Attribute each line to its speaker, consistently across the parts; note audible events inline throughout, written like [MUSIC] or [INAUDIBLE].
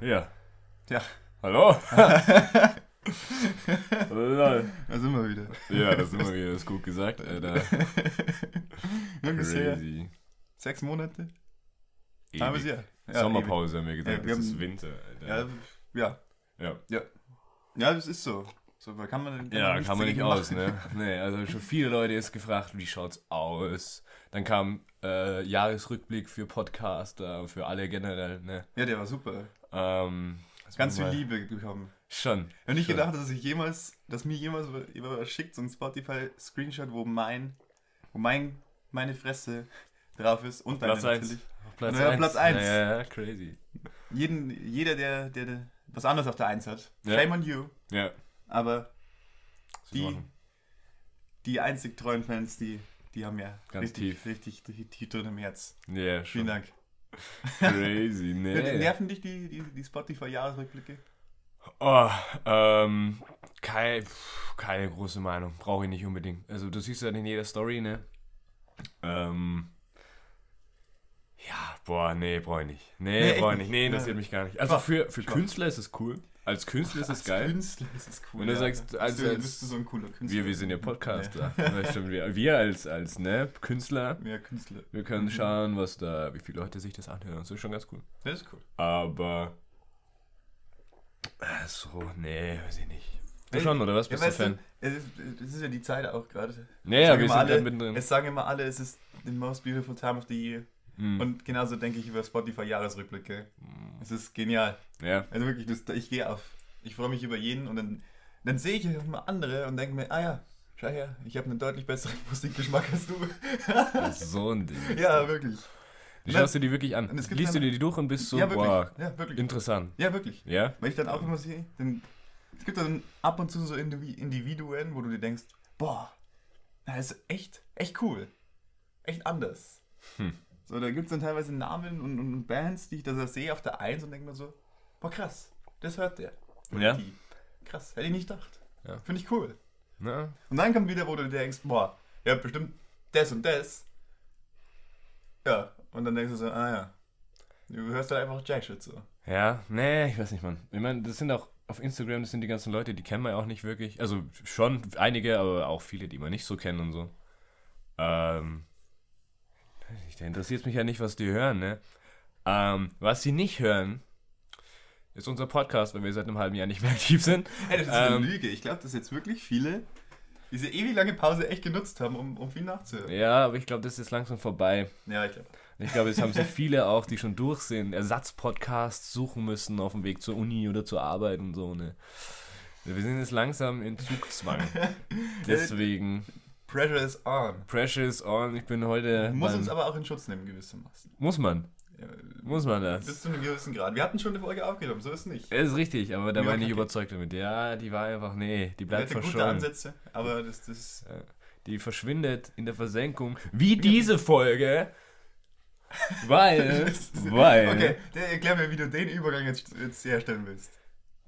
Speaker 1: Ja.
Speaker 2: Ja.
Speaker 1: Hallo? Lol.
Speaker 2: Da sind wir wieder.
Speaker 1: ja, das ist immer wieder das ist gut gesagt, Alter.
Speaker 2: [LAUGHS] Ja, bisher
Speaker 1: Crazy.
Speaker 2: sechs Monate.
Speaker 1: Ewig.
Speaker 2: Halbes Jahr. Ja,
Speaker 1: Sommerpause haben wir gesagt,
Speaker 2: Ja, wir
Speaker 1: das ist
Speaker 2: haben-
Speaker 1: Winter,
Speaker 2: ewig.
Speaker 1: Alter.
Speaker 2: Ja,
Speaker 1: Ja,
Speaker 2: ja. Ja, das ist so. So, da kann man,
Speaker 1: ja.
Speaker 2: nichts
Speaker 1: kann man nicht
Speaker 2: dagegen
Speaker 1: aus,
Speaker 2: machen.
Speaker 1: ne? Nee, also schon viele Leute jetzt gefragt, wie schaut's aus? Dann kam äh, Jahresrückblick für Podcaster, für alle generell, ne?
Speaker 2: Ja, der war super.
Speaker 1: Ähm, was
Speaker 2: Ganz viel
Speaker 1: machen wir?
Speaker 2: Liebe bekommen.
Speaker 1: Schon.
Speaker 2: Ich hab nicht
Speaker 1: schon.
Speaker 2: gedacht, dass ich jemals, dass mir jemals jemand was schickt, so ein Spotify-Screenshot, wo mein, wo mein, meine Fresse drauf ist und deine
Speaker 1: Platz 1.
Speaker 2: natürlich.
Speaker 1: Platz
Speaker 2: Ja,
Speaker 1: 1.
Speaker 2: Platz eins.
Speaker 1: Ja, ja, crazy.
Speaker 2: Jeden, jeder, der, der, der was anderes auf der Eins hat.
Speaker 1: Ja.
Speaker 2: Shame on you.
Speaker 1: Ja.
Speaker 2: Aber
Speaker 1: was wir
Speaker 2: die,
Speaker 1: machen.
Speaker 2: die einzig treuen Fans, die, die haben ja
Speaker 1: Ganz
Speaker 2: richtig, richtig, richtig tief drin im Herz.
Speaker 1: Ja,
Speaker 2: Vielen
Speaker 1: schon.
Speaker 2: Dank. [LAUGHS]
Speaker 1: Crazy, ne?
Speaker 2: Nerven dich die, die, die Spotify-Jahresrückblicke?
Speaker 1: Oh, ähm, keine, pf, keine große Meinung. Brauche ich nicht unbedingt. Also, du siehst ja in jeder Story, ne? Ähm. Ja, boah, nee, brauche ich nicht. Nee,
Speaker 2: Nee, echt
Speaker 1: brauche ich nicht.
Speaker 2: nicht.
Speaker 1: Nee, interessiert
Speaker 2: Ja.
Speaker 1: mich gar nicht. Also, für, für
Speaker 2: schwach.
Speaker 1: Künstler ist es cool. Als Künstler ist es
Speaker 2: Als
Speaker 1: geil.
Speaker 2: Künstler ist es cool.
Speaker 1: Wenn du
Speaker 2: ja.
Speaker 1: sagst, als-
Speaker 2: bist, du,
Speaker 1: als-
Speaker 2: bist du so ein cooler Künstler.
Speaker 1: Wir, wir sind ja Podcaster. Ja, stimmt, wir, wir als, als ne, Künstler,
Speaker 2: Ja, Künstler.
Speaker 1: wir können schauen, was da, wie viele Leute sich das anhören. Das ist schon ganz cool.
Speaker 2: Das ist cool.
Speaker 1: Aber. Ach so, nee, weiß ich nicht. Du
Speaker 2: Ey,
Speaker 1: schon, oder was?
Speaker 2: Ja,
Speaker 1: Bist du
Speaker 2: weißt
Speaker 1: Fan?
Speaker 2: du, es ist, es ist ja die Zeit auch gerade.
Speaker 1: Ja, ja,
Speaker 2: Sagen
Speaker 1: wir
Speaker 2: immer
Speaker 1: sind
Speaker 2: alle,
Speaker 1: da mittendrin.
Speaker 2: Es sagen immer alle, es ist the most beautiful time of the year.
Speaker 1: Mhm.
Speaker 2: Und genauso denke ich über Spotify-Jahresrückblicke.
Speaker 1: Hm.
Speaker 2: Es ist genial.
Speaker 1: ja.
Speaker 2: Also wirklich, das, ich gehe auf. Ich freue mich über jeden und dann, dann sehe ich auch mal andere und denke mir, ah ja, schau her, ich habe einen deutlich besseren [LAUGHS] Musikgeschmack als du. [LAUGHS]
Speaker 1: so ein Ding.
Speaker 2: ja, wirklich.
Speaker 1: Die schaust du dir wirklich an.
Speaker 2: Und es gibt
Speaker 1: Liest du
Speaker 2: dann-
Speaker 1: dir die durch und bist so,
Speaker 2: ja, wirklich.
Speaker 1: boah,
Speaker 2: Ja, wirklich.
Speaker 1: interessant.
Speaker 2: Ja, wirklich.
Speaker 1: Ja?
Speaker 2: Weil ich dann auch immer sehe, dann, es gibt dann ab und zu so Indivi- Individuen, wo du dir denkst, boah, na, ist echt, echt cool. Echt anders.
Speaker 1: Hm.
Speaker 2: So, da gibt es dann teilweise Namen und, und Bands, die ich da so sehe auf der Eins und denke mir so, boah krass, das hört der. Oder
Speaker 1: Ja.
Speaker 2: Die. Krass, hätte ich nicht gedacht.
Speaker 1: Ja.
Speaker 2: Finde ich cool.
Speaker 1: Na?
Speaker 2: Und dann kommt wieder, wo du dir denkst, boah, ihr habt bestimmt das und das. Ja, und dann denkst du so, ah ja. Du hörst halt einfach Jack-Shit so.
Speaker 1: Ja, nee, ich weiß nicht, Mann. Ich meine, das sind auch auf Instagram, das sind die ganzen Leute, die kennen wir ja auch nicht wirklich. Also schon einige, aber auch viele, die man nicht so kennen und so. Ähm, weiß nicht, da interessiert mich ja nicht, was die hören, ne? Ähm, was sie nicht hören, ist unser Podcast, weil wir seit einem halben Jahr nicht mehr [LAUGHS] aktiv sind.
Speaker 2: Ey, das ist eine
Speaker 1: Ähm.
Speaker 2: Lüge. Ich glaube, dass jetzt wirklich viele diese ewig lange Pause echt genutzt haben, um, um viel nachzuhören.
Speaker 1: Ja, aber ich glaube, das ist langsam vorbei.
Speaker 2: Ja, ich glaube.
Speaker 1: Ich glaube, jetzt haben sich viele auch, die schon durch sind, Ersatzpodcasts suchen müssen auf dem Weg zur Uni oder zur Arbeit und so. Ne? Wir sind jetzt langsam in
Speaker 2: [LAUGHS]
Speaker 1: Zugzwang. Deswegen,
Speaker 2: Pressure is on.
Speaker 1: Pressure is on. Ich bin heute.
Speaker 2: Muss
Speaker 1: beim-
Speaker 2: uns aber auch in Schutz nehmen, gewissermaßen.
Speaker 1: muss man.
Speaker 2: Ja,
Speaker 1: Muss man das.
Speaker 2: bis zu einem gewissen Grad. Wir hatten schon eine Folge aufgenommen, so ist nicht.
Speaker 1: Ist richtig, aber da
Speaker 2: Ja,
Speaker 1: war ich nicht
Speaker 2: kacke.
Speaker 1: überzeugt damit. Ja, die war einfach, nee, die
Speaker 2: Wir
Speaker 1: bleibt
Speaker 2: hatten gute
Speaker 1: verschwunden.
Speaker 2: Ansätze, aber das,
Speaker 1: [LAUGHS]
Speaker 2: das
Speaker 1: Die verschwindet in der Versenkung. Wie diese
Speaker 2: [LAUGHS]
Speaker 1: Folge. Weil, weil.
Speaker 2: Okay, der- erklär mir, wie du den Übergang jetzt, jetzt herstellen willst.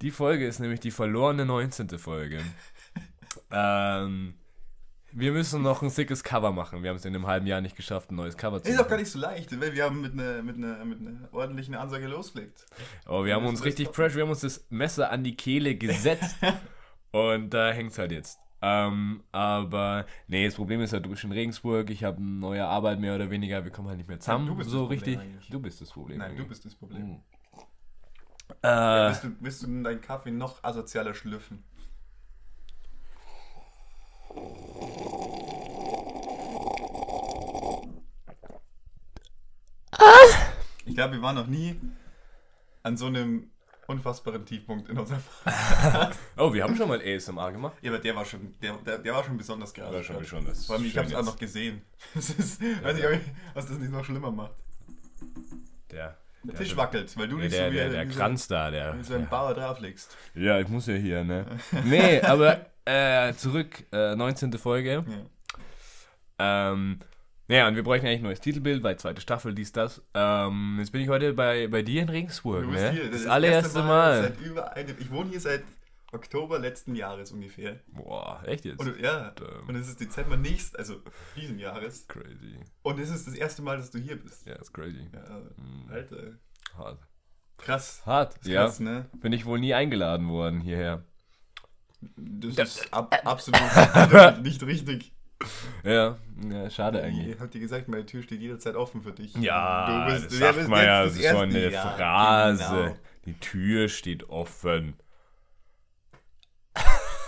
Speaker 1: Die Folge ist nämlich die verlorene 19. Folge.
Speaker 2: [LAUGHS]
Speaker 1: ähm, wir müssen noch ein sickes Cover machen. Wir haben es in einem halben Jahr nicht geschafft, ein neues Cover zu
Speaker 2: Ist auch gar
Speaker 1: machen.
Speaker 2: nicht so leicht, weil wir haben mit einer, mit einer, mit einer ordentlichen Ansage losgelegt.
Speaker 1: Aber wir haben
Speaker 2: Das
Speaker 1: uns
Speaker 2: ist
Speaker 1: richtig
Speaker 2: doch-
Speaker 1: pressure, wir haben uns das Messer an die Kehle
Speaker 2: [LAUGHS]
Speaker 1: gesetzt. und da hängt es halt jetzt. Ähm, aber nee, das Problem ist halt, du bist in Regensburg, ich habe eine neue Arbeit mehr oder weniger, wir kommen halt nicht mehr zusammen.
Speaker 2: du bist
Speaker 1: so
Speaker 2: das Problem
Speaker 1: richtig.
Speaker 2: eigentlich.
Speaker 1: Du bist das Problem.
Speaker 2: Nein, du
Speaker 1: eigentlich.
Speaker 2: bist das Problem.
Speaker 1: Äh,
Speaker 2: Willst du, willst du denn deinen Kaffee noch asozialer schlüffen? Ich glaube, wir waren noch nie an so einem unfassbaren Tiefpunkt in unserem.
Speaker 1: oh, wir haben schon mal ASMR gemacht.
Speaker 2: Ja, aber der war schon, der, der, der war schon besonders gerade.
Speaker 1: war schon- schon, das ist
Speaker 2: Vor allem, ich
Speaker 1: schön
Speaker 2: habe es auch
Speaker 1: jetzt.
Speaker 2: noch gesehen. [LAUGHS] Das ist, weiß nicht, ob ich, was das nicht noch schlimmer macht.
Speaker 1: Der,
Speaker 2: Der
Speaker 1: der
Speaker 2: Tisch wackelt, weil du
Speaker 1: Nee,
Speaker 2: nicht
Speaker 1: der,
Speaker 2: so wie
Speaker 1: der, der
Speaker 2: wie so-
Speaker 1: Kranz da, der.
Speaker 2: wie so ein
Speaker 1: ja.
Speaker 2: Bauer drauflegst.
Speaker 1: Ja, ich muss ja hier,
Speaker 2: [LAUGHS]
Speaker 1: ne? Nee, aber äh, zurück, äh, 19. Folge.
Speaker 2: Ja.
Speaker 1: Ähm, naja, und wir bräuchten eigentlich ein neues Titelbild, weil zweite Staffel, dies, das. Ähm, jetzt bin ich heute bei, bei dir in Regensburg,
Speaker 2: Du bist
Speaker 1: ne?
Speaker 2: hier.
Speaker 1: das, allererste Mal.
Speaker 2: Seit über einem, ich wohne hier seit Oktober letzten Jahres ungefähr.
Speaker 1: Boah, echt jetzt?
Speaker 2: Und, ja,
Speaker 1: Damn.
Speaker 2: und es ist Dezember nächst, also diesen Jahres.
Speaker 1: Crazy.
Speaker 2: Und es ist das erste Mal, dass du hier bist.
Speaker 1: Ja, ist crazy.
Speaker 2: Ja,
Speaker 1: Mhm.
Speaker 2: Alter.
Speaker 1: Hart.
Speaker 2: Krass.
Speaker 1: Hart,
Speaker 2: Ist
Speaker 1: ja.
Speaker 2: krass, ne?
Speaker 1: Bin ich wohl nie eingeladen worden hierher.
Speaker 2: Das ist ab,
Speaker 1: [LAUGHS]
Speaker 2: absolut nicht richtig.
Speaker 1: Ja, ja schade eigentlich.
Speaker 2: Ich hab dir gesagt, meine Tür steht jederzeit offen für dich.
Speaker 1: Ja,
Speaker 2: Du bist-
Speaker 1: das
Speaker 2: du
Speaker 1: sagt
Speaker 2: bist
Speaker 1: man
Speaker 2: jetzt
Speaker 1: ja,
Speaker 2: das
Speaker 1: das ist so
Speaker 2: erste
Speaker 1: eine
Speaker 2: Jahr.
Speaker 1: Phrase.
Speaker 2: Genau.
Speaker 1: Die Tür steht offen. [LAUGHS]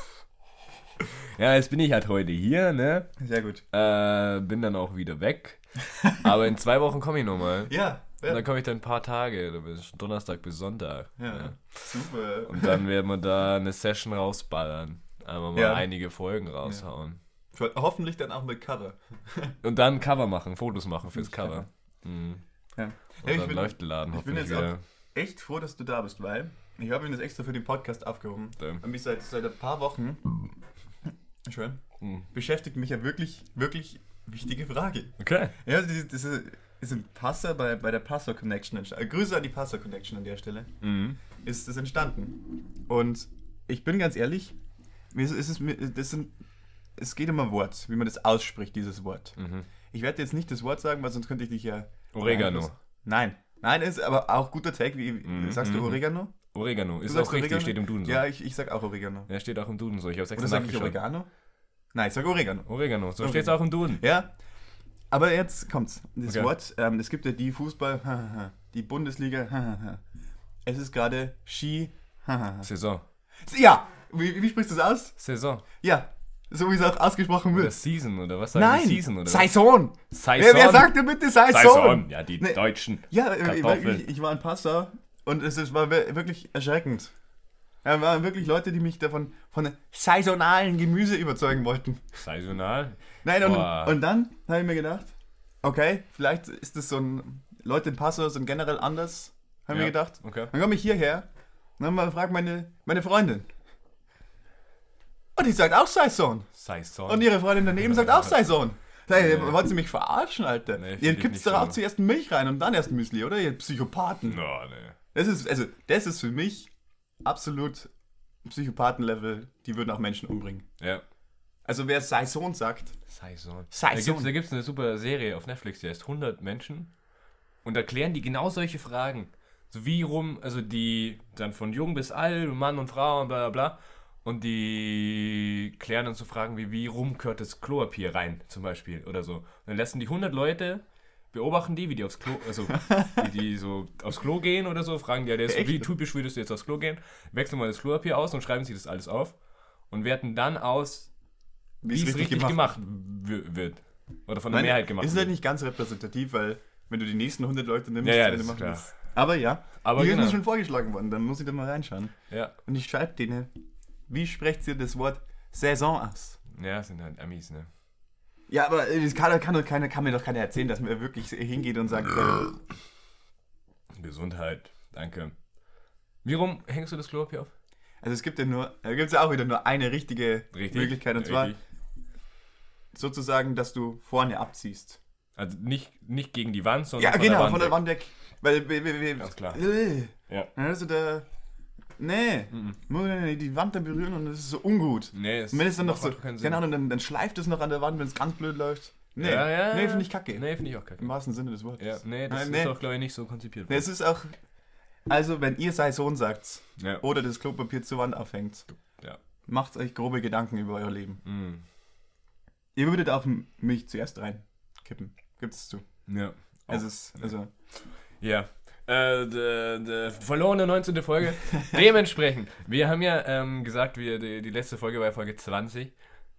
Speaker 1: ja, jetzt bin ich halt heute hier, ne?
Speaker 2: Genau. Sehr gut.
Speaker 1: Äh, bin dann auch wieder [LAUGHS] weg. Aber in zwei Wochen komme ich nochmal.
Speaker 2: Ja,
Speaker 1: Und
Speaker 2: ja,
Speaker 1: dann komme ich dann ein paar Tage, dann bis Donnerstag bis Sonntag.
Speaker 2: ja. super.
Speaker 1: Und dann werden wir da eine Session rausballern. Einmal mal
Speaker 2: Ja.
Speaker 1: einige Folgen raushauen.
Speaker 2: Für- Hoffentlich dann auch mit Cover.
Speaker 1: Und dann Cover machen, Fotos machen fürs Cover. Mhm.
Speaker 2: Ja.
Speaker 1: Und
Speaker 2: Ja, ich
Speaker 1: dann
Speaker 2: bin
Speaker 1: läuft der Laden
Speaker 2: ich bin
Speaker 1: hoffentlich
Speaker 2: jetzt
Speaker 1: wieder.
Speaker 2: echt froh, dass du da bist, weil ich habe mir das extra für den Podcast aufgehoben.
Speaker 1: Damn.
Speaker 2: Und mich seit, seit ein paar Wochen Schön.
Speaker 1: Mhm.
Speaker 2: beschäftigt mich ja wirklich, wirklich wichtige Frage.
Speaker 1: Okay.
Speaker 2: Ja, das ist, das ist- ist ein Passer bei, bei der Passer Connection entstanden. Grüße an die Passer Connection an der Stelle.
Speaker 1: Mhm.
Speaker 2: Ist es entstanden. Und ich bin ganz ehrlich, mir ist, ist es, mir- das sind, es geht um ein Wort, wie man das ausspricht, dieses Wort.
Speaker 1: Mhm.
Speaker 2: Ich werde jetzt nicht das Wort sagen, weil sonst könnte ich dich ja.
Speaker 1: Oregano.
Speaker 2: Nein. Nein, ist aber auch guter Tag. Wie,
Speaker 1: Mhm,
Speaker 2: Sagst du
Speaker 1: mhm.
Speaker 2: Oregano?
Speaker 1: Oregano. Ist
Speaker 2: Du sagst
Speaker 1: auch richtig,
Speaker 2: Oregano?
Speaker 1: steht im Duden so.
Speaker 2: Ja, ich, ich sag auch Oregano.
Speaker 1: Ja, steht auch im Duden so. Ich hab's
Speaker 2: Oder
Speaker 1: extra
Speaker 2: sag ich
Speaker 1: nachgeschaut.
Speaker 2: Oregano? Nein, ich sag Oregano.
Speaker 1: Oregano. So
Speaker 2: Oregano.
Speaker 1: steht's auch im Duden.
Speaker 2: Ja. Aber jetzt kommt's. Das
Speaker 1: Okay.
Speaker 2: Wort, ähm, es gibt ja die Fußball, [LAUGHS] die Bundesliga. [LAUGHS] Es ist gerade Ski. [LAUGHS]
Speaker 1: Saison.
Speaker 2: Ja! Wie, wie sprichst du es aus?
Speaker 1: Saison.
Speaker 2: Ja. So wie es auch ausgesprochen
Speaker 1: Oder
Speaker 2: wird.
Speaker 1: Season oder was sagen
Speaker 2: Nein!
Speaker 1: die? Season oder was?
Speaker 2: Saison!
Speaker 1: Saison.
Speaker 2: Wer, wer sagt denn bitte Saison?
Speaker 1: Saison. Ja, die
Speaker 2: Nee.
Speaker 1: Deutschen.
Speaker 2: Ja, äh, weil
Speaker 1: Kartoffeln.
Speaker 2: ich, ich war in Passau und es ist- war wir- wirklich erschreckend. Da waren wirklich Leute, die mich davon von saisonalen Gemüse überzeugen wollten.
Speaker 1: Saisonal.
Speaker 2: Nein, und,
Speaker 1: Boah.
Speaker 2: und dann habe ich mir gedacht, okay, vielleicht ist das so ein, Leute in Passau sind generell anders, haben wir
Speaker 1: Ja,
Speaker 2: gedacht.
Speaker 1: Okay.
Speaker 2: Dann komme ich hierher und dann mal fragt meine, meine Freundin. Und die sagt auch Saison.
Speaker 1: Saison.
Speaker 2: Und ihre Freundin daneben sagt auch Saison. Sag ich, wollt ihr mich verarschen, Alter?
Speaker 1: Nee, find
Speaker 2: ihr
Speaker 1: ich
Speaker 2: kippt
Speaker 1: nicht
Speaker 2: doch auch
Speaker 1: so.
Speaker 2: zuerst Milch rein und dann erst Müsli, oder? Ihr Psychopathen.
Speaker 1: No, ne.
Speaker 2: Das ist, also, das ist für mich absolut Psychopathen-Level. Die würden auch Menschen umbringen.
Speaker 1: Ja.
Speaker 2: Also, wer Saison sagt,
Speaker 1: Saison. Da
Speaker 2: Saison.
Speaker 1: gibt's, da gibt's eine super Serie auf Netflix, die heißt 100 Menschen. Und da klären die genau solche Fragen. So wie rum, also die dann von jung bis alt, Mann und Frau und bla bla bla. Und die klären dann so Fragen wie, wie rum gehört das Klopapier rein, zum Beispiel, oder so. Und dann lassen die 100 Leute, beobachten die, wie die aufs Klo, also wie die so aufs Klo gehen oder so, fragen die, ja, der ist,
Speaker 2: Echt?
Speaker 1: wie typisch würdest du jetzt aufs Klo gehen, wechseln mal das Klopapier aus und schreiben sich das alles auf und werten dann aus,
Speaker 2: wie
Speaker 1: wie
Speaker 2: es
Speaker 1: es richtig gemacht, w- wird. Oder von der
Speaker 2: Nein,
Speaker 1: Mehrheit gemacht
Speaker 2: Ist halt
Speaker 1: wird.
Speaker 2: nicht ganz repräsentativ, weil wenn du die nächsten 100 Leute nimmst,
Speaker 1: Ja, ja, das
Speaker 2: wenn du
Speaker 1: ist
Speaker 2: machen
Speaker 1: klar.
Speaker 2: das. Aber ja,
Speaker 1: Aber
Speaker 2: die
Speaker 1: genau.
Speaker 2: ist mir schon vorgeschlagen worden, dann muss ich da mal reinschauen.
Speaker 1: Ja.
Speaker 2: Und ich schreibe denen, wie sprecht ihr das Wort Saison aus?
Speaker 1: ja, das sind halt Amis, ne?
Speaker 2: Ja, aber äh, das kann, doch- kann, doch keiner- kann mir doch keiner erzählen, dass mir wirklich hingeht und sagt, äh,
Speaker 1: Gesundheit, danke. Wie rum hängst du das Klopapier auf?
Speaker 2: also es gibt ja nur, da gibt es ja auch wieder nur eine richtige Möglichkeit und zwar
Speaker 1: richtig.
Speaker 2: sozusagen, dass du vorne abziehst.
Speaker 1: Also nicht, nicht gegen die Wand, sondern
Speaker 2: Ja,
Speaker 1: von
Speaker 2: genau,
Speaker 1: der Wand.
Speaker 2: von der
Speaker 1: weg.
Speaker 2: Wand weg. Weil, wir- wir- wir-
Speaker 1: Ganz klar.
Speaker 2: Äh,
Speaker 1: Ja.
Speaker 2: Also da, nee,
Speaker 1: Mhm.
Speaker 2: muss man die Wand dann berühren und das ist so ungut.
Speaker 1: Nee, es
Speaker 2: Und wenn es dann noch
Speaker 1: macht
Speaker 2: so,
Speaker 1: doch keinen
Speaker 2: keine Ahnung, dann, dann schleift es noch an der Wand, wenn es ganz blöd läuft. Nee,
Speaker 1: Ja, ja,
Speaker 2: nee
Speaker 1: ja.
Speaker 2: finde ich kacke.
Speaker 1: Nee, finde ich auch kacke.
Speaker 2: Im wahrsten Sinne des Wortes.
Speaker 1: Ja, nee, das
Speaker 2: Nein,
Speaker 1: ist auch, glaube ich, nicht so konzipiert.
Speaker 2: nee, es ist auch, also wenn ihr Saison sagt
Speaker 1: ja.
Speaker 2: oder das Klopapier zur Wand aufhängt,
Speaker 1: ja.
Speaker 2: macht euch grobe Gedanken über euer Leben.
Speaker 1: Mm.
Speaker 2: Ihr würdet auch M- Milch zuerst reinkippen. Gibt es zu.
Speaker 1: ja.
Speaker 2: Es
Speaker 1: Auch.
Speaker 2: ist, also,
Speaker 1: Ja. Äh, d- d- verlorene 19. Folge.
Speaker 2: [LAUGHS]
Speaker 1: Dementsprechend. Wir haben ja ähm, gesagt, wir, die, die letzte Folge war ja Folge 20,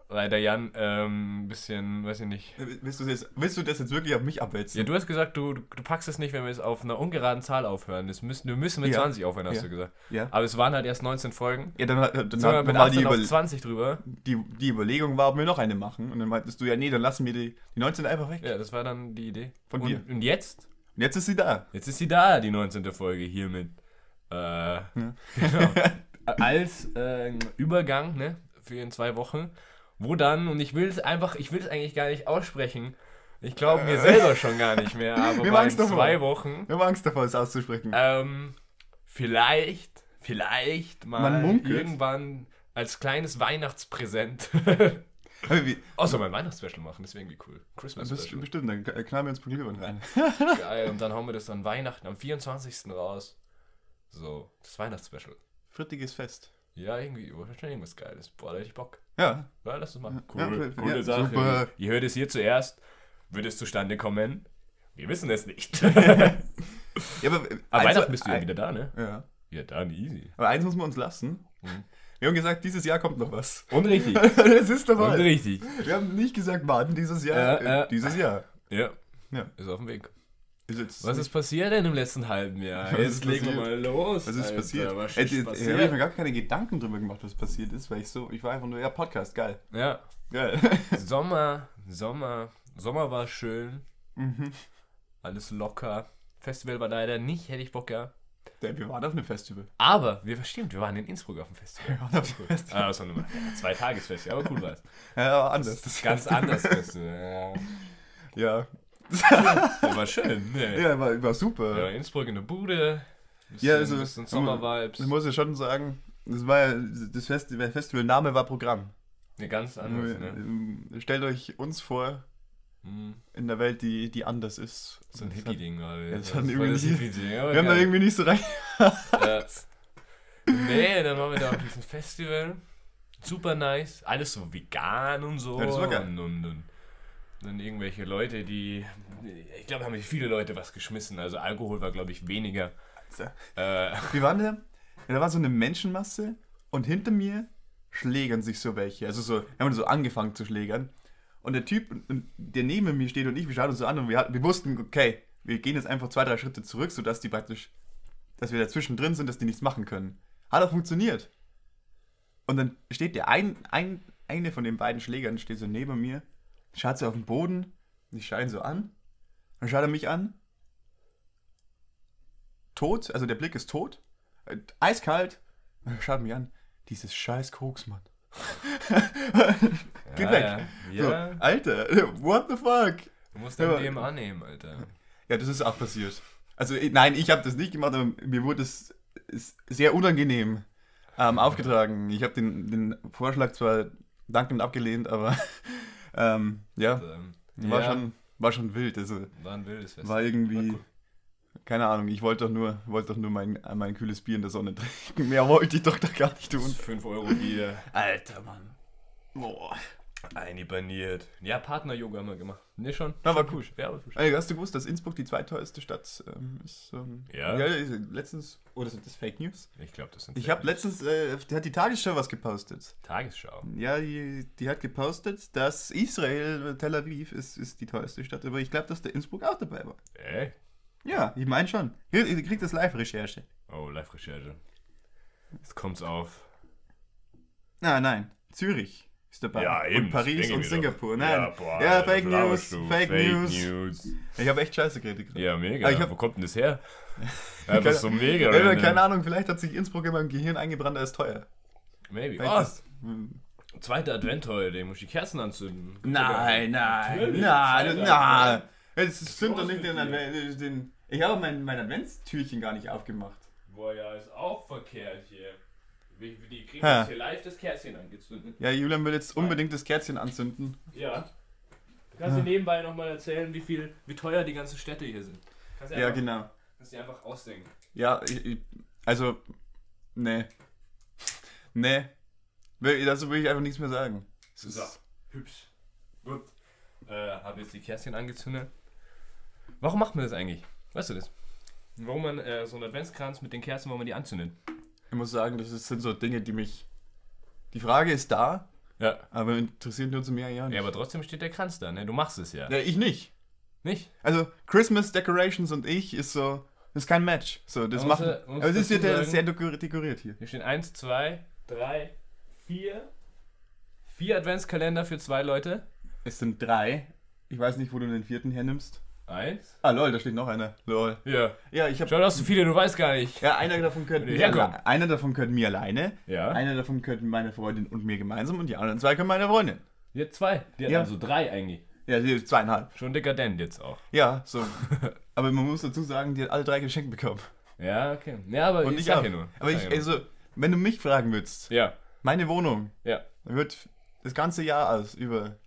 Speaker 1: weil der Jan ähm, ein bisschen, weiß ich nicht.
Speaker 2: willst du, das, willst du das jetzt wirklich auf mich abwälzen?
Speaker 1: Ja, du hast gesagt, du, du du packst es nicht, wenn wir es auf einer ungeraden Zahl aufhören. Das müssen, wir müssen mit
Speaker 2: Ja.
Speaker 1: 20 aufhören, hast
Speaker 2: Ja.
Speaker 1: du gesagt.
Speaker 2: Ja.
Speaker 1: Aber es waren halt erst 19 Folgen.
Speaker 2: Ja, dann, dann, dann
Speaker 1: Sind wir
Speaker 2: hat
Speaker 1: mit
Speaker 2: nochmal die,
Speaker 1: 18
Speaker 2: Über
Speaker 1: auf 20 drüber.
Speaker 2: die, die Überlegung war, ob wir noch eine machen. Und dann meintest du, ja, nee, dann lassen wir die, die 19 einfach weg.
Speaker 1: Ja, das war dann die Idee.
Speaker 2: Von
Speaker 1: und,
Speaker 2: dir.
Speaker 1: und jetzt?
Speaker 2: Und jetzt ist sie da.
Speaker 1: Jetzt ist sie da, die 19. Folge hiermit. Äh, genau.
Speaker 2: [LAUGHS]
Speaker 1: Als äh, Übergang, ne, für in zwei Wochen, wo dann, und ich will es einfach, ich will es eigentlich gar nicht aussprechen. Ich glaube mir selber schon gar nicht
Speaker 2: [LAUGHS]
Speaker 1: mehr, aber
Speaker 2: Äh. Wir
Speaker 1: bei in
Speaker 2: machen's doch mal.
Speaker 1: zwei Wochen, Äh,
Speaker 2: Wir haben Angst davor, es auszusprechen.
Speaker 1: ähm, vielleicht, vielleicht mal
Speaker 2: Man munkelt.
Speaker 1: irgendwann als kleines Weihnachtspräsent.
Speaker 2: Aber wie-
Speaker 1: [LAUGHS] Außer mein Weihnachtsspecial machen, das wäre irgendwie cool. Christmas
Speaker 2: Best,
Speaker 1: Special.
Speaker 2: bestimmt, dann knallen wir uns
Speaker 1: [LAUGHS]
Speaker 2: Glühwein rein.
Speaker 1: Geil. Und dann hauen wir das dann Weihnachten am 24. raus. So, das Weihnachtsspecial.
Speaker 2: Frittiges Fest.
Speaker 1: Ja, irgendwie, wahrscheinlich irgendwas Geiles. Boah, da hätte ich Bock.
Speaker 2: Ja.
Speaker 1: Ja, lass uns machen.
Speaker 2: Ja,
Speaker 1: Cool,
Speaker 2: ja,
Speaker 1: coole
Speaker 2: ja,
Speaker 1: Sache.
Speaker 2: super.
Speaker 1: Ihr hört es hier zuerst. Wird es zustande kommen? Wir wissen es
Speaker 2: [LAUGHS]
Speaker 1: nicht.
Speaker 2: ja aber
Speaker 1: Aber
Speaker 2: eins-
Speaker 1: Weihnachten bist du ja
Speaker 2: Also, ein-
Speaker 1: wieder da, ne?
Speaker 2: Ja.
Speaker 1: Ja, dann easy.
Speaker 2: Aber eins muss man uns lassen.
Speaker 1: Mhm.
Speaker 2: Wir haben gesagt, dieses Jahr kommt noch was. [LAUGHS]
Speaker 1: Und richtig.
Speaker 2: es ist
Speaker 1: Und
Speaker 2: dabei.
Speaker 1: richtig.
Speaker 2: Wir haben nicht gesagt, warten dieses Jahr.
Speaker 1: Äh,
Speaker 2: äh,
Speaker 1: äh.
Speaker 2: dieses Jahr.
Speaker 1: Ja.
Speaker 2: Ja.
Speaker 1: Ist auf dem Weg.
Speaker 2: Ist jetzt
Speaker 1: Was ist passiert denn im letzten halben Jahr?
Speaker 2: Was
Speaker 1: Jetzt
Speaker 2: ist
Speaker 1: legen wir
Speaker 2: passiert?
Speaker 1: mal los.
Speaker 2: Was ist
Speaker 1: Alter.
Speaker 2: passiert?
Speaker 1: Was
Speaker 2: Ey,
Speaker 1: ist
Speaker 2: die-
Speaker 1: passiert?
Speaker 2: Da habe ich mir gar keine Gedanken drüber gemacht, was passiert ist, weil ich so, ich war einfach nur, ja, Podcast, geil.
Speaker 1: Ja.
Speaker 2: Geil. [LAUGHS]
Speaker 1: Sommer, Sommer. Sommer war schön.
Speaker 2: Mhm.
Speaker 1: Alles locker. Festival war leider nicht, hätte ich Bock gehabt.
Speaker 2: Ey, wir waren auf einem Festival.
Speaker 1: Aber wir verstehen, wir waren in Innsbruck auf dem Festival.
Speaker 2: Wir waren auf einem
Speaker 1: [LAUGHS]
Speaker 2: Festival.
Speaker 1: Ah, das war nur mal ein Zweitagesfestival, aber cool
Speaker 2: [LAUGHS]
Speaker 1: war's.
Speaker 2: Ja, aber anders. Das
Speaker 1: Ganz anders Festival.
Speaker 2: Ja.
Speaker 1: Ja. Aber schön, ne?
Speaker 2: Ja, war, war super.
Speaker 1: Ja, Innsbruck in der Bude. Bisschen,
Speaker 2: Ja, also-
Speaker 1: bisschen Sommervibes.
Speaker 2: Ich muss ja schon sagen, das war ja, das Festival, Festivalname war Programm.
Speaker 1: Ne, ganz anders, ne?
Speaker 2: Ähm, Stellt euch uns vor,
Speaker 1: Hm,
Speaker 2: in der Welt, die, die anders ist.
Speaker 1: So ein Hippie-Ding, oder?
Speaker 2: das hat
Speaker 1: voll das
Speaker 2: irgendwie-
Speaker 1: Hippie-Ding, aber
Speaker 2: Wir haben da
Speaker 1: geil.
Speaker 2: irgendwie nicht so rein. [LAUGHS]
Speaker 1: Ja. Nee, dann waren wir da auf diesem Festival. Super nice. Alles so vegan und so.
Speaker 2: Ja, das war geil.
Speaker 1: Und, und, und dann irgendwelche Leute, die. Ich glaube, haben viele Leute was geschmissen. Also Alkohol war, glaube ich, weniger. Äh,
Speaker 2: Wir waren da, ja, da war so eine Menschenmasse und hinter mir schlägern sich so welche. Also so, haben wir so angefangen zu schlägern. Und der Typ, der neben mir steht und ich, wir schauen uns so an und wir, hatten- wir wussten, okay, wir gehen jetzt einfach zwei, drei Schritte zurück, sodass die praktisch, dass wir dazwischen drin sind, dass die nichts machen können. Hat auch funktioniert. Und dann steht der ein, ein, eine von den beiden Schlägern, steht so neben mir, schaut so auf den Boden, und ich schaue ihn so an, dann schaut er mich an, tot, also der Blick ist tot, äh, eiskalt, Dann schaut er mich an, dieses scheiß Koksmann. [LAUGHS] Geh
Speaker 1: ja,
Speaker 2: weg. [LAUGHS] So,
Speaker 1: Ja, ja.
Speaker 2: Alter, what the fuck?
Speaker 1: du musst dein
Speaker 2: Ja.
Speaker 1: Leben annehmen, Alter.
Speaker 2: Ja, das ist auch passiert. Also, ich- nein, ich habe das nicht gemacht, aber mir wurde es es sehr unangenehm ähm, aufgetragen. Ich habe den, den Vorschlag zwar dankend abgelehnt, aber [LAUGHS] ähm, ja,
Speaker 1: Ähm,
Speaker 2: war,
Speaker 1: ja,
Speaker 2: Schon, war schon wild. Also,
Speaker 1: War ein wildes Fest.
Speaker 2: war irgendwie,
Speaker 1: War cool.
Speaker 2: keine Ahnung, ich wollte doch nur, wollte doch nur mein, mein kühles Bier in der Sonne [LAUGHS] trinken. Mehr wollte ich doch da gar nicht tun.
Speaker 1: 5 Euro Bier.
Speaker 2: Alter, Mann. Boah.
Speaker 1: Einibaniert. Ja, Partner-Yoga haben wir gemacht. Ne, schon.
Speaker 2: Na, war cool.
Speaker 1: Ja, war cool.
Speaker 2: Ey, hast du gewusst, dass Innsbruck die zweiteuerste Stadt ähm, ist? Ähm,
Speaker 1: Ja.
Speaker 2: ist letztens, oder sind das Fake News?
Speaker 1: Ich glaube, das sind
Speaker 2: Ich habe
Speaker 1: letzte
Speaker 2: letztens, äh, die hat die Tagesschau was gepostet.
Speaker 1: Tagesschau.
Speaker 2: Ja, die, die hat gepostet, dass Israel, äh, Tel Aviv, ist, ist die teuerste Stadt. Aber ich glaube, dass der Innsbruck auch dabei war.
Speaker 1: Ey.
Speaker 2: Ja, ich meine schon. Hier, ihr kriegt das Live-Recherche.
Speaker 1: Oh, Live-Recherche. Jetzt kommt's auf.
Speaker 2: Nein, nein. Zürich ist dabei. Und
Speaker 1: das
Speaker 2: Paris
Speaker 1: denke ich
Speaker 2: und
Speaker 1: mir
Speaker 2: Singapur.
Speaker 1: doch.
Speaker 2: Nein. Ja,
Speaker 1: boah, Alter,
Speaker 2: Fake, News,
Speaker 1: laberst du.
Speaker 2: Fake, News.
Speaker 1: News.
Speaker 2: Ich habe echt scheiße geredet. gerade.
Speaker 1: Ja, mega.
Speaker 2: Ah, ich hab-
Speaker 1: Wo kommt denn das
Speaker 2: [LAUGHS]
Speaker 1: her? Ja, das ist so mega.
Speaker 2: Ja,
Speaker 1: random.
Speaker 2: keine Ahnung, vielleicht hat sich Innsbruck in meinem Gehirn eingebrannt, er ist teuer.
Speaker 1: Maybe.
Speaker 2: Vielleicht
Speaker 1: Oh,
Speaker 2: ist- Hm.
Speaker 1: zweiter Advent heute. Ich muss die Kerzen anzünden.
Speaker 2: Nein, nein,
Speaker 1: Natürlich,
Speaker 2: nein,
Speaker 1: Alter.
Speaker 2: nein. Es stimmt doch nicht den,
Speaker 1: Groß mit
Speaker 2: Advent, den. Ich habe mein, mein Adventstürchen gar nicht aufgemacht.
Speaker 1: Boah, ja, ist auch verkehrt hier. Wie- wie Die kriegen
Speaker 2: Ha.
Speaker 1: jetzt hier live das Kerzchen angezündet.
Speaker 2: Ja, Julian will jetzt unbedingt das Kerzchen anzünden.
Speaker 1: Ja. Du kannst dir nebenbei nochmal erzählen, wie viel, wie teuer die ganzen Städte hier sind. Kannst dir
Speaker 2: Ja,
Speaker 1: einfach,
Speaker 2: genau.
Speaker 1: kannst dir einfach ausdenken.
Speaker 2: Ja, ich, ich, also. Nee. Nee. Will- Dazu will ich einfach nichts mehr sagen. Es ist-
Speaker 1: So, hübsch. Gut. Äh, habe jetzt die Kerstin angezündet. Warum macht man das eigentlich? Weißt du das? Warum man äh, so einen Adventskranz mit den Kerzen, warum man die anzündet?
Speaker 2: Ich muss sagen, das ist- sind so Dinge, die mich. Die Frage ist da,
Speaker 1: Ja.
Speaker 2: aber interessiert nur zu mir ja nicht.
Speaker 1: Ja, aber trotzdem steht der Kranz da, ne? Du machst es ja.
Speaker 2: Ja, ich nicht.
Speaker 1: Nicht?
Speaker 2: Also Christmas Decorations und ich ist so, ist kein Match. So, das
Speaker 1: Man
Speaker 2: macht.
Speaker 1: muss ja- man muss
Speaker 2: Aber es ist
Speaker 1: dazu
Speaker 2: ja
Speaker 1: sagen-
Speaker 2: sehr dekor- dekoriert hier.
Speaker 1: Hier stehen 1, 2, 3, 4. Vier Adventskalender für zwei Leute.
Speaker 2: Es sind drei. Ich weiß nicht, wo du den vierten hernimmst.
Speaker 1: Eins.
Speaker 2: Ah, lol, da steht noch einer. Lol.
Speaker 1: Ja.
Speaker 2: Ja, ich habe.
Speaker 1: Schau, du hast so viele, du weißt gar nicht.
Speaker 2: Ja, einer davon gehört
Speaker 1: Würde
Speaker 2: mir,
Speaker 1: herkommen.
Speaker 2: alle- einer davon gehört mir alleine.
Speaker 1: Ja.
Speaker 2: Einer davon gehört meiner Freundin und mir gemeinsam und die anderen zwei gehören meiner Freundin.
Speaker 1: Jetzt zwei. Die hat
Speaker 2: Ja.
Speaker 1: also drei eigentlich.
Speaker 2: Ja, die- zweieinhalb.
Speaker 1: Schon dekadent jetzt auch. [LAUGHS]
Speaker 2: Ja, so. Aber man muss dazu sagen, die hat alle drei geschenkt bekommen.
Speaker 1: Ja, okay. Ja, aber
Speaker 2: Und
Speaker 1: ich
Speaker 2: ich
Speaker 1: sag
Speaker 2: auch.
Speaker 1: ja nur.
Speaker 2: Aber ich,
Speaker 1: sag ja nur.
Speaker 2: also, wenn du mich fragen würdest,
Speaker 1: Ja,
Speaker 2: meine Wohnung
Speaker 1: ja.
Speaker 2: wird das ganze Jahr aus über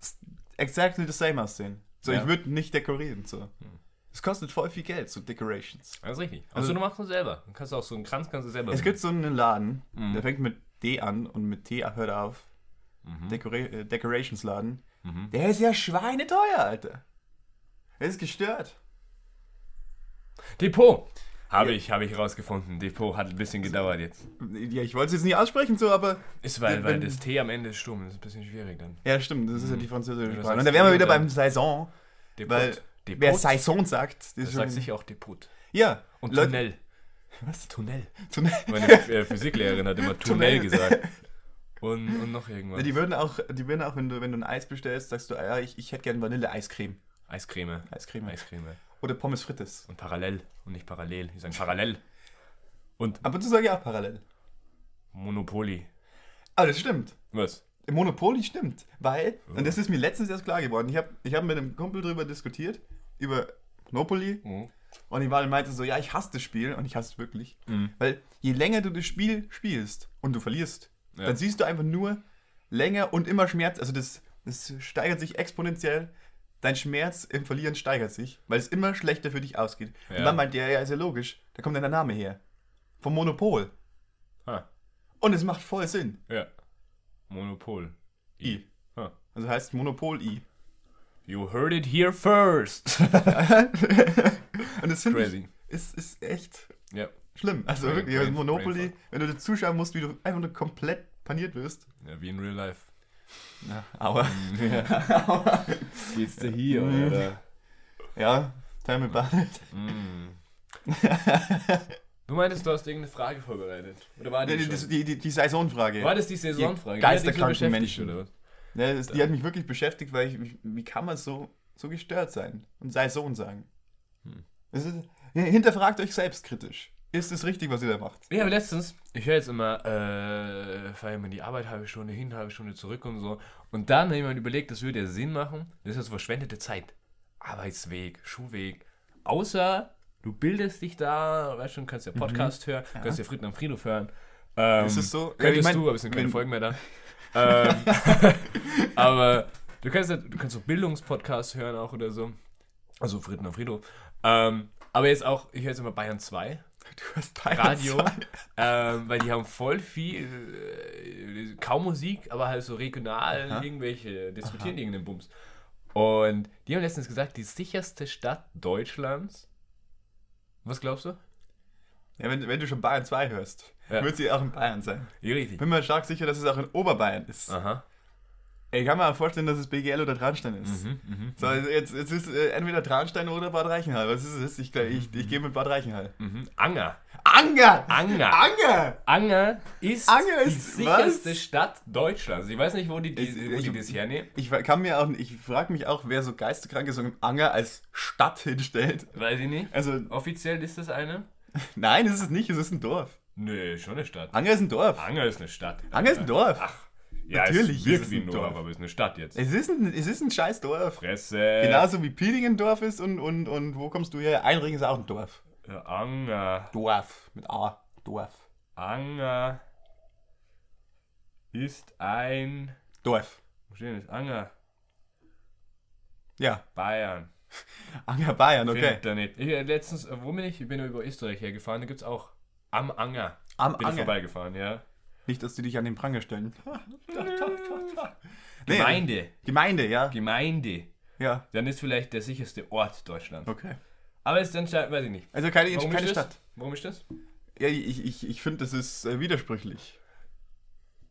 Speaker 2: s- exactly the same aussehen. So,
Speaker 1: Ja. Hm.
Speaker 2: ich würde nicht dekorieren. So. Es kostet voll viel Geld, so Decorations.
Speaker 1: Das ist richtig. Also,
Speaker 2: Also-
Speaker 1: du machst es selber. Dann kannst du auch so einen Kranz kannst du selber
Speaker 2: Es gibt so einen Laden,
Speaker 1: Mhm.
Speaker 2: der fängt mit D an und mit T hört er auf.
Speaker 1: Mhm.
Speaker 2: Decora äh, Decorationsladen.
Speaker 1: Mhm.
Speaker 2: Der ist ja schweineteuer, Alter. Er ist gestört.
Speaker 1: Depot! Habe ich, habe ich rausgefunden. Depot hat ein bisschen gedauert jetzt.
Speaker 2: Ja, ich wollte es jetzt nicht aussprechen, so, aber.
Speaker 1: Ist, weil,
Speaker 2: Wenn-
Speaker 1: weil das T am Ende ist stumm. Das ist ein bisschen schwierig dann.
Speaker 2: Ja, stimmt, das ist
Speaker 1: Mhm.
Speaker 2: ja die französische
Speaker 1: Wenn du
Speaker 2: Sprache.
Speaker 1: sagst
Speaker 2: Und da wären wir
Speaker 1: D,
Speaker 2: wieder
Speaker 1: dann-
Speaker 2: beim Saison.
Speaker 1: Depot.
Speaker 2: Weil
Speaker 1: Depot.
Speaker 2: Wer Saison sagt, das
Speaker 1: das
Speaker 2: ist
Speaker 1: sagt
Speaker 2: schon.
Speaker 1: sicher auch Depot.
Speaker 2: Ja,
Speaker 1: Und
Speaker 2: Leute-
Speaker 1: Tunnel.
Speaker 2: Was? [LAUGHS]
Speaker 1: Tunnel.
Speaker 2: Tunnel.
Speaker 1: Meine äh, Physiklehrerin hat
Speaker 2: [LAUGHS]
Speaker 1: immer Tunnel
Speaker 2: Tunnel.
Speaker 1: gesagt. Und, und noch irgendwas.
Speaker 2: Ja, [LAUGHS] die würden auch, die würden auch wenn, du, wenn du ein Eis bestellst, sagst du, ah, ja, ich, ich hätte gerne Vanille-Eiscreme.
Speaker 1: Eiscreme.
Speaker 2: Eiscreme.
Speaker 1: Eiscreme.
Speaker 2: Oder Pommes frites.
Speaker 1: Und parallel. Und nicht parallel. Die sagen parallel. Und
Speaker 2: Ab und zu sage ich auch parallel.
Speaker 1: Monopoly.
Speaker 2: Aber das stimmt.
Speaker 1: Was?
Speaker 2: Im Monopoly stimmt. Weil,
Speaker 1: Oh.
Speaker 2: und das ist mir letztens erst klar geworden, ich habe ich hab mit einem Kumpel drüber diskutiert, über Monopoly. Und ich war, meinte so, ja, ich hasse das Spiel. Und ich hasse es wirklich.
Speaker 1: Mhm.
Speaker 2: Weil je länger du das Spiel spielst und du verlierst,
Speaker 1: Ja.
Speaker 2: dann siehst du einfach nur länger und immer Schmerz. Also das, das steigert sich exponentiell. Dein Schmerz im Verlieren steigert sich, weil es immer schlechter für dich ausgeht.
Speaker 1: Ja.
Speaker 2: Und dann meint er, ja, ist ja logisch, da kommt dann der Name her. Vom Monopol.
Speaker 1: Ha.
Speaker 2: Und es macht voll Sinn.
Speaker 1: Ah, Ja. Monopol.
Speaker 2: I.
Speaker 1: Ha.
Speaker 2: Also heißt
Speaker 1: [LAUGHS]
Speaker 2: Monopol I. [LAUGHS]
Speaker 1: You heard it here first.
Speaker 2: und das finde ich,
Speaker 1: Crazy.
Speaker 2: ist, ist echt
Speaker 1: Ja.
Speaker 2: schlimm. Also
Speaker 1: Brain-
Speaker 2: wirklich,
Speaker 1: brain-
Speaker 2: Monopoly,
Speaker 1: brainfuck.
Speaker 2: wenn du dir zuschauen musst, wie du einfach nur komplett paniert wirst.
Speaker 1: ja. Wie in real life. [LAUGHS]
Speaker 2: Aua.
Speaker 1: Geht's dir hier,
Speaker 2: oder? Ja, tell me about it.
Speaker 1: Mhm. Du meintest, du hast irgendeine Frage vorbereitet. Oder war die,
Speaker 2: Die,
Speaker 1: schon?
Speaker 2: die, die, die Saisonfrage.
Speaker 1: War das die Saisonfrage?
Speaker 2: Die
Speaker 1: Die hat dich so
Speaker 2: geisterkranken
Speaker 1: beschäftigt,
Speaker 2: Menschen.
Speaker 1: Oder was?
Speaker 2: Ja, das, die hat mich wirklich beschäftigt, weil ich, mich- wie kann man so, so gestört sein und Saison sagen?
Speaker 1: Hm.
Speaker 2: Es ist, hinterfragt euch selbst kritisch. Ist es richtig, was ihr da macht?
Speaker 1: Ja, aber letztens, ich höre jetzt immer, äh, fahre immer in die Arbeit, halbe Stunde hin, halbe Stunde zurück und so. Und dann habe ich mir überlegt, das würde ja Sinn machen. Das ist ja so verschwendete Zeit. Arbeitsweg, Schuhweg. Außer du bildest dich da, weißt schon, kannst ja Podcast hören, kannst ja Frieden am Friedhof hören. Ähm,
Speaker 2: Ist es so? Ja,
Speaker 1: Könntest
Speaker 2: ich mein,
Speaker 1: du, aber es sind keine
Speaker 2: wenn-
Speaker 1: Folgen mehr
Speaker 2: [LAUGHS]
Speaker 1: da. ähm, [LAUGHS] aber du kannst, ja- du kannst so Bildungspodcasts hören auch oder so. Also Frieden am Friedhof. Ähm, aber jetzt auch, ich höre jetzt immer Bayern 2.
Speaker 2: Du hast Bayern
Speaker 1: Radio,
Speaker 2: zwei.
Speaker 1: ähm, weil die haben voll viel, äh, kaum Musik, aber halt so regional irgendwelche, diskutieren irgendeinen Bums. Und die haben letztens gesagt, die sicherste Stadt Deutschlands. Was glaubst du?
Speaker 2: Ja, wenn, wenn du schon Bayern 2 hörst,
Speaker 1: Ja.
Speaker 2: wird sie auch in Bayern sein.
Speaker 1: Ja, richtig.
Speaker 2: Bin mir stark sicher, dass es auch in Oberbayern ist.
Speaker 1: Aha.
Speaker 2: Ich kann mir auch vorstellen, dass es BGL oder Traunstein ist.
Speaker 1: Mhm.
Speaker 2: So, also jetzt, jetzt ist äh, entweder Traunstein oder Bad Reichenhall. Was ist es? Ich, ich, ich gehe mit Bad Reichenhall.
Speaker 1: Mhm. Anger.
Speaker 2: Anger!
Speaker 1: Anger.
Speaker 2: Anger!
Speaker 1: Anger ist,
Speaker 2: Anger
Speaker 1: die
Speaker 2: ist-
Speaker 1: sicherste
Speaker 2: was?
Speaker 1: Stadt Deutschlands. Ich weiß nicht, wo die,
Speaker 2: Es-
Speaker 1: die, wo
Speaker 2: ich-
Speaker 1: die das hernehmen.
Speaker 2: Ich kann mir auch, ich frage mich auch, wer so geisteskrank ist und Anger als Stadt hinstellt.
Speaker 1: Weiß ich nicht.
Speaker 2: Also,
Speaker 1: Offiziell ist das eine?
Speaker 2: nein, es ist es nicht, es ist ein Dorf.
Speaker 1: Nö, schon eine Stadt.
Speaker 2: Anger ist ein Dorf.
Speaker 1: Anger ist eine Stadt.
Speaker 2: Anger ist ein Dorf.
Speaker 1: Ach, ja, es
Speaker 2: Natürlich ist
Speaker 1: wirkt
Speaker 2: es
Speaker 1: wie
Speaker 2: ein
Speaker 1: ein
Speaker 2: Dorf.
Speaker 1: Dorf, aber es ist eine Stadt jetzt.
Speaker 2: Es ist ein, es ist ein scheiß Dorf.
Speaker 1: Fresse.
Speaker 2: Genauso wie Piling ein Dorf ist und, und, und wo kommst du her? Einring ist auch ein Dorf.
Speaker 1: Äh, Anger.
Speaker 2: Dorf. Mit A. Dorf.
Speaker 1: Anger ist ein.
Speaker 2: Dorf.
Speaker 1: Wo steht denn das? Anger.
Speaker 2: Ja.
Speaker 1: Bayern.
Speaker 2: Anger Bayern, okay.
Speaker 1: Findet er nicht. Ich, äh, letztens, äh, wo bin ich? Ich bin über Österreich hergefahren. Da gibt's auch am Anger.
Speaker 2: Am
Speaker 1: bin ich
Speaker 2: Anger.
Speaker 1: vorbeigefahren, ja.
Speaker 2: Nicht, dass die dich an den Pranger
Speaker 1: [LAUGHS]
Speaker 2: stellen. Nee.
Speaker 1: Gemeinde.
Speaker 2: Gemeinde, ja.
Speaker 1: Gemeinde.
Speaker 2: Ja.
Speaker 1: Dann ist vielleicht der sicherste Ort Deutschlands.
Speaker 2: Okay.
Speaker 1: Aber es ist anscheinend, weiß ich nicht.
Speaker 2: Also keine,
Speaker 1: Warum
Speaker 2: keine
Speaker 1: ist das?
Speaker 2: Stadt.
Speaker 1: Warum ist das?
Speaker 2: Ja, ich, ich, ich finde, das ist äh, widersprüchlich.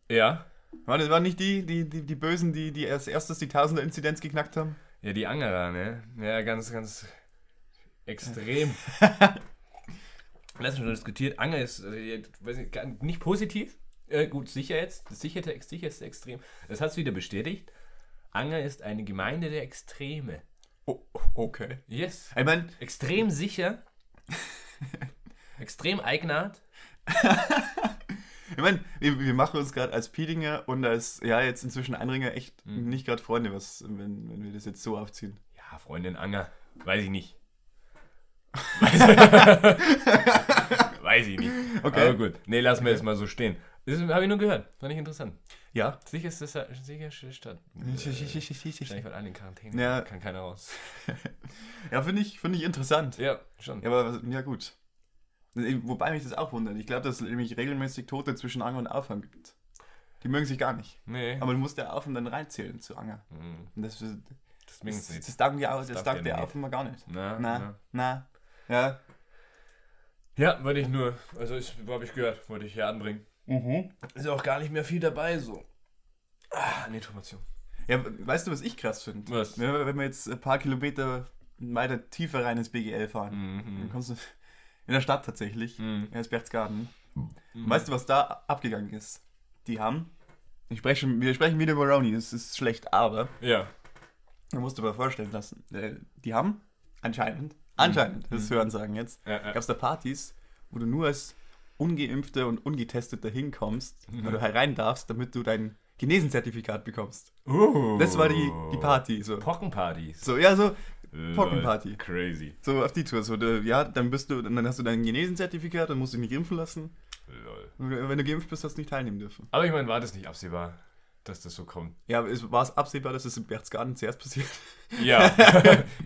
Speaker 1: Ja.
Speaker 2: Waren das waren nicht die, die, die, die Bösen, die, die als erstes die Tausender-Inzidenz geknackt haben?
Speaker 1: Ja, die Angerer, ne? Ja, ganz, ganz extrem. Lass uns schon diskutiert. Anger ist, also, ja, weiß nicht, gar nicht positiv. Äh, gut, sicher jetzt. Das sicherte, sicherste Extrem. Das hat es wieder bestätigt. Anger ist eine Gemeinde der Extreme.
Speaker 2: Oh, okay.
Speaker 1: Yes.
Speaker 2: Ich meine,
Speaker 1: Extrem sicher. Extrem Eignat.
Speaker 2: ich mein, wir, wir machen uns gerade als Piedinger und als, ja, jetzt inzwischen Einringer echt
Speaker 1: Hm.
Speaker 2: nicht gerade Freunde, was, wenn, wenn wir das jetzt so aufziehen.
Speaker 1: Ja, Freundin Anger. Weiß [LAUGHS] ich nicht. Weiß ich nicht.
Speaker 2: Okay.
Speaker 1: Aber gut. Nee, lassen wir jetzt mal so stehen. Das habe ich nur gehört. Fand ich interessant.
Speaker 2: Ja.
Speaker 1: Sicher ist das sicher ist Stadt. Wahrscheinlich,
Speaker 2: Ja,
Speaker 1: weil alle in Quarantäne.
Speaker 2: Ja.
Speaker 1: Kann keiner raus.
Speaker 2: finde ich, find ich interessant.
Speaker 1: Ja, schon.
Speaker 2: Ja, aber was- ja gut. Wobei mich das auch wundert. Ich glaube, dass es nämlich regelmäßig Tote zwischen Anger und Aufwand gibt. Die mögen sich gar nicht.
Speaker 1: Nee.
Speaker 2: Aber du musst der Aufwand dann reinzählen zu Anger.
Speaker 1: Mhm.
Speaker 2: Und das, das,
Speaker 1: Deswegen
Speaker 2: das,
Speaker 1: nicht.
Speaker 2: das, taugt die Au- das
Speaker 1: darf
Speaker 2: taugt
Speaker 1: der
Speaker 2: der
Speaker 1: nicht.
Speaker 2: Aufwand mal gar nicht.
Speaker 1: Na,
Speaker 2: Na,
Speaker 1: na.
Speaker 2: na. Ja.
Speaker 1: Ja, wollte ich nur. Also, habe ich gehört. Wollte ich hier anbringen.
Speaker 2: Mhm.
Speaker 1: Ist auch gar nicht mehr viel dabei, so. Ah, an Information.
Speaker 2: Ja, we- weißt du, was ich krass finde?
Speaker 1: Was?
Speaker 2: Wenn, wir- wenn wir jetzt ein paar Kilometer weiter tiefer rein ins BGL fahren, dann
Speaker 1: Mhm.
Speaker 2: kommst du in der Stadt tatsächlich,
Speaker 1: Mhm.
Speaker 2: in Erzbergsgarten. Weißt du, was da abgegangen ist? Die haben, ich spreche, schon- wir sprechen wieder über Roni, das ist schlecht, aber
Speaker 1: Ja.
Speaker 2: man musste mal vorstellen lassen, äh, die haben anscheinend, anscheinend, das hören sagen jetzt,
Speaker 1: Mhm. Ja,
Speaker 2: gab es da Partys, wo du nur als Ungeimpfter und Ungetesteter hinkommst oder herein darfst, damit du dein Genesenzertifikat bekommst.
Speaker 1: Uh.
Speaker 2: Das war die, die Party. So.
Speaker 1: Pockenpartys.
Speaker 2: so, ja, so,
Speaker 1: Lol,
Speaker 2: Pockenparty.
Speaker 1: Crazy.
Speaker 2: so auf die Tour. So, da, ja, dann bist du, dann hast du dein Genesenzertifikat, dann musst du dich nicht impfen lassen.
Speaker 1: Lol.
Speaker 2: Und Wenn du geimpft bist, hast du nicht teilnehmen dürfen.
Speaker 1: Aber ich meine, war das nicht absehbar, dass das so kommt?
Speaker 2: Ja, aber es war es absehbar, dass es im Berchtesgaden zuerst passiert. [LAUGHS]
Speaker 1: Ja.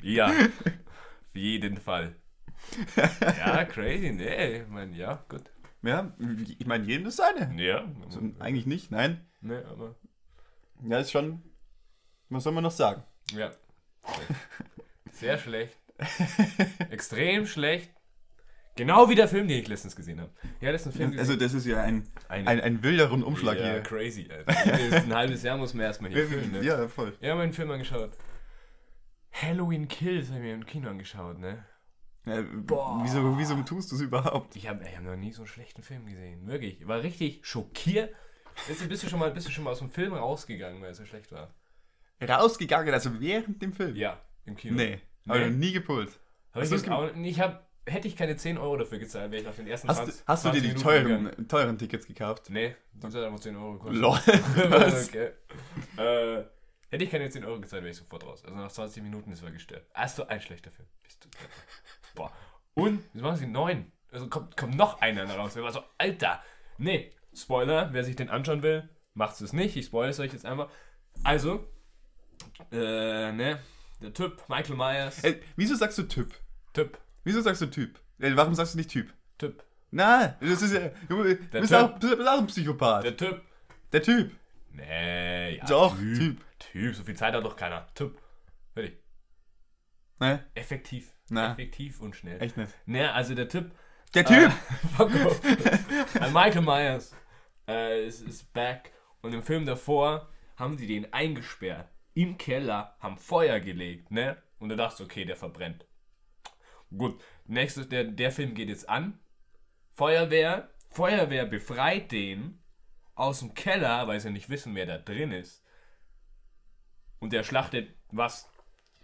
Speaker 1: ja. Auf jeden Fall. Ja, crazy. Nee, ich meine, ja, gut.
Speaker 2: Ja, ich meine, jedem das seine.
Speaker 1: Ja. mhm.
Speaker 2: Also, eigentlich nicht, nein.
Speaker 1: Nee, aber.
Speaker 2: Ja, ist schon. Was soll man noch sagen?
Speaker 1: Ja. Sehr schlecht. Extrem schlecht. Genau wie der Film, den ich letztens gesehen habe. Ja, das ist ein Film.
Speaker 2: Also, das ist ja ein,
Speaker 1: Ein-
Speaker 2: ein, ein wilder Rundumschlag
Speaker 1: ja,
Speaker 2: hier.
Speaker 1: crazy, Alter. Jedes- ein halbes Jahr muss man erstmal hier füllen, ne?
Speaker 2: [LAUGHS] Ja, voll.
Speaker 1: Ja, meinen Film angeschaut. Halloween Kills habe ich mir im Kino angeschaut, ne?
Speaker 2: Ja, wieso, wieso tust du es überhaupt?
Speaker 1: Ich habe ich hab noch nie so einen schlechten Film gesehen. Wirklich. Ich war richtig schockiert. Jetzt bist du schon mal, bist du schon mal aus dem Film rausgegangen, weil es so schlecht war.
Speaker 2: Rausgegangen, also während dem Film?
Speaker 1: Ja, im Kino.
Speaker 2: Nee, habe
Speaker 1: Nee.
Speaker 2: ich noch nie gepult.
Speaker 1: Hab ich
Speaker 2: Hast du's
Speaker 1: jetzt auch, ich hab, hätte ich keine 10 Euro dafür gezahlt, wäre ich auf den ersten
Speaker 2: Hast, du-
Speaker 1: 20
Speaker 2: hast du dir
Speaker 1: 20
Speaker 2: die
Speaker 1: Minuten gegangen.
Speaker 2: teuren, teuren Tickets gekauft?
Speaker 1: Nee, das hat einfach 10 Euro gekostet. [LAUGHS]
Speaker 2: [LAUGHS] Lol. [LAUGHS] Was?
Speaker 1: okay. äh, hätte ich keine 10 Euro gezahlt, wäre ich sofort raus. Also nach 20 Minuten ist er gestört. Hast du ein schlechter Film? Bist du deppert. Boah. Und jetzt machen sie neun. Also kommt, kommt noch einer raus. Ich war so, Alter. Nee, Spoiler, wer sich den anschauen will, macht es nicht. Ich spoilere es euch jetzt einfach. Also, äh, ne, der Typ, Michael Myers.
Speaker 2: Ey, wieso sagst du Typ?
Speaker 1: Typ,
Speaker 2: Wieso sagst du Typ? Ey, warum sagst du nicht Typ?
Speaker 1: Typ,
Speaker 2: Nein, das ist ja. Du
Speaker 1: Der
Speaker 2: bist
Speaker 1: Typ.
Speaker 2: auch, bist auch ein Psychopath.
Speaker 1: der Typ.
Speaker 2: Der Typ.
Speaker 1: Nee, ja,
Speaker 2: Doch,
Speaker 1: typ. Typ, so viel Zeit hat doch keiner. Typ. Fertig.
Speaker 2: Ne?
Speaker 1: Effektiv.
Speaker 2: Na.
Speaker 1: Effektiv und schnell.
Speaker 2: Echt nicht.
Speaker 1: Naja, also der Typ.
Speaker 2: Der Typ!
Speaker 1: Fuck off. Äh, Michael Myers äh, ist, ist back. Und im Film davor haben sie den eingesperrt. Im Keller haben Feuer gelegt, ne? Und du dachtest, okay, der verbrennt. Gut, nächstes, der, der Film geht jetzt an. Feuerwehr, Feuerwehr befreit den aus dem Keller, weil sie nicht wissen, wer da drin ist. Und der schlachtet, was,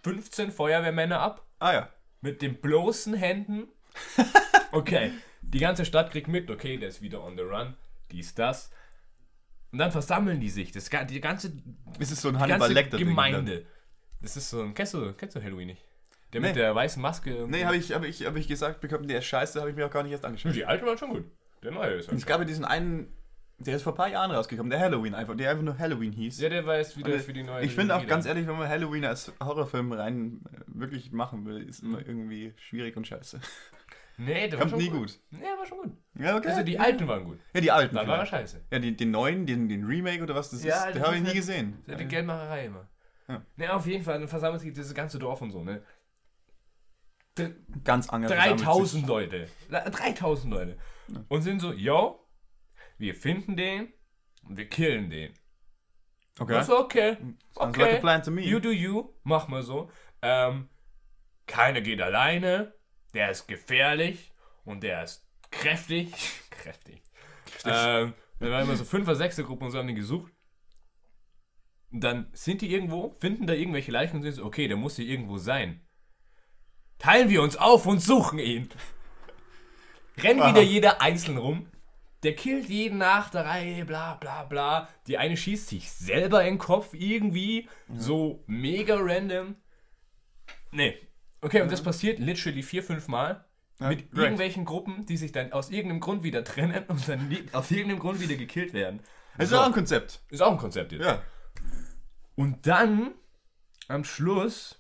Speaker 1: 15 Feuerwehrmänner ab?
Speaker 2: Ah ja.
Speaker 1: Mit den bloßen
Speaker 2: [LAUGHS]
Speaker 1: Händen? Okay, die ganze Stadt kriegt mit, okay, der ist wieder on the run, dies, das. Und dann versammeln die sich, das, ga- die ganze, die
Speaker 2: Es ist so ein
Speaker 1: ganze
Speaker 2: Hannibal Lecter
Speaker 1: Gemeinde. Das ist so ein, kennst du, kennst du Halloween nicht? Der
Speaker 2: Nee.
Speaker 1: mit der weißen Maske. irgendwie.
Speaker 2: Nee, habe ich, hab ich, hab ich gesagt bekommen, der ist scheiße, habe ich mir auch gar nicht erst angeschaut.
Speaker 1: Die alte war schon gut, der neue ist
Speaker 2: Es gab ja diesen einen, der ist vor ein paar Jahren rausgekommen, der Halloween einfach, der einfach nur Halloween hieß.
Speaker 1: Ja, der weiß wieder
Speaker 2: Und
Speaker 1: für die neue
Speaker 2: Äh, ich finde auch
Speaker 1: Trilogie
Speaker 2: ganz
Speaker 1: dann.
Speaker 2: ehrlich, wenn man Halloween als Horrorfilm rein äh, wirklich machen will, ist immer irgendwie schwierig und scheiße.
Speaker 1: Nee, der war
Speaker 2: Kommt
Speaker 1: Mhm. schon
Speaker 2: nie
Speaker 1: gut.
Speaker 2: gut.
Speaker 1: Nee, war schon gut.
Speaker 2: Ja, okay.
Speaker 1: Also die alten waren gut.
Speaker 2: ja, die alten.
Speaker 1: Dann war er
Speaker 2: vielleicht.
Speaker 1: scheiße.
Speaker 2: ja, die, den neuen, den, den Remake oder was das
Speaker 1: Ja,
Speaker 2: ist,
Speaker 1: das
Speaker 2: den habe
Speaker 1: ist
Speaker 2: ich nie
Speaker 1: halt-
Speaker 2: gesehen.
Speaker 1: Das ist ja die Geldmacherei immer.
Speaker 2: Ja.
Speaker 1: Ne, auf jeden Fall, dann versammelt sich dieses ganze Dorf und so, ne? Dr-
Speaker 2: Ganz anders.
Speaker 1: 3000 Leute. La- 3000 Leute. Und sind so, yo, wir finden den und wir killen den.
Speaker 2: Okay.
Speaker 1: Ja. So, okay.
Speaker 2: Sounds like a
Speaker 1: Okay.
Speaker 2: plan to me.
Speaker 1: You do you. Mach mal so. Ähm, keiner geht alleine. Der ist gefährlich und der ist kräftig. [LAUGHS] kräftig. Ähm, dann waren immer so Fünfer, Sechser Gruppen und so haben die gesucht. Und dann sind die irgendwo, finden da irgendwelche Leichen und sehen so, okay, der muss hier irgendwo sein. Teilen wir uns auf und suchen ihn. Rennt
Speaker 2: Aha.
Speaker 1: wieder jeder einzeln rum. Der killt jeden nach der Reihe, bla bla bla. Die eine schießt sich selber in den Kopf irgendwie. So mega random. Nee. Okay, und das passiert literally vier, fünf Mal
Speaker 2: Ja,
Speaker 1: mit
Speaker 2: right.
Speaker 1: irgendwelchen Gruppen, die sich dann aus irgendeinem Grund wieder trennen und dann nie- aus irgendeinem Grund wieder gekillt werden.
Speaker 2: Es ist
Speaker 1: So.
Speaker 2: auch ein Konzept.
Speaker 1: Ist auch ein Konzept jetzt.
Speaker 2: Ja.
Speaker 1: Und dann, am Schluss,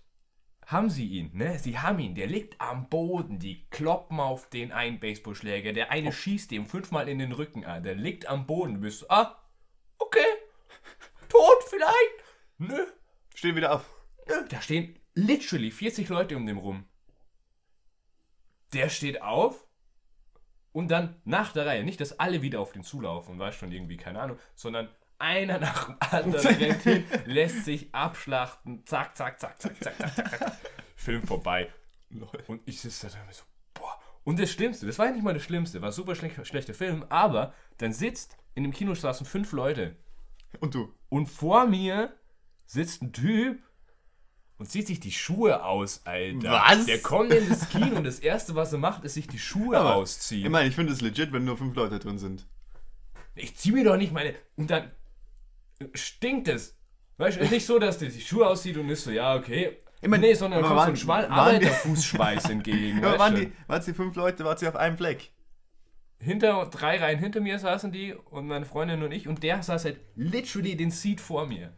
Speaker 1: haben sie ihn, ne? Sie haben ihn. Der liegt am Boden. Die kloppen auf den einen Baseballschläger. Der eine schießt ihm fünfmal in den Rücken an. Der liegt am Boden. Du bist so, ah, okay. Tot vielleicht? Nö,
Speaker 2: Stehen wieder auf.
Speaker 1: nö. Da stehen literally 40 Leute um den rum. Der steht auf. Und dann nach der Reihe, nicht, dass alle wieder auf den zulaufen und weiß schon irgendwie, keine Ahnung, sondern einer nach dem anderen rennt hin, lässt sich abschlachten, zack, zack, zack, zack, zack, zack, zack, zack, zack. Film vorbei. Und ich sitze da und so, boah. Und das Schlimmste, das war ja nicht mal das Schlimmste, war super schlech schlechter Film, aber dann sitzt, in dem Kino saßen fünf Leute
Speaker 2: Und du.
Speaker 1: und vor mir sitzt ein Typ und zieht sich die Schuhe aus, Alter.
Speaker 2: Was?
Speaker 1: Der kommt in das Kino und das Erste, was er macht, ist sich die Schuhe
Speaker 2: Aber
Speaker 1: ausziehen.
Speaker 2: Ich meine, ich finde es legit, wenn nur fünf Leute drin sind.
Speaker 1: ich zieh mir doch nicht meine. Und dann stinkt es. Weißt du, ist nicht so, dass dir die Schuhe aussieht und ist so, ja, okay.
Speaker 2: Ich mein,
Speaker 1: nee, sondern
Speaker 2: aber
Speaker 1: kommt so ein
Speaker 2: waren-
Speaker 1: Schwall
Speaker 2: waren die-
Speaker 1: Arbeiterfußschweiß
Speaker 2: [LAUGHS]
Speaker 1: entgegen.
Speaker 2: Aber
Speaker 1: weißt
Speaker 2: waren
Speaker 1: du.
Speaker 2: die, waren die fünf Leute, waren sie auf einem Fleck?
Speaker 1: hinter, drei Reihen hinter mir saßen die und meine Freundin und ich und der saß halt literally den Seat vor
Speaker 2: [LAUGHS]
Speaker 1: mir.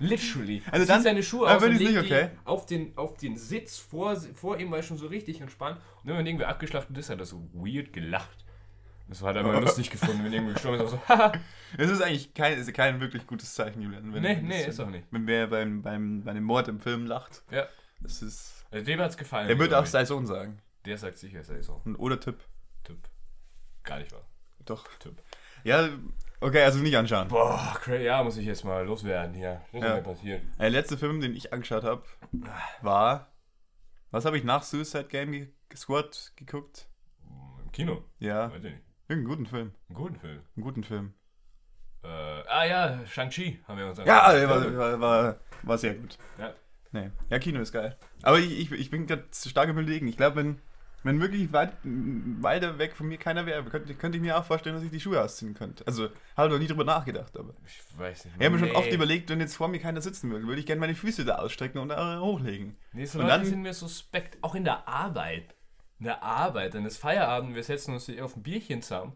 Speaker 1: literally.
Speaker 2: Also
Speaker 1: Zieht
Speaker 2: dann-
Speaker 1: seine Schuhe
Speaker 2: dann
Speaker 1: aus und
Speaker 2: würde
Speaker 1: legt
Speaker 2: ich's
Speaker 1: nicht,
Speaker 2: nicht okay.
Speaker 1: auf, den, auf den Sitz vor, vor ihm, war ich schon so richtig entspannt. Und wenn man irgendwer abgeschlachtet ist, hat er so weird gelacht. Das war dann
Speaker 2: [LAUGHS]
Speaker 1: mal lustig gefunden, wenn irgendwer gestorben ist. auch So, [LAUGHS] haha.
Speaker 2: Das ist eigentlich kein, ist kein wirklich gutes Zeichen, Julian. Wenn,
Speaker 1: Nee,
Speaker 2: [LAUGHS] wenn
Speaker 1: nee,
Speaker 2: das-
Speaker 1: ist auch nicht.
Speaker 2: Wenn wer beim, beim, bei einem Mord im Film lacht,
Speaker 1: ja,
Speaker 2: das ist.
Speaker 1: also dem hat's gefallen.
Speaker 2: Der wird auch
Speaker 1: sagen.
Speaker 2: Saison sagen.
Speaker 1: Der sagt sicher, sei so.
Speaker 2: Und oder Tipp.
Speaker 1: Tipp. Gar nicht wahr.
Speaker 2: Doch.
Speaker 1: Tipp.
Speaker 2: Ja, okay, also nicht anschauen.
Speaker 1: Boah, cra- ja, muss ich jetzt mal loswerden hier. Das ist
Speaker 2: Ja.
Speaker 1: mir passiert.
Speaker 2: Der letzte Film, den ich angeschaut habe, war. Was habe ich nach Suicide Game ge Squad geguckt?
Speaker 1: Im Kino.
Speaker 2: Ja,
Speaker 1: Weiß ich nicht.
Speaker 2: irgendeinen guten Film.
Speaker 1: Einen guten Film.
Speaker 2: Einen guten Film.
Speaker 1: Äh, ah ja, Shang-Chi haben wir uns Also,
Speaker 2: Ja,
Speaker 1: angeguckt.
Speaker 2: war, war, war, war sehr gut.
Speaker 1: Ja.
Speaker 2: Nee. Ja, Kino ist geil. Aber ich, ich, ich bin gerade stark im Überlegen. Ich glaube, wenn, wenn wirklich weit, m- weiter weg von mir keiner wäre, könnte, könnte ich mir auch vorstellen, dass ich die Schuhe ausziehen könnte. Also, habe noch nie drüber nachgedacht, aber.
Speaker 1: Ich weiß nicht.
Speaker 2: Ich habe mir schon
Speaker 1: Nee.
Speaker 2: oft überlegt, wenn jetzt vor mir keiner sitzen würde, würde ich gerne meine Füße da ausstrecken und da hochlegen.
Speaker 1: Nee, so
Speaker 2: Und
Speaker 1: Leute
Speaker 2: dann-
Speaker 1: sind mir suspekt. Auch in der Arbeit. In der Arbeit, dann ist Feierabend, wir setzen uns hier auf ein Bierchen zusammen.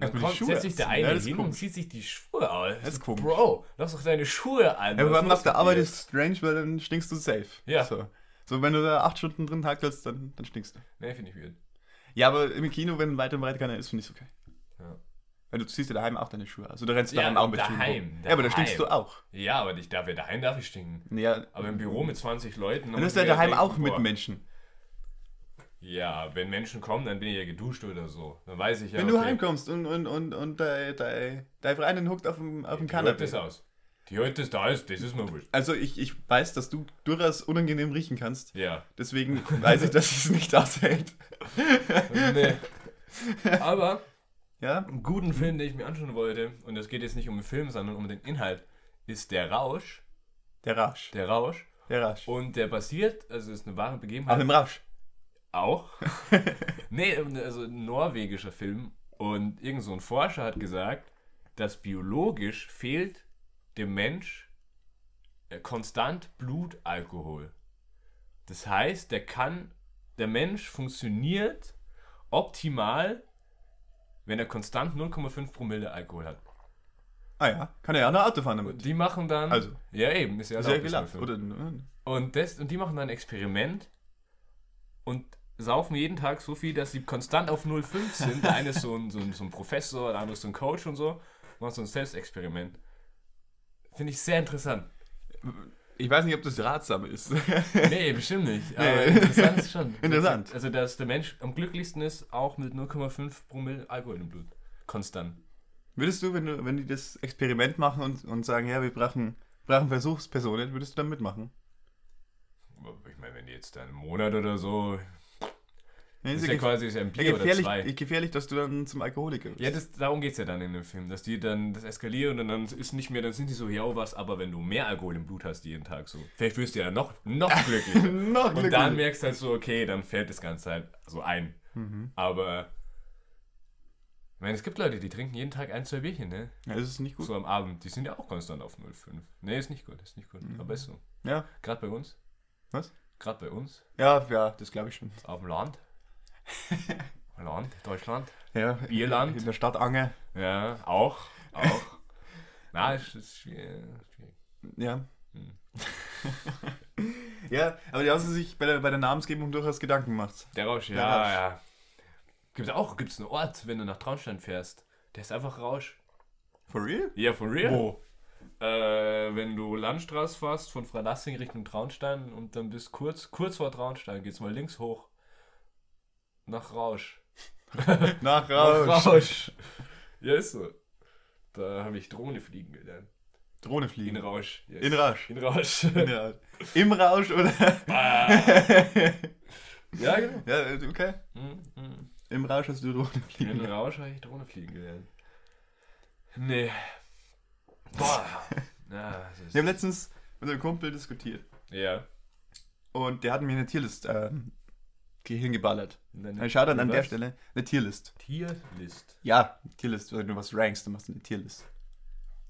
Speaker 1: Und dann
Speaker 2: Erstmal die
Speaker 1: kommt,
Speaker 2: Schuhe
Speaker 1: setzt sich der
Speaker 2: anziehen.
Speaker 1: eine
Speaker 2: Ja, das ist
Speaker 1: hin und
Speaker 2: komisch.
Speaker 1: zieht sich die Schuhe aus.
Speaker 2: Das ist
Speaker 1: So,
Speaker 2: komisch.
Speaker 1: Bro, lass doch deine Schuhe an.
Speaker 2: Ja,
Speaker 1: Was
Speaker 2: aber
Speaker 1: los
Speaker 2: nach der
Speaker 1: mit
Speaker 2: Arbeit
Speaker 1: dir?
Speaker 2: ist strange, weil dann stinkst du safe.
Speaker 1: Ja.
Speaker 2: So, so wenn du da acht Stunden drin hackelst, dann, dann stinkst du.
Speaker 1: Nee, finde ich weird.
Speaker 2: Ja, aber im Kino, wenn weit und breit keiner ist, finde ich es okay.
Speaker 1: Ja.
Speaker 2: Weil du ziehst dir daheim auch deine Schuhe aus. Oder rennst
Speaker 1: Ja,
Speaker 2: daheim auch mit
Speaker 1: daheim,
Speaker 2: Schuhen. rum. Ja, aber da
Speaker 1: daheim.
Speaker 2: stinkst du auch.
Speaker 1: Ja, aber ich darf ja daheim darf ich stinken.
Speaker 2: Ja,
Speaker 1: Aber im Büro mit 20 Leuten.
Speaker 2: dann
Speaker 1: muss
Speaker 2: ist ja
Speaker 1: ich mir
Speaker 2: daheim
Speaker 1: denken,
Speaker 2: auch mit
Speaker 1: boah,
Speaker 2: Menschen.
Speaker 1: Ja, wenn Menschen kommen, dann bin ich ja geduscht oder so. Dann weiß ich ja.
Speaker 2: Wenn
Speaker 1: okay,
Speaker 2: du heimkommst und, und, und, und dein, dein, dein Freundin hockt auf dem, auf dem
Speaker 1: Die hört das
Speaker 2: Kanapé.
Speaker 1: aus. Die hört das da aus, das ist mir wurscht.
Speaker 2: Also ich, ich weiß, dass du durchaus unangenehm riechen kannst.
Speaker 1: Ja.
Speaker 2: Deswegen weiß ich, dass es nicht aushält.
Speaker 1: Nee. Aber
Speaker 2: Ja?
Speaker 1: einen guten Film, den ich mir anschauen wollte, und es geht jetzt nicht um den Film, sondern um den Inhalt, ist Der Rausch.
Speaker 2: Der Rasch.
Speaker 1: Der Rausch.
Speaker 2: Der Rasch.
Speaker 1: Und der basiert, also ist eine wahre
Speaker 2: Auf
Speaker 1: Begebenheit.
Speaker 2: dem Rasch.
Speaker 1: auch. nee, also ein norwegischer Film. Und irgend so ein Forscher hat gesagt, dass biologisch fehlt dem Mensch äh, konstant Blutalkohol. Das heißt, der kann, der Mensch funktioniert optimal, wenn er konstant 0,5 Promille Alkohol hat.
Speaker 2: [LAUGHS] Ah ja, kann er ja auch noch Auto fahren damit.
Speaker 1: Die machen dann.
Speaker 2: Also.
Speaker 1: Ja, eben, ist ja
Speaker 2: Sehr
Speaker 1: erlaubt, ist
Speaker 2: gelacht.
Speaker 1: ein Film.
Speaker 2: Oder, ne?
Speaker 1: Und, das, und die machen dann ein Experiment und saufen jeden Tag so viel, dass sie konstant auf 0,5 sind. Der eine ist so ein, so, ein, so ein Professor, der andere ist so ein Coach und so. Machen so ein Selbstexperiment. Finde ich sehr interessant.
Speaker 2: Ich weiß nicht, ob das ratsam ist.
Speaker 1: Nee, [LAUGHS] bestimmt nicht. Aber
Speaker 2: Nee.
Speaker 1: interessant ist schon.
Speaker 2: Interessant.
Speaker 1: Also, dass der Mensch am glücklichsten ist, auch mit 0,5 Promille Alkohol im Blut. Konstant.
Speaker 2: [LAUGHS] würdest du, wenn, du, wenn die das Experiment machen und, und sagen, ja, wir brauchen, brauchen Versuchspersonen, würdest du dann mitmachen?
Speaker 1: Ich meine, wenn die jetzt dann einen Monat oder so.
Speaker 2: Ja,
Speaker 1: Ist
Speaker 2: ist
Speaker 1: ja
Speaker 2: ja gef-
Speaker 1: quasi ist ja ein
Speaker 2: ja,
Speaker 1: Bier oder
Speaker 2: gefährlich,
Speaker 1: zwei.
Speaker 2: ja, gefährlich, dass du dann zum Alkoholiker wirst.
Speaker 1: Ja, das, darum geht es ja dann in dem Film, dass die dann das eskalieren und dann ist nicht mehr, dann sind die so, ja, oh, was, aber wenn du mehr Alkohol im Blut hast jeden Tag so. Vielleicht wirst du ja noch,
Speaker 2: [LAUGHS]
Speaker 1: noch glücklicher.
Speaker 2: Noch
Speaker 1: und dann
Speaker 2: glücklicher.
Speaker 1: merkst du halt so, okay, dann fällt das Ganze halt so ein.
Speaker 2: Mhm.
Speaker 1: Aber ich meine, es gibt Leute, die trinken jeden Tag ein, zwei Bierchen, ne?
Speaker 2: Ja, das ist nicht gut.
Speaker 1: So am Abend. Die sind ja auch konstant auf 0,5. Ne, ist nicht gut, ist nicht gut. Aber ist so.
Speaker 2: Ja,
Speaker 1: Gerade bei uns.
Speaker 2: Mhm. was?
Speaker 1: Gerade bei uns,
Speaker 2: Ja, ja, das glaube ich schon.
Speaker 1: auf dem
Speaker 2: [LAUGHS]
Speaker 1: Land. Land, Deutschland.
Speaker 2: Ja,
Speaker 1: Bierland.
Speaker 2: In der Stadt Ange.
Speaker 1: Ja, auch. Auch. [LAUGHS] Na, es ist schwierig. schwierig.
Speaker 2: Ja. [LAUGHS] ja, aber die haben sie sich bei der, bei der Namensgebung durchaus Gedanken gemacht.
Speaker 1: Der Rausch, ja,
Speaker 2: Der Rausch.
Speaker 1: ja. Gibt's auch, gibt's einen Ort, wenn du nach Traunstein fährst. Der ist einfach Rausch.
Speaker 2: For real?
Speaker 1: Ja, for real.
Speaker 2: Wo?
Speaker 1: Äh, wenn du Landstraße fährst von Freilassing Richtung Traunstein und dann bis kurz, kurz vor Traunstein, geht's mal links hoch. Nach Rausch.
Speaker 2: Nach
Speaker 1: Nach
Speaker 2: Rausch.
Speaker 1: Rausch. ja, ist so. Da habe ich Drohne fliegen gelernt.
Speaker 2: Drohne
Speaker 1: In
Speaker 2: fliegen.
Speaker 1: Rausch. yes.
Speaker 2: In Rausch.
Speaker 1: In Rausch. [LAUGHS] Ah.
Speaker 2: In Rausch. Im Rausch oder? [LAUGHS]
Speaker 1: ja, genau.
Speaker 2: ja, okay.
Speaker 1: Mhm, mhm.
Speaker 2: Im Rausch hast du Drohne fliegen.
Speaker 1: In den Rausch habe ich Drohne fliegen gelernt. Nee. Boah.
Speaker 2: [LAUGHS]
Speaker 1: Na, das ist,
Speaker 2: Wir haben letztens mit einem Kumpel diskutiert
Speaker 1: ja.
Speaker 2: und der hat mir eine Tierlist ähm, hier hingeballert.
Speaker 1: Dann
Speaker 2: Ein Shoutout an der Stelle. Eine Tierlist.
Speaker 1: Tierlist.
Speaker 2: Ja, Tierlist. Wenn du was rankst, dann machst du eine Tierlist.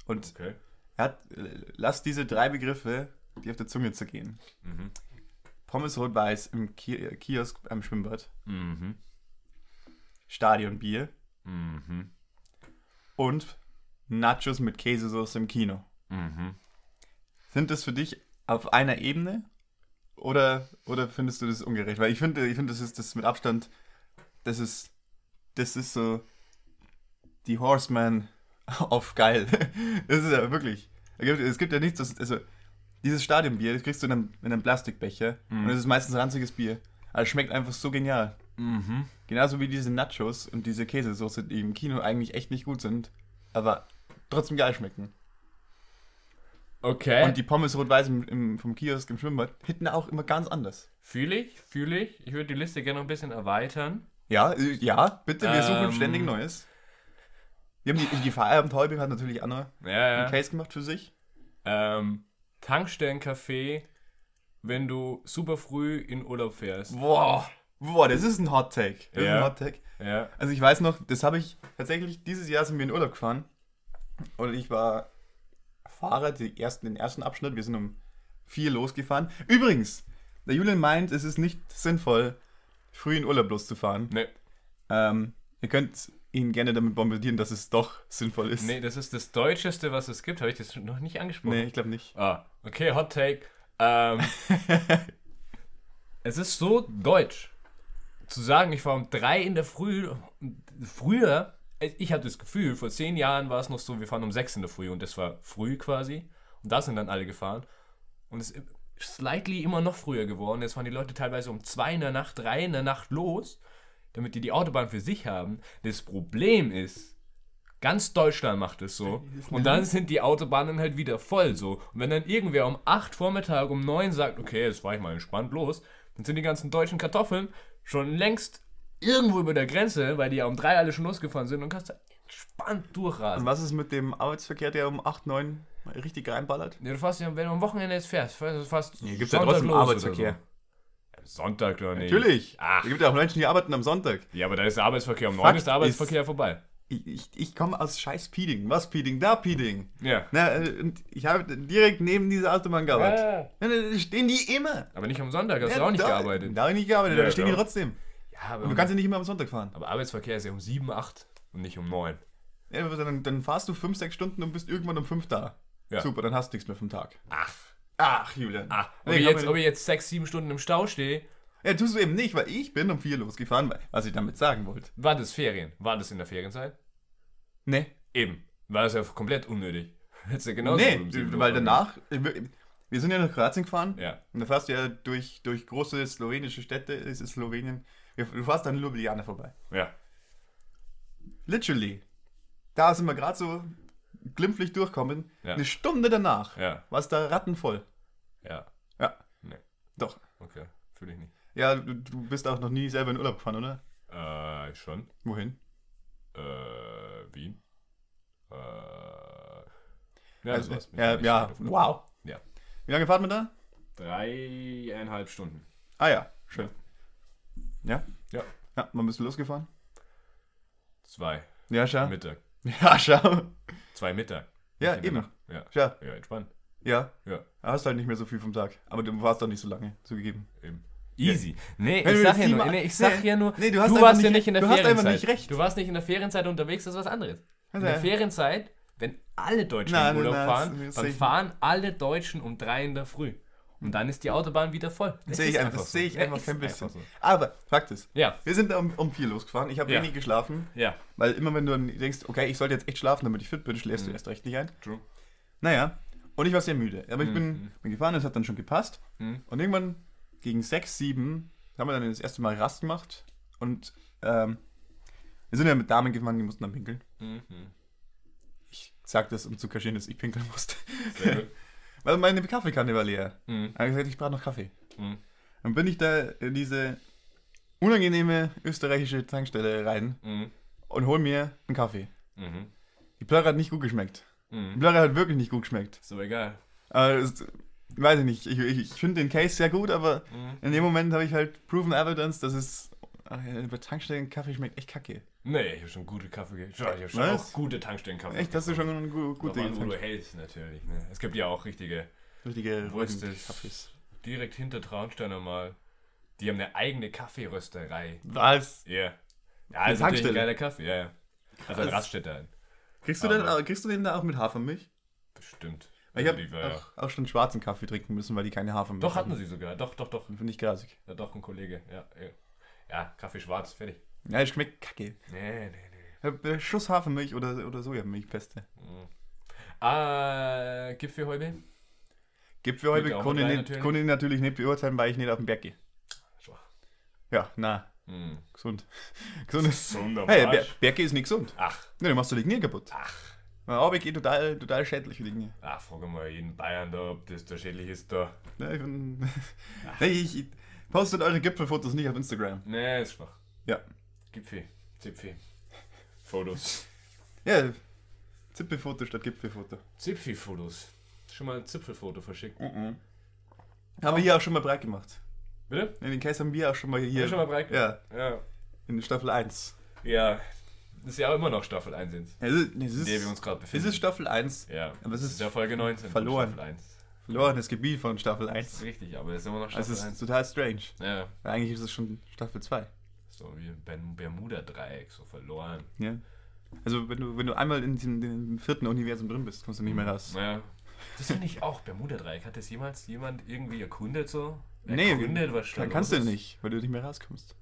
Speaker 2: Und
Speaker 1: Okay.
Speaker 2: er hat, äh, lass diese drei Begriffe dir auf der Zunge zergehen.
Speaker 1: Mhm.
Speaker 2: Pommes rot-weiß im Ki äh, Kiosk am Schwimmbad,
Speaker 1: Mhm.
Speaker 2: Stadionbier
Speaker 1: Mhm.
Speaker 2: und Nachos mit Käsesauce im Kino.
Speaker 1: Mhm.
Speaker 2: Sind das für dich auf einer Ebene oder, oder findest du das ungerecht? Weil ich finde, ich finde, das ist das mit Abstand, das ist, das ist so die Horseman [LAUGHS] auf geil. Das ist ja wirklich. Es gibt, es gibt ja nichts, das, also dieses Stadionbier, das kriegst du in einem, in einem Plastikbecher und es ist meistens ranziges Bier. Aber es schmeckt einfach so genial.
Speaker 1: Mhm.
Speaker 2: Genauso wie diese Nachos und diese Käsesoße, die im Kino eigentlich echt nicht gut sind, aber trotzdem geil schmecken.
Speaker 1: Okay.
Speaker 2: Und die Pommes rot-weiß im, im, vom Kiosk im Schwimmbad hitten auch immer ganz anders.
Speaker 1: fühle ich, fühle ich. Ich würde die Liste gerne noch ein bisschen erweitern.
Speaker 2: Ja, äh, ja, bitte, wir suchen
Speaker 1: Ähm.
Speaker 2: ständig Neues. Wir haben die, die Feierabendhäubig hat natürlich auch noch
Speaker 1: Ja,
Speaker 2: einen Case gemacht für sich.
Speaker 1: Ähm, Tankstellencafé, wenn du super früh in Urlaub fährst.
Speaker 2: Boah, boah, das ist ein Hot Take. Das ist
Speaker 1: Ja.
Speaker 2: ein Hot Take.
Speaker 1: Ja.
Speaker 2: Also ich weiß noch, das habe ich tatsächlich, dieses Jahr sind wir in Urlaub gefahren und ich war Fahrer die ersten, den ersten Abschnitt, wir sind um vier losgefahren. Übrigens, der Julian meint, es ist nicht sinnvoll, früh in Urlaub loszufahren.
Speaker 1: Nee,
Speaker 2: Ähm, ihr könnt ihn gerne damit bombardieren, dass es doch sinnvoll ist.
Speaker 1: nee, das ist das Deutscheste, was es gibt. Habe ich das noch nicht angesprochen?
Speaker 2: Nee, ich glaube nicht.
Speaker 1: Ah, okay, Hot Take. Ähm, es ist so deutsch, zu sagen, ich war um drei in der Früh. Früher, ich habe das Gefühl, vor zehn Jahren war es noch so, wir fahren um sechs in der Früh und das war früh quasi. Und da sind dann alle gefahren. Und es ist slightly immer noch früher geworden. Jetzt fahren die Leute teilweise um zwei in der Nacht, drei in der Nacht los, damit die die Autobahn für sich haben. Das Problem ist, Ganz Deutschland macht es so. Und dann sind die Autobahnen halt wieder voll so. Und wenn dann irgendwer um 8 Vormittag um 9 sagt, okay, jetzt fahr ich mal entspannt los, dann sind die ganzen deutschen Kartoffeln schon längst irgendwo über der Grenze, weil die ja um 3 alle schon losgefahren sind und kannst da entspannt
Speaker 2: Und
Speaker 1: durchrasen.
Speaker 2: was ist mit dem Arbeitsverkehr, der um 8, 9 richtig reinballert?
Speaker 1: Ja, du fährst ja, wenn du am Wochenende jetzt fährst, fährst du fast
Speaker 2: Hier gibt's ja trotzdem
Speaker 1: oder
Speaker 2: Arbeitsverkehr.
Speaker 1: So. Ja, Sonntag oder nicht?
Speaker 2: Natürlich.
Speaker 1: Ach.
Speaker 2: Es gibt ja auch Menschen, die arbeiten am Sonntag.
Speaker 1: Ja, aber da ist der Arbeitsverkehr. Um 9
Speaker 2: Fakt
Speaker 1: ist der Arbeitsverkehr vorbei.
Speaker 2: Ich, ich, ich komme aus scheiß Peeding. Was Peeding? Da Peeding.
Speaker 1: Ja.
Speaker 2: Na, äh, und ich habe direkt neben dieser Autobahn gearbeitet.
Speaker 1: Aber
Speaker 2: Na, na, da stehen die immer.
Speaker 1: nicht am Sonntag, hast
Speaker 2: Ja,
Speaker 1: du auch nicht
Speaker 2: da,
Speaker 1: gearbeitet.
Speaker 2: Da habe ich nicht gearbeitet,
Speaker 1: Ja, Mhm.
Speaker 2: da stehen die
Speaker 1: klar.
Speaker 2: trotzdem.
Speaker 1: Ja, aber,
Speaker 2: Du kannst ja nicht immer am Sonntag fahren.
Speaker 1: aber Arbeitsverkehr ist ja um 7, 8 und nicht um 9.
Speaker 2: Ja, aber dann, dann fahrst du 5, 6 Stunden und bist irgendwann um 5 da.
Speaker 1: Ja.
Speaker 2: Super, dann hast du nichts mehr vom Tag.
Speaker 1: Ach.
Speaker 2: Ach, Julian.
Speaker 1: Ah, ob,
Speaker 2: Nee,
Speaker 1: ich
Speaker 2: kann
Speaker 1: jetzt,
Speaker 2: man-
Speaker 1: ob ich jetzt sechs, sieben Stunden im Stau stehe,
Speaker 2: Ja, tust du eben nicht, weil ich bin um 4 losgefahren, weil- was ich damit sagen wollte.
Speaker 1: war das Ferien. War das in der Ferienzeit?
Speaker 2: Nee.
Speaker 1: Eben. War das ja komplett unnötig. [LAUGHS] Hättest du genauso
Speaker 2: Nee,
Speaker 1: um sieben Uhr
Speaker 2: weil
Speaker 1: fahren
Speaker 2: danach, äh, wir sind ja nach Kroatien gefahren.
Speaker 1: können. Ja.
Speaker 2: Und da fährst du ja durch, durch große slowenische Städte, es ist Slowenien. Wir- Du fährst an Ljubljana vorbei.
Speaker 1: Ja.
Speaker 2: Literally. Da sind wir gerade so glimpflich durchkommen.
Speaker 1: Ja.
Speaker 2: Eine Stunde danach
Speaker 1: Ja.
Speaker 2: war es da rattenvoll.
Speaker 1: Ja.
Speaker 2: Ja,
Speaker 1: Nee.
Speaker 2: doch.
Speaker 1: Okay. Fühle ich nicht.
Speaker 2: Ja, du, du bist auch noch nie selber in Urlaub gefahren, oder?
Speaker 1: Äh, schon.
Speaker 2: Wohin?
Speaker 1: Äh, Wien. Äh. Ja,
Speaker 2: Also,
Speaker 1: das war's. Ich
Speaker 2: ja,
Speaker 1: war nicht
Speaker 2: ja,
Speaker 1: weit auf-
Speaker 2: wow.
Speaker 1: Ja.
Speaker 2: Wie lange fahren wir da?
Speaker 1: Dreieinhalb Stunden.
Speaker 2: Ah ja, schön. Ja?
Speaker 1: Ja.
Speaker 2: Ja, wann bist du losgefahren?
Speaker 1: Zwei.
Speaker 2: Ja, schau.
Speaker 1: Mittag.
Speaker 2: [LAUGHS] Ja, schau.
Speaker 1: Zwei Mittag.
Speaker 2: Ja,
Speaker 1: Nicht in der
Speaker 2: eben.
Speaker 1: Nacht. Ja.
Speaker 2: Schau.
Speaker 1: Ja, entspannt.
Speaker 2: Ja.
Speaker 1: Ja.
Speaker 2: Ah, Aber hast halt nicht mehr so viel vom Tag. Aber du warst doch nicht so lange, zugegeben.
Speaker 1: Eben. Easy. Nee,
Speaker 2: Wenn
Speaker 1: ich
Speaker 2: du
Speaker 1: sag
Speaker 2: das
Speaker 1: ja
Speaker 2: Team
Speaker 1: nur,
Speaker 2: a-
Speaker 1: nee, ich sag
Speaker 2: nee,
Speaker 1: ja nur,
Speaker 2: nee,
Speaker 1: du,
Speaker 2: du hast einfach
Speaker 1: warst ja
Speaker 2: nicht-
Speaker 1: nicht in der
Speaker 2: du hast einfach
Speaker 1: Ferienzeit.
Speaker 2: nicht recht.
Speaker 1: Du warst nicht in der Ferienzeit unterwegs, das ist was anderes. In
Speaker 2: Ja,
Speaker 1: der
Speaker 2: ja.
Speaker 1: Ferienzeit, wenn alle Deutschen
Speaker 2: Nein,
Speaker 1: in Urlaub
Speaker 2: nein, das
Speaker 1: fahren,
Speaker 2: ist-
Speaker 1: dann
Speaker 2: sehe ich
Speaker 1: fahren alle Deutschen um drei in der Früh. Und dann ist die Autobahn wieder voll. Das
Speaker 2: Sehe
Speaker 1: ist
Speaker 2: ich einfach,
Speaker 1: so.
Speaker 2: sehe ich
Speaker 1: Ja,
Speaker 2: einfach
Speaker 1: ist
Speaker 2: kein bisschen.
Speaker 1: so.
Speaker 2: Aber Fakt ist,
Speaker 1: Ja,
Speaker 2: wir sind um, um vier losgefahren. Ich habe
Speaker 1: Ja.
Speaker 2: wenig geschlafen,
Speaker 1: ja.
Speaker 2: weil immer wenn du dann denkst, okay, ich sollte jetzt echt schlafen, damit ich fit bin, schläfst
Speaker 1: Mhm.
Speaker 2: du erst recht nicht ein.
Speaker 1: True.
Speaker 2: Naja, und ich war sehr müde. Aber ich bin, bin gefahren, es hat dann schon gepasst.
Speaker 1: Mhm.
Speaker 2: Und irgendwann gegen sechs, sieben haben wir dann das erste Mal Rast gemacht. Und ähm, wir sind ja mit Damen gefahren, die mussten dann pinkeln.
Speaker 1: Mhm.
Speaker 2: Ich sag das, um zu kaschieren, dass ich pinkeln musste.
Speaker 1: Sehr gut.
Speaker 2: Weil meine Kaffeekanne war leer.
Speaker 1: Mhm.
Speaker 2: Dann habe ich gesagt, ich brauche noch Kaffee.
Speaker 1: Mhm.
Speaker 2: Dann bin ich da in diese unangenehme österreichische Tankstelle rein
Speaker 1: Mhm.
Speaker 2: und hol mir einen Kaffee.
Speaker 1: Mhm.
Speaker 2: Die Plörre hat nicht gut geschmeckt. Die
Speaker 1: Mhm.
Speaker 2: Plörre hat wirklich nicht gut geschmeckt.
Speaker 1: Ist aber egal.
Speaker 2: Aber es, weiß ich nicht, ich, ich, ich finde den Case sehr gut, aber
Speaker 1: Mhm.
Speaker 2: in dem Moment habe ich halt proven evidence, dass es ach ja, über Tankstellen Kaffee schmeckt echt kacke.
Speaker 1: Nee, ich habe schon gute Kaffee ge- Schau, Ich habe schon
Speaker 2: Was?
Speaker 1: auch gute Tankstellenkaffee
Speaker 2: Echt, hast du schon einen gu
Speaker 1: Gut,
Speaker 2: guten
Speaker 1: an, wo du
Speaker 2: Tank-
Speaker 1: hältst natürlich. Ne? Es gibt ja auch richtige,
Speaker 2: richtige
Speaker 1: Wo ist
Speaker 2: roten
Speaker 1: das?
Speaker 2: Kaffees.
Speaker 1: direkt hinter Traunsteiner mal. Die haben eine eigene Kaffeerösterei.
Speaker 2: Was?
Speaker 1: Ja. Ja, ist natürlich
Speaker 2: Tankstelle?
Speaker 1: ein geiler Kaffee, ja, ja. Also ein
Speaker 2: Krass.
Speaker 1: Raststätte ein.
Speaker 2: Kriegst du, den,
Speaker 1: Aber-
Speaker 2: kriegst du den da auch mit Hafermilch?
Speaker 1: Bestimmt.
Speaker 2: Weil ich
Speaker 1: Also die
Speaker 2: habe
Speaker 1: war ja-
Speaker 2: auch, auch schon schwarzen Kaffee trinken müssen, weil die keine Hafermilch
Speaker 1: Doch,
Speaker 2: hatten.
Speaker 1: hatten sie sogar. Doch, doch, doch.
Speaker 2: Finde ich grasig.
Speaker 1: Ja, doch, ein Kollege. Ja, ja. ja Kaffee schwarz, fertig.
Speaker 2: Ja, es schmeckt kacke.
Speaker 1: Nee, nee, nee.
Speaker 2: Ich hab, äh, Schuss Hafermilch oder, oder Sojamilchpeste.
Speaker 1: Ah, Gipfel heute?
Speaker 2: Gibt für heute
Speaker 1: Geht auch
Speaker 2: Kunde
Speaker 1: mit rein,
Speaker 2: nicht,
Speaker 1: natürlich.
Speaker 2: Kunde natürlich nicht beurteilen, weil ich nicht auf den Berg gehe.
Speaker 1: Schwach.
Speaker 2: Ja, na,
Speaker 1: Hm.
Speaker 2: gesund. [LAUGHS] Gesundes.
Speaker 1: Gesunder
Speaker 2: Hey, Ber
Speaker 1: Marsch.
Speaker 2: Berge ist nicht gesund.
Speaker 1: Ach,
Speaker 2: Ne, du machst du die Knie kaputt.
Speaker 1: ach.
Speaker 2: Aber geht total, total schädlich für die Knie.
Speaker 1: Ach, frage mal jeden Bayern da, ob das da schädlich ist da.
Speaker 2: Ne, ich, bin, [LAUGHS] ne, ich, ich postet eure Gipfelfotos nicht auf Instagram.
Speaker 1: Nee, ist schwach.
Speaker 2: Ja.
Speaker 1: Gipfel, Zipfel. Fotos.
Speaker 2: Ja, Zippelfoto statt Gipfelfoto.
Speaker 1: Zipfi-Fotos. Schon mal ein Zipfelfoto verschickt.
Speaker 2: Mhm. Haben wir hier auch schon mal breit gemacht.
Speaker 1: Bitte?
Speaker 2: Ne, den Case haben wir auch schon mal hier.
Speaker 1: wir schon mal breit
Speaker 2: Ja,
Speaker 1: Ja.
Speaker 2: in Staffel 1.
Speaker 1: Ja. Das ist ja auch immer noch Staffel 1 jetzt,
Speaker 2: Es ist, es
Speaker 1: in
Speaker 2: ist,
Speaker 1: der wir uns gerade
Speaker 2: es
Speaker 1: befinden.
Speaker 2: ist Staffel 1.
Speaker 1: ja.
Speaker 2: aber es
Speaker 1: Das
Speaker 2: ist
Speaker 1: ist ja Folge 19. von
Speaker 2: verloren.
Speaker 1: Staffel 1.
Speaker 2: verlorenes Gebiet von Staffel 1.
Speaker 1: Das ist richtig, aber das ist immer noch
Speaker 2: Also
Speaker 1: Staffel
Speaker 2: es ist
Speaker 1: 1.
Speaker 2: total strange.
Speaker 1: Ja.
Speaker 2: Weil Eigentlich ist es schon Staffel 2.
Speaker 1: So wie ein Ben- Bermuda-Dreieck, so verloren.
Speaker 2: Ja. Also wenn du, wenn du einmal in diesem dem vierten Universum drin bist, kommst du nicht mehr raus.
Speaker 1: Naja. Das finde ich auch. Bermuda-Dreieck. Hat das jemals jemand irgendwie erkundet so?
Speaker 2: Nee,
Speaker 1: Hm. erkundet, was da
Speaker 2: Dann kannst
Speaker 1: los
Speaker 2: du
Speaker 1: ist?
Speaker 2: nicht, weil du nicht mehr rauskommst.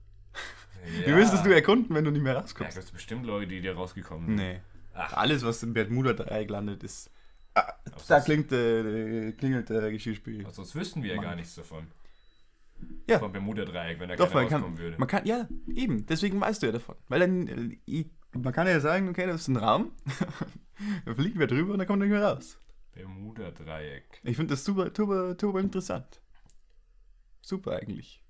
Speaker 1: Ja.
Speaker 2: Wie müsstest du erkunden, wenn du nicht mehr
Speaker 1: Ja,
Speaker 2: rauskommst?
Speaker 1: gibt es bestimmt Leute, die da rausgekommen sind.
Speaker 2: Nee.
Speaker 1: Ach. Ah,
Speaker 2: Alles, was im Bermuda-Dreieck landet, ist...
Speaker 1: Aber
Speaker 2: Da
Speaker 1: sonst-
Speaker 2: klingt, äh, klingelt der Geschirrspiel.
Speaker 1: aber Sonst Also, wüssten wir ja
Speaker 2: Mann.
Speaker 1: gar nichts davon.
Speaker 2: Ja.
Speaker 1: Vom Bermuda-Dreieck, wenn da
Speaker 2: Doch, man
Speaker 1: keiner rauskommen
Speaker 2: kann,
Speaker 1: würde.
Speaker 2: man kann... Ja, eben. Deswegen weißt du ja davon. Weil dann... äh, i- Man kann ja sagen, okay, das ist ein Raum. [LAUGHS] dann fliegen wir drüber und dann kommen wir nicht mehr raus.
Speaker 1: Bermuda-Dreieck.
Speaker 2: Ich finde das super, super, super interessant. Super eigentlich.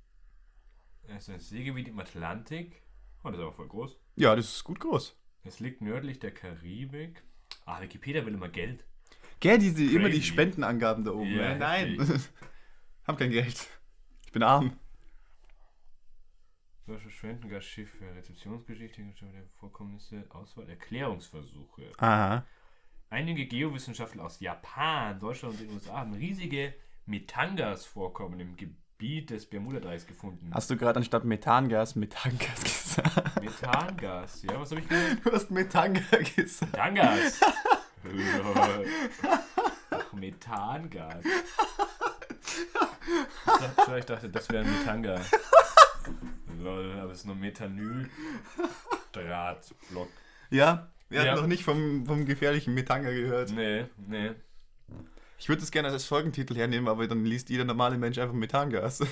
Speaker 1: Das ist ein Seegebiet im Atlantik. Oh, das ist aber voll groß.
Speaker 2: Ja, das ist gut groß.
Speaker 1: Es liegt nördlich der Karibik. Ah, Wikipedia will immer Geld.
Speaker 2: Gell, diese, immer die
Speaker 1: Crazy.
Speaker 2: Spendenangaben da oben.
Speaker 1: Ja,
Speaker 2: ne? Nein. [LAUGHS] Hab kein Geld. Ich bin arm.
Speaker 1: Deutsche Schwendengas Schiff, Rezeptionsgeschichte, Geschichte der Vorkommnisse, Auswahl, Erklärungsversuche.
Speaker 2: Aha.
Speaker 1: Einige Geowissenschaftler aus Japan, Deutschland und den USA haben riesige Methangas-Vorkommen im Gebiet des Bermuda-Dreiecks gefunden.
Speaker 2: Hast du gerade anstatt Methangas Methangas [LAUGHS] gesagt?
Speaker 1: Methangas, ja, was habe ich gesagt?
Speaker 2: Du hast Methanga gesagt.
Speaker 1: Methangas! Ach, Methangas. Ich dachte, ich dachte das wäre ein Methangas. Lol, aber es ist nur Methanyl. Drahtblock.
Speaker 2: Ja, wir
Speaker 1: Ja.
Speaker 2: hatten noch nicht vom, vom gefährlichen Methanga gehört.
Speaker 1: Nee, nee.
Speaker 2: Ich würde es gerne als Folgentitel hernehmen, aber dann liest jeder normale Mensch einfach Methangas.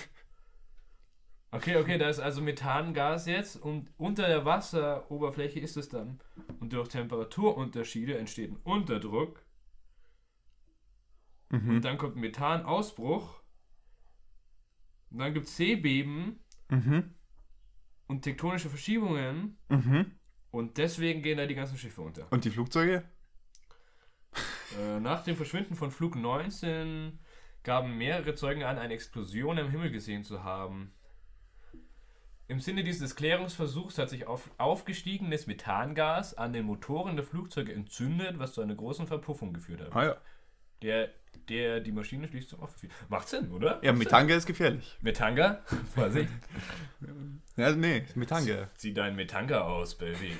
Speaker 1: Okay, okay, da ist also Methangas jetzt und unter der Wasseroberfläche ist es dann. Und durch Temperaturunterschiede entsteht ein Unterdruck.
Speaker 2: Mhm.
Speaker 1: Und dann kommt ein Methanausbruch. Und dann gibt es Seebeben
Speaker 2: Mhm.
Speaker 1: und tektonische Verschiebungen.
Speaker 2: Mhm.
Speaker 1: Und deswegen gehen da die ganzen Schiffe unter.
Speaker 2: Und die Flugzeuge?
Speaker 1: Äh, nach dem Verschwinden von Flug 19 gaben mehrere Zeugen an, eine Explosion am Himmel gesehen zu haben. Im Sinne dieses Klärungsversuchs hat sich auf, aufgestiegenes Methangas an den Motoren der Flugzeuge entzündet, was zu einer großen Verpuffung geführt hat.
Speaker 2: Ah ja.
Speaker 1: der, der die Maschine schließt zum Offen. Macht Sinn, oder?
Speaker 2: Ja,
Speaker 1: Macht
Speaker 2: Metanga ist gefährlich.
Speaker 1: Sinn. Metanga? [LAUGHS] Vorsicht.
Speaker 2: Ja, nee, Metanga.
Speaker 1: Zieh deinen Metanga aus,
Speaker 2: [LAUGHS]
Speaker 1: Baby.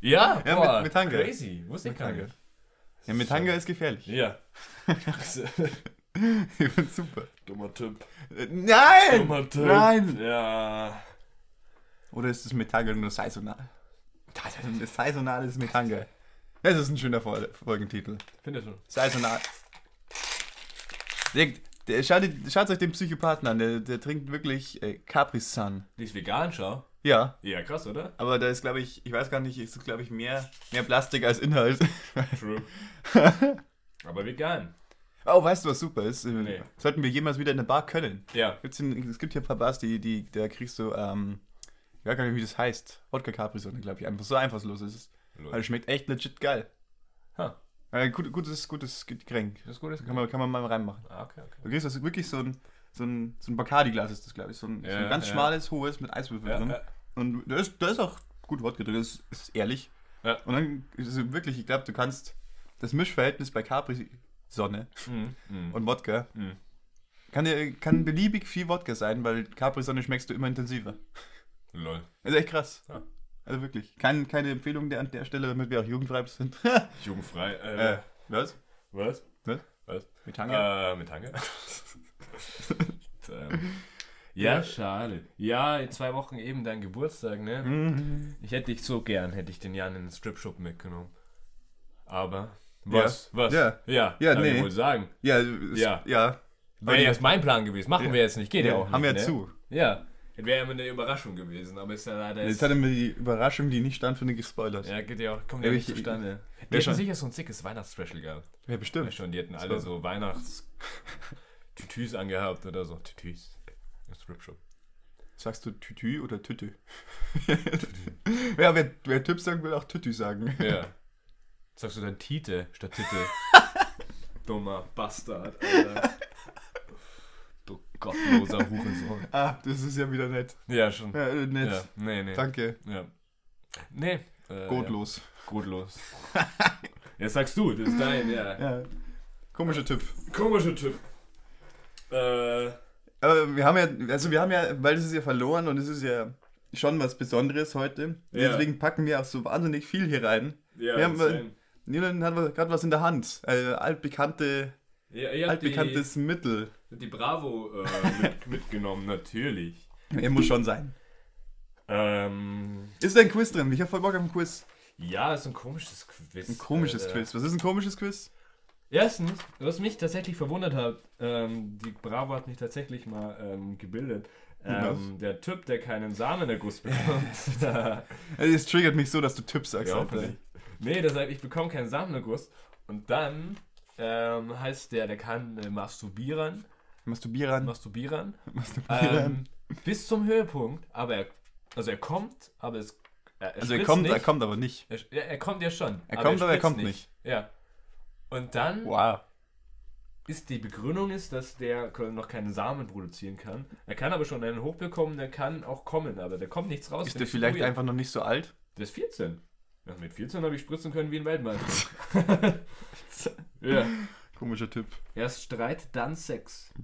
Speaker 1: ja,
Speaker 2: Ja,
Speaker 1: boah,
Speaker 2: Met- Metanga.
Speaker 1: crazy. Wusste ich gar
Speaker 2: Metanga.
Speaker 1: nicht.
Speaker 2: Ja, Metanga ist gefährlich.
Speaker 1: Ja.
Speaker 2: Ich find's [LAUGHS] super.
Speaker 1: [LAUGHS] Dummer Typ.
Speaker 2: Äh, Nein!
Speaker 1: Dummer Typ.
Speaker 2: Nein!
Speaker 1: Ja.
Speaker 2: Oder ist das Metanga nur saisonal? [LAUGHS] Das ist ein saisonales Metanga. Das ist ein schöner Fol- Folgentitel.
Speaker 1: Finde schon.
Speaker 2: Saisonal. Der, der, schaut, schaut euch den Psychopathen an, der, der trinkt wirklich äh, Capri-Sun.
Speaker 1: Die ist vegan, schau.
Speaker 2: Ja,
Speaker 1: Ja, krass, oder?
Speaker 2: aber da ist, glaube ich, ich weiß gar nicht, ist, glaube ich, mehr, mehr Plastik als Inhalt. [LAUGHS]
Speaker 1: True. [LAUGHS] Aber vegan.
Speaker 2: oh, weißt du, was super ist? Äh,
Speaker 1: Nee.
Speaker 2: Sollten wir jemals wieder in eine Bar können?
Speaker 1: Ja.
Speaker 2: Gibt's in, es gibt hier ein paar Bars, die, die, da kriegst du, ähm, ich weiß gar nicht, wie das heißt. Wodka Capri-Sonne, glaube ich, einfach so einfallslos ist es.
Speaker 1: Lol.
Speaker 2: Aber es schmeckt echt legit geil.
Speaker 1: Ha,
Speaker 2: Äh, gut, gutes, gutes Getränk.
Speaker 1: das ist gut. Das
Speaker 2: Kann man, kann man mal reinmachen.
Speaker 1: Ah, okay, okay.
Speaker 2: Du kriegst das wirklich so ein, so ein, so ein Bacardi-Glas ist das, glaube ich. So ein, so
Speaker 1: Ja,
Speaker 2: ein ganz
Speaker 1: ja.
Speaker 2: schmales, hohes mit Eiswürfeln
Speaker 1: Ja, äh,
Speaker 2: drin.
Speaker 1: ja.
Speaker 2: Und da ist, da ist auch gut Wodka drin, das ist, ist ehrlich.
Speaker 1: Ja.
Speaker 2: Und dann ist es wirklich, ich glaube, du kannst das Mischverhältnis bei Capri-Sonne
Speaker 1: Mhm. Mhm.
Speaker 2: und Wodka
Speaker 1: Mhm.
Speaker 2: kann, dir- kann beliebig viel Wodka sein, weil Capri-Sonne schmeckst du immer intensiver.
Speaker 1: Lol.
Speaker 2: Das ist echt krass.
Speaker 1: Ja.
Speaker 2: Also wirklich. Kein, keine Empfehlung der, an der Stelle, damit wir auch jugendfrei sind. [LAUGHS]
Speaker 1: Jugendfrei. Äh,
Speaker 2: äh, was?
Speaker 1: Was?
Speaker 2: Was?
Speaker 1: Was?
Speaker 2: Mit
Speaker 1: Äh, mit
Speaker 2: [LAUGHS]
Speaker 1: Hange. [LAUGHS] ähm, ja, schade. Ja, in zwei Wochen eben dein Geburtstag, ne?
Speaker 2: Mhm.
Speaker 1: Ich hätte dich so gern, hätte ich den Jan in den Stripshop mitgenommen. Aber. Was? Was?
Speaker 2: Ja.
Speaker 1: ja,
Speaker 2: Ja,
Speaker 1: kann
Speaker 2: nee.
Speaker 1: ich wohl sagen.
Speaker 2: Ja, es-
Speaker 1: Ja.
Speaker 2: ja.
Speaker 1: Wäre jetzt mein Plan gewesen. Machen wir jetzt nicht. Geht ja,
Speaker 2: Ja,
Speaker 1: auch nicht.
Speaker 2: haben wir
Speaker 1: ne?
Speaker 2: zu.
Speaker 1: Ja. Das wäre ja immer eine Überraschung gewesen, aber ist ja leider.
Speaker 2: Jetzt hat er mir die Überraschung, die nicht stattfindet, gespoilert.
Speaker 1: ja, geht ja auch. Kommt
Speaker 2: Ja,
Speaker 1: ja nicht
Speaker 2: ich-
Speaker 1: zustande. Die
Speaker 2: Ja,
Speaker 1: hätten
Speaker 2: schon.
Speaker 1: sicher so ein zickes Weihnachtsspecial gehabt.
Speaker 2: Ja,
Speaker 1: Ja,
Speaker 2: bestimmt.
Speaker 1: schon, die hätten alle so [LAUGHS] Weihnachts-Tütüs angehabt oder so. Tütüs. Im Stripshop.
Speaker 2: Sagst du Tütü oder Tütü? [LAUGHS] ja, wer, wer Tipp sagen will, auch Tütü sagen.
Speaker 1: Ja. Sagst du dann Tite statt Titte? [LAUGHS] Dummer Bastard, Alter. Du gottloser Hurensohn.
Speaker 2: [LAUGHS] Ah, das ist ja wieder nett.
Speaker 1: Ja, schon.
Speaker 2: Ja, äh, nett.
Speaker 1: Ja, nee, nee.
Speaker 2: Danke.
Speaker 1: Ja. Nee. Äh, [LAUGHS]
Speaker 2: Gottlos.
Speaker 1: Ja. Gotlos. Ja, sagst du, das ist dein, ja.
Speaker 2: Ja. Komischer Typ.
Speaker 1: Komischer Typ. Äh,
Speaker 2: Aber wir haben ja, also wir haben ja, weil es ist ja verloren und es ist ja schon was Besonderes heute.
Speaker 1: Ja.
Speaker 2: Deswegen packen wir auch so wahnsinnig viel hier rein.
Speaker 1: ja,
Speaker 2: Wir haben,
Speaker 1: insane.
Speaker 2: Niemand hat was- gerade was in der Hand. Äh, altbekannte,
Speaker 1: ja, ihr habt die-
Speaker 2: altbekanntes Mittel.
Speaker 1: Die Bravo äh, mit, [LAUGHS] mitgenommen, natürlich.
Speaker 2: Er muss schon sein.
Speaker 1: Ähm,
Speaker 2: Ist da ein Quiz drin? Ich habe voll Bock auf ein Quiz.
Speaker 1: ja, ist ein komisches Quiz.
Speaker 2: Ein komisches
Speaker 1: Alter.
Speaker 2: Quiz. Was ist ein komisches Quiz?
Speaker 1: Erstens, was mich tatsächlich verwundert hat, ähm, die Bravo hat mich tatsächlich mal ähm, gebildet. Ähm, der Typ, der keinen Samen in der
Speaker 2: [LAUGHS]
Speaker 1: Guss bekommt. [LAUGHS]
Speaker 2: Äh, Es triggert mich so, dass du Tipps sagst.
Speaker 1: Ja,
Speaker 2: Alter.
Speaker 1: hoffentlich. nee, der sagt, ich bekomme keinen Samenerguss. Und dann ähm, heißt der, der kann äh, masturbieren,
Speaker 2: Masturbieren.
Speaker 1: masturbieren
Speaker 2: Masturbieren.
Speaker 1: ähm, bis zum Höhepunkt, aber er, also er kommt, aber es er,
Speaker 2: also er
Speaker 1: spritzt
Speaker 2: kommt,
Speaker 1: nicht.
Speaker 2: er kommt aber nicht.
Speaker 1: Er, ja, er kommt ja schon.
Speaker 2: Er kommt, aber er
Speaker 1: spritzt
Speaker 2: kommt
Speaker 1: Ja. Und dann
Speaker 2: Wow.
Speaker 1: ist die Begründung ist, dass der noch keine Samen produzieren kann. Er kann aber schon einen hochbekommen, der kann auch kommen, aber da kommt nichts raus.
Speaker 2: Ist der vielleicht
Speaker 1: einfach.
Speaker 2: einfach noch nicht so alt?
Speaker 1: Der ist 14. Ja, mit 14 habe ich spritzen können wie ein Weltmeister.
Speaker 2: [LAUGHS]
Speaker 1: [LAUGHS] ja.
Speaker 2: Komischer Typ.
Speaker 1: Erst Streit, dann Sex.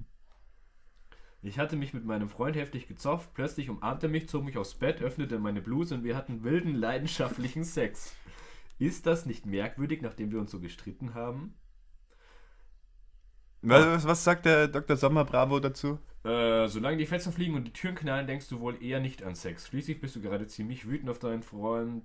Speaker 1: Ich hatte mich mit meinem Freund heftig gezofft, plötzlich umarmte er mich, zog mich aufs Bett, öffnete meine Bluse und wir hatten wilden, leidenschaftlichen [LAUGHS] Sex. Ist das nicht merkwürdig, nachdem wir uns so gestritten haben?
Speaker 2: Was, was- was sagt der Dr. Sommer Bravo dazu?
Speaker 1: Äh, solange die Fetzen fliegen und die Türen knallen, denkst du wohl eher nicht an Sex. Schließlich bist du gerade ziemlich wütend auf deinen Freund.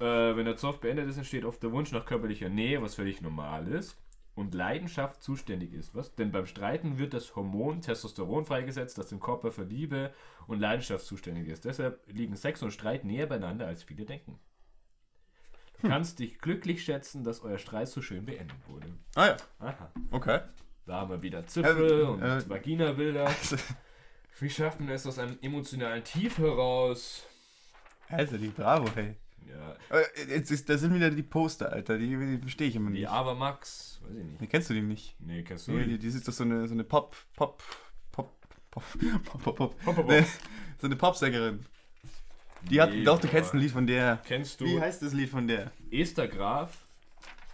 Speaker 1: Äh, wenn der Zoff beendet ist, entsteht oft der Wunsch nach körperlicher Nähe, was völlig normal ist. Und Leidenschaft zuständig ist, was? Denn beim Streiten wird das Hormon Testosteron freigesetzt, das dem Körper für Liebe und Leidenschaft zuständig ist. Deshalb liegen Sex und Streit näher beieinander, als viele denken. Du kannst dich glücklich schätzen, dass euer Streit so schön beendet wurde.
Speaker 2: Ah ja,
Speaker 1: Aha.
Speaker 2: [LAUGHS] okay.
Speaker 1: Da haben wir wieder Ziffel
Speaker 2: Ähm,
Speaker 1: und
Speaker 2: äh,
Speaker 1: Vagina-Bilder.
Speaker 2: Also,
Speaker 1: Wie schaffen wir es aus einem emotionalen Tief heraus?
Speaker 2: also die Bravo, hey.
Speaker 1: Ja,
Speaker 2: Äh, Jetzt ist, da sind wieder die Poster, Alter. Die, die verstehe ich immer
Speaker 1: die
Speaker 2: nicht.
Speaker 1: Aber Max, weiß ich nicht.
Speaker 2: Die kennst du die nicht?
Speaker 1: Nee, kennst du
Speaker 2: Die,
Speaker 1: nicht.
Speaker 2: die, die ist doch so eine, so eine Pop, Pop, Pop, Pop, Pop, Pop, Pop.
Speaker 1: Pop, pop, pop.
Speaker 2: Nee, [LAUGHS] so eine Popsängerin. Die hat,
Speaker 1: Nee,
Speaker 2: doch, du
Speaker 1: aber-
Speaker 2: kennst ein Lied von der.
Speaker 1: Kennst
Speaker 2: Wie
Speaker 1: du
Speaker 2: heißt das Lied von der?
Speaker 1: Esther Graf?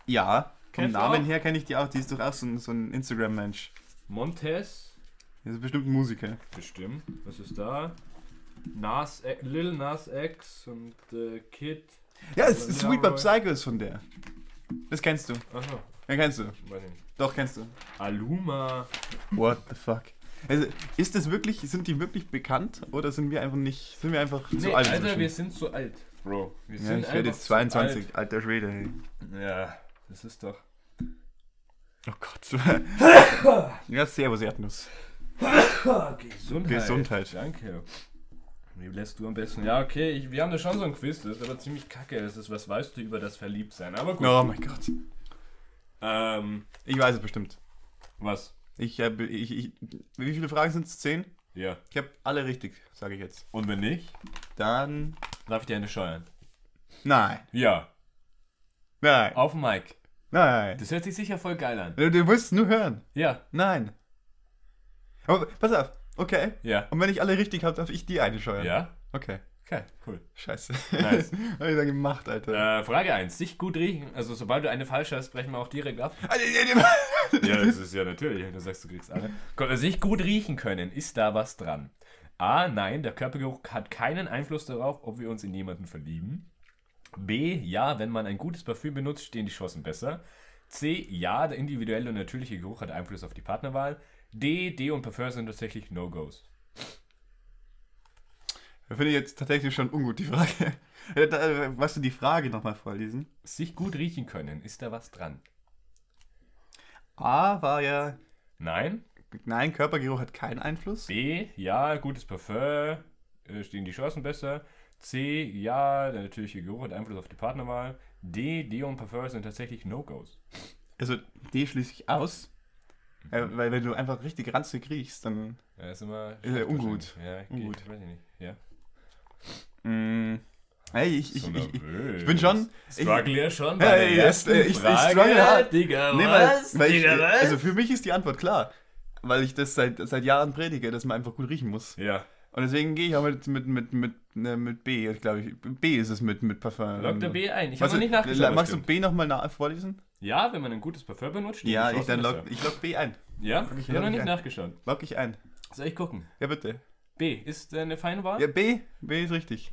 Speaker 2: Ja, vom
Speaker 1: Kennst du
Speaker 2: Namen
Speaker 1: auch?
Speaker 2: her kenne ich die auch. Die ist doch auch so ein, so ein Instagram-Mensch.
Speaker 1: Montez.
Speaker 2: Die ist bestimmt ein Musiker.
Speaker 1: Bestimmt. Was ist da? Nas, X- Lil Nas X und äh, Kid.
Speaker 2: Ja,
Speaker 1: es-
Speaker 2: es, Sweet But Psycho ist von der. Das kennst du.
Speaker 1: Achso,
Speaker 2: Ja, kennst du.
Speaker 1: weiß ich nicht.
Speaker 2: Doch, kennst du.
Speaker 1: Aluma.
Speaker 2: What the fuck? Also, ist das wirklich, sind die wirklich bekannt oder sind wir einfach nicht, sind wir einfach
Speaker 1: Nee,
Speaker 2: zu alt?
Speaker 1: Alter,
Speaker 2: inzwischen?
Speaker 1: wir sind so alt. Bro, wir
Speaker 2: ja, ich werde
Speaker 1: einfach
Speaker 2: jetzt
Speaker 1: zu
Speaker 2: 22, alter Schwede. Ey.
Speaker 1: alt. Ja, das ist doch.
Speaker 2: Oh Gott. ja, servus Erdnuss.
Speaker 1: Gesundheit.
Speaker 2: Gesundheit.
Speaker 1: Danke. Wie lässt du am besten? Ja, okay, ich, wir haben da schon so ein Quiz, das ist aber ziemlich kacke. Das ist, was weißt du über das Verliebtsein? Aber gut.
Speaker 2: Oh mein Gott.
Speaker 1: Ähm,
Speaker 2: Ich weiß es bestimmt.
Speaker 1: was?
Speaker 2: Ich habe, ich, ich, wie viele Fragen sind es? Zehn?
Speaker 1: Ja.
Speaker 2: Ich habe alle richtig, sage ich jetzt.
Speaker 1: Und wenn nicht,
Speaker 2: Dann,
Speaker 1: darf ich dir eine scheuern?
Speaker 2: nein,
Speaker 1: Ja.
Speaker 2: nein,
Speaker 1: Auf dem Mic.
Speaker 2: nein.
Speaker 1: Das hört sich sicher voll geil an.
Speaker 2: Du, du musst nur hören.
Speaker 1: Ja,
Speaker 2: Nein. Aber pass auf, okay.
Speaker 1: ja.
Speaker 2: Und wenn ich alle richtig habe, darf ich die eine scheuern.
Speaker 1: Ja?
Speaker 2: Okay.
Speaker 1: Okay, cool.
Speaker 2: Scheiße.
Speaker 1: Nice.
Speaker 2: [LAUGHS] Hab ich da gemacht, Alter.
Speaker 1: Äh, Frage 1. Dich gut riechen. Also, sobald du eine falsche hast, brechen wir auch direkt ab.
Speaker 2: Ah, [LAUGHS]
Speaker 1: Ja, das ist ja natürlich, wenn du sagst, du kriegst alle. Gott, also sich gut riechen können, ist da was dran? A, nein, der Körpergeruch hat keinen Einfluss darauf, ob wir uns in jemanden verlieben. B, ja, wenn man ein gutes Parfüm benutzt, stehen die Chancen besser. C, ja, der individuelle und natürliche Geruch hat Einfluss auf die Partnerwahl. D, D und Parfum sind tatsächlich No-Gos.
Speaker 2: Finde ich jetzt tatsächlich schon ungut, die Frage. [LAUGHS] Äh, da, äh, Was du die Frage nochmal vorlesen?
Speaker 1: Sich gut riechen können, ist da was dran?
Speaker 2: A war ja,
Speaker 1: Nein.
Speaker 2: nein, Körpergeruch hat keinen Einfluss.
Speaker 1: B, ja, gutes Parfum, äh, stehen die Chancen besser. C, ja, der natürliche Geruch hat Einfluss auf die Partnerwahl. D, Deo und Parfum sind tatsächlich No-Gos.
Speaker 2: Also D schließe ich aus. Äh,
Speaker 1: Mhm.
Speaker 2: weil wenn du einfach richtig ranzig riechst, dann...
Speaker 1: Ja, ist immer
Speaker 2: Ist ja ungut.
Speaker 1: Ja,
Speaker 2: Ungut.
Speaker 1: geht, weiß ich nicht. Ja.
Speaker 2: Mm, hey, ich, ich,
Speaker 1: So
Speaker 2: ich, ich,
Speaker 1: nervös.
Speaker 2: ich bin schon... Ich,
Speaker 1: Struggle ja schon bei
Speaker 2: Hey,
Speaker 1: der
Speaker 2: yes,
Speaker 1: ersten
Speaker 2: äh, ich- ich
Speaker 1: Frage.
Speaker 2: struggle hart.
Speaker 1: Digga,
Speaker 2: nee, weil,
Speaker 1: was?
Speaker 2: weil ich,
Speaker 1: Digga, was?
Speaker 2: also für mich ist die Antwort klar. Weil ich das seit, seit Jahren predige, dass man einfach gut riechen muss.
Speaker 1: ja,
Speaker 2: Und deswegen gehe ich auch mit, mit, mit, mit, ne, mit B, glaube ich. B ist es mit, mit Parfum.
Speaker 1: log der B ein. Ich
Speaker 2: Weißt
Speaker 1: habe
Speaker 2: du,
Speaker 1: noch nicht nachgeschaut.
Speaker 2: la-
Speaker 1: was
Speaker 2: Magst du
Speaker 1: stimmt.
Speaker 2: B nochmal nach vorlesen?
Speaker 1: ja, wenn man ein gutes Parfum benutzt, stehen
Speaker 2: Ja,
Speaker 1: die
Speaker 2: ich, dann
Speaker 1: Chancen
Speaker 2: log,
Speaker 1: besser.
Speaker 2: ich log B ein.
Speaker 1: Ja, ich habe
Speaker 2: log
Speaker 1: noch
Speaker 2: ich
Speaker 1: nicht
Speaker 2: ein.
Speaker 1: nachgeschaut.
Speaker 2: Log ich ein.
Speaker 1: Soll ich gucken?
Speaker 2: Ja, bitte.
Speaker 1: B, ist äh, eine feine Wahl?
Speaker 2: Ja, B. B ist richtig.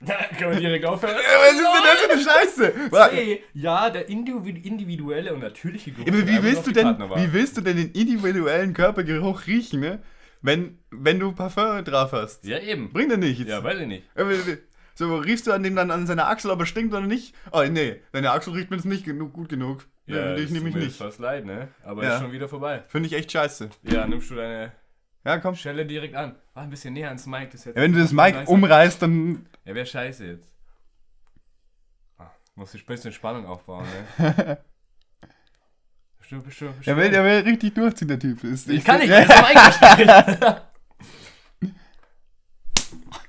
Speaker 1: [LAUGHS] Kann man
Speaker 2: [LAUGHS]
Speaker 1: direkt aufhören?
Speaker 2: Was ist denn das für eine Scheiße? Wa-
Speaker 1: C. Ja, der individu- individuelle und natürliche Geruch.
Speaker 2: Ja, aber wie
Speaker 1: der
Speaker 2: willst,
Speaker 1: auf
Speaker 2: du
Speaker 1: die
Speaker 2: denn,
Speaker 1: Partnerwahl.
Speaker 2: wie willst du denn den individuellen Körpergeruch riechen, ne? wenn, wenn du Parfum drauf hast?
Speaker 1: Ja, eben.
Speaker 2: Bringt er nichts.
Speaker 1: Ja, weiß ich nicht.
Speaker 2: Äh, w- w- So, riechst du an dem dann an seiner Achsel, ob er stinkt oder nicht? Oh, nee, deine Achsel riecht mir jetzt nicht genug, gut genug. Ja,
Speaker 1: das
Speaker 2: ich nehme
Speaker 1: tut
Speaker 2: ich
Speaker 1: mir
Speaker 2: nicht.
Speaker 1: fast leid, ne? Aber
Speaker 2: Ja.
Speaker 1: ist schon wieder vorbei.
Speaker 2: Finde ich echt scheiße.
Speaker 1: Ja, nimmst du deine
Speaker 2: Ja, komm.
Speaker 1: Schelle direkt an. Mach ein bisschen näher ans Mic. Das ist jetzt
Speaker 2: Ja, wenn du das Mic um-
Speaker 1: Nice.
Speaker 2: umreißt, dann.
Speaker 1: Ja, wäre scheiße jetzt. Ah, musst du ein bisschen Spannung aufbauen, ne?
Speaker 2: [LAUGHS]
Speaker 1: Bestimmt, bestimmt,
Speaker 2: Der
Speaker 1: bestimmt.
Speaker 2: will, der will richtig durchziehen, der Typ. Ist,
Speaker 1: ich kann nicht, das ist mein
Speaker 2: [LAUGHS]
Speaker 1: Gespräch.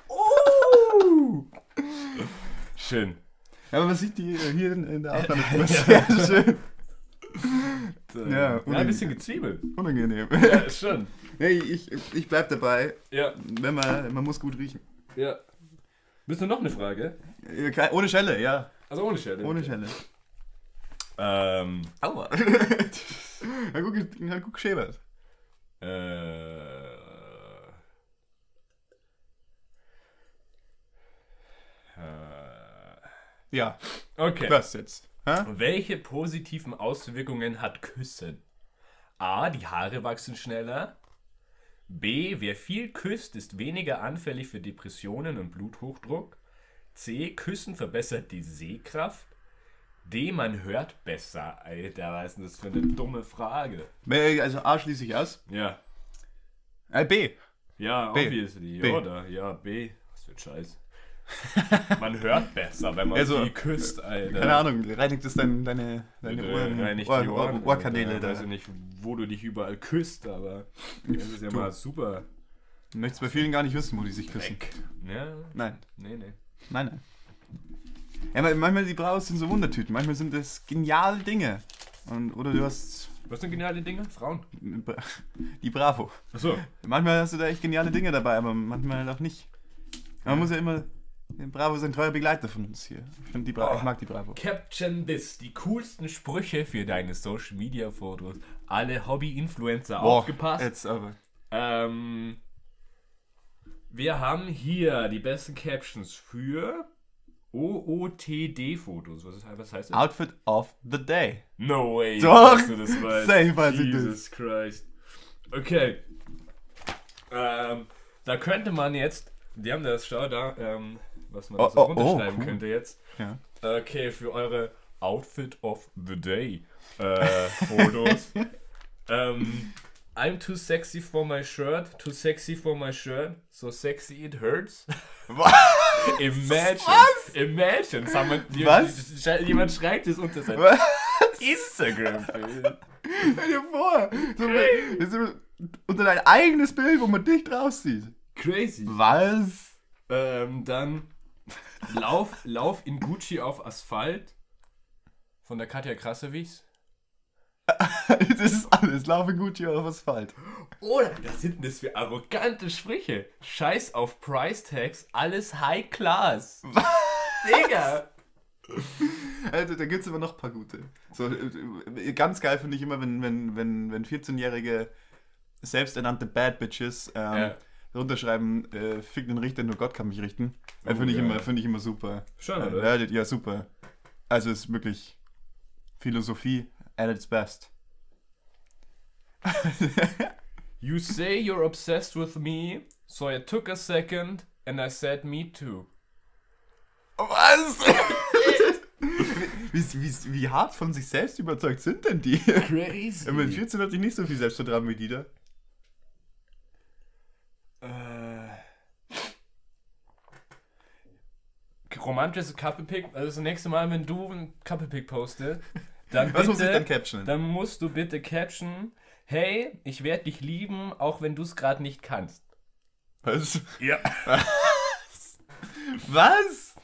Speaker 2: Uh!
Speaker 1: Oh! Schön.
Speaker 2: Ja, aber man sieht die äh, hier in, in der
Speaker 1: [LAUGHS]
Speaker 2: Aufnahme. immer Sehr schön.
Speaker 1: Äh, ja, ein
Speaker 2: unangenehm.
Speaker 1: bisschen gezwiebelt. [LAUGHS]
Speaker 2: Unangenehm.
Speaker 1: Ja, ist schon.
Speaker 2: Hey, ich, ich bleib dabei.
Speaker 1: Ja,
Speaker 2: Wenn man, man muss gut riechen.
Speaker 1: ja. Bist du noch eine Frage?
Speaker 2: Äh, kein- Ohne Schelle, ja.
Speaker 1: Also ohne Schelle.
Speaker 2: Ohne Schelle.
Speaker 1: Ähm,
Speaker 2: Aua. hat, gut, ge- hat gut geschäbert.
Speaker 1: äh, äh,
Speaker 2: Ja.
Speaker 1: okay.
Speaker 2: Was jetzt? Hä?
Speaker 1: Welche positiven Auswirkungen hat Küssen? A. Die Haare wachsen schneller. B. Wer viel küsst, ist weniger anfällig für Depressionen und Bluthochdruck. C. Küssen verbessert die Sehkraft. D. Man hört besser. Alter, was ist denn das für eine dumme Frage?
Speaker 2: Nee, Also A schließe ich aus.
Speaker 1: Ja.
Speaker 2: Äh, B.
Speaker 1: Ja,
Speaker 2: B.
Speaker 1: obviously,
Speaker 2: B.
Speaker 1: oder? Ja, B. Was für ein Scheiß. Man hört besser, wenn man
Speaker 2: Also,
Speaker 1: viel küsst, Alter.
Speaker 2: Keine Ahnung, reinigt das dein, deine, deine
Speaker 1: Bitte
Speaker 2: Ohren,
Speaker 1: reinigt
Speaker 2: Äh, Ohren,
Speaker 1: die Ohren.
Speaker 2: Ohr, Ohrkanäle
Speaker 1: Ich äh, weiß
Speaker 2: da.
Speaker 1: ja nicht, wo du dich überall küsst,
Speaker 2: [LAUGHS]
Speaker 1: aber das ist ja mal super.
Speaker 2: Möchtest bei vielen gar nicht wissen, wo die sich küssen.
Speaker 1: Weg. Ja,
Speaker 2: Nein,
Speaker 1: nee, nee.
Speaker 2: nein, nein. Ja, aber manchmal die Braus sind so Wundertüten, manchmal sind das geniale Dinge. Und, oder du hast
Speaker 1: Was sind geniale Dinge? Frauen.
Speaker 2: [LAUGHS] die Bravo.
Speaker 1: Achso.
Speaker 2: Manchmal hast du da echt geniale Dinge dabei, aber manchmal halt auch nicht. Man muss ja immer Bravo sind teuer Begleiter von uns hier. Ich, find die Bra
Speaker 1: Oh.
Speaker 2: ich mag die Bravo.
Speaker 1: Caption this, die coolsten Sprüche für deine Social Media Fotos. Alle Hobby-Influencer
Speaker 2: Boah,
Speaker 1: aufgepasst.
Speaker 2: Jetzt aber.
Speaker 1: Ähm, wir haben hier die besten Captions für OOTD-Fotos. Was, ist, was heißt das?
Speaker 2: Outfit of the Day.
Speaker 1: No way.
Speaker 2: Doch,
Speaker 1: dass du das weißt.
Speaker 2: safe weiß ich das.
Speaker 1: Jesus Christ. Okay. Ähm, da könnte man jetzt, die haben das, schau da, ähm, was man
Speaker 2: Oh,
Speaker 1: da so
Speaker 2: oh, oh,
Speaker 1: runterschreiben
Speaker 2: cool.
Speaker 1: könnte jetzt.
Speaker 2: Ja.
Speaker 1: Okay, für eure Outfit of the Day äh,
Speaker 2: [LAUGHS]
Speaker 1: Fotos. ähm, I'm too sexy for my shirt, too sexy for my shirt, so sexy it
Speaker 2: [LAUGHS]
Speaker 1: hurts. Imagine,
Speaker 2: Was?
Speaker 1: imagine, someone,
Speaker 2: Was?
Speaker 1: jemand schreibt es unter sein
Speaker 2: Was?
Speaker 1: Instagram-Bild.
Speaker 2: Stell dir vor. So, das ist unter dein eigenes Bild, wo man dich drauf sieht.
Speaker 1: Crazy.
Speaker 2: Was? [LAUGHS]
Speaker 1: Ähm, dann Lauf, Lauf in Gucci auf Asphalt von der Katja Krassewichs.
Speaker 2: Das ist alles. Laufe gut hier auf Asphalt.
Speaker 1: Oder, was sind denn das für arrogante Sprüche? Scheiß auf Price Tags, alles High Class. Digga.
Speaker 2: Also, da gibt es immer noch ein paar gute. So, äh, ganz geil finde ich immer, wenn, wenn, wenn, wenn 14-jährige selbsternannte Bad Bitches ähm,
Speaker 1: Ja.
Speaker 2: runterschreiben, äh, fick den Richter, nur Gott kann mich richten. Äh,
Speaker 1: Oh,
Speaker 2: finde ich,
Speaker 1: ja.
Speaker 2: immer- finde ich immer super.
Speaker 1: Schon,
Speaker 2: Äh,
Speaker 1: oder?
Speaker 2: ja, ja, super. Also ist wirklich Philosophie at its best.
Speaker 1: You say you're obsessed with me, so I took a second and I said me too.
Speaker 2: Was? wie, wie, wie hart von sich selbst überzeugt sind denn die?
Speaker 1: Crazy.
Speaker 2: Ja, mit 14 hatte ich nicht so viel Selbstvertrauen wie die da.
Speaker 1: romantisches Couple-Pick, also das nächste Mal, wenn du ein Couple-Pick postest, dann
Speaker 2: Was
Speaker 1: bitte,
Speaker 2: muss ich dann captionen?
Speaker 1: Dann musst du bitte captionen, hey, ich werde dich lieben, auch wenn du es gerade nicht kannst.
Speaker 2: Was?
Speaker 1: Ja.
Speaker 2: Was?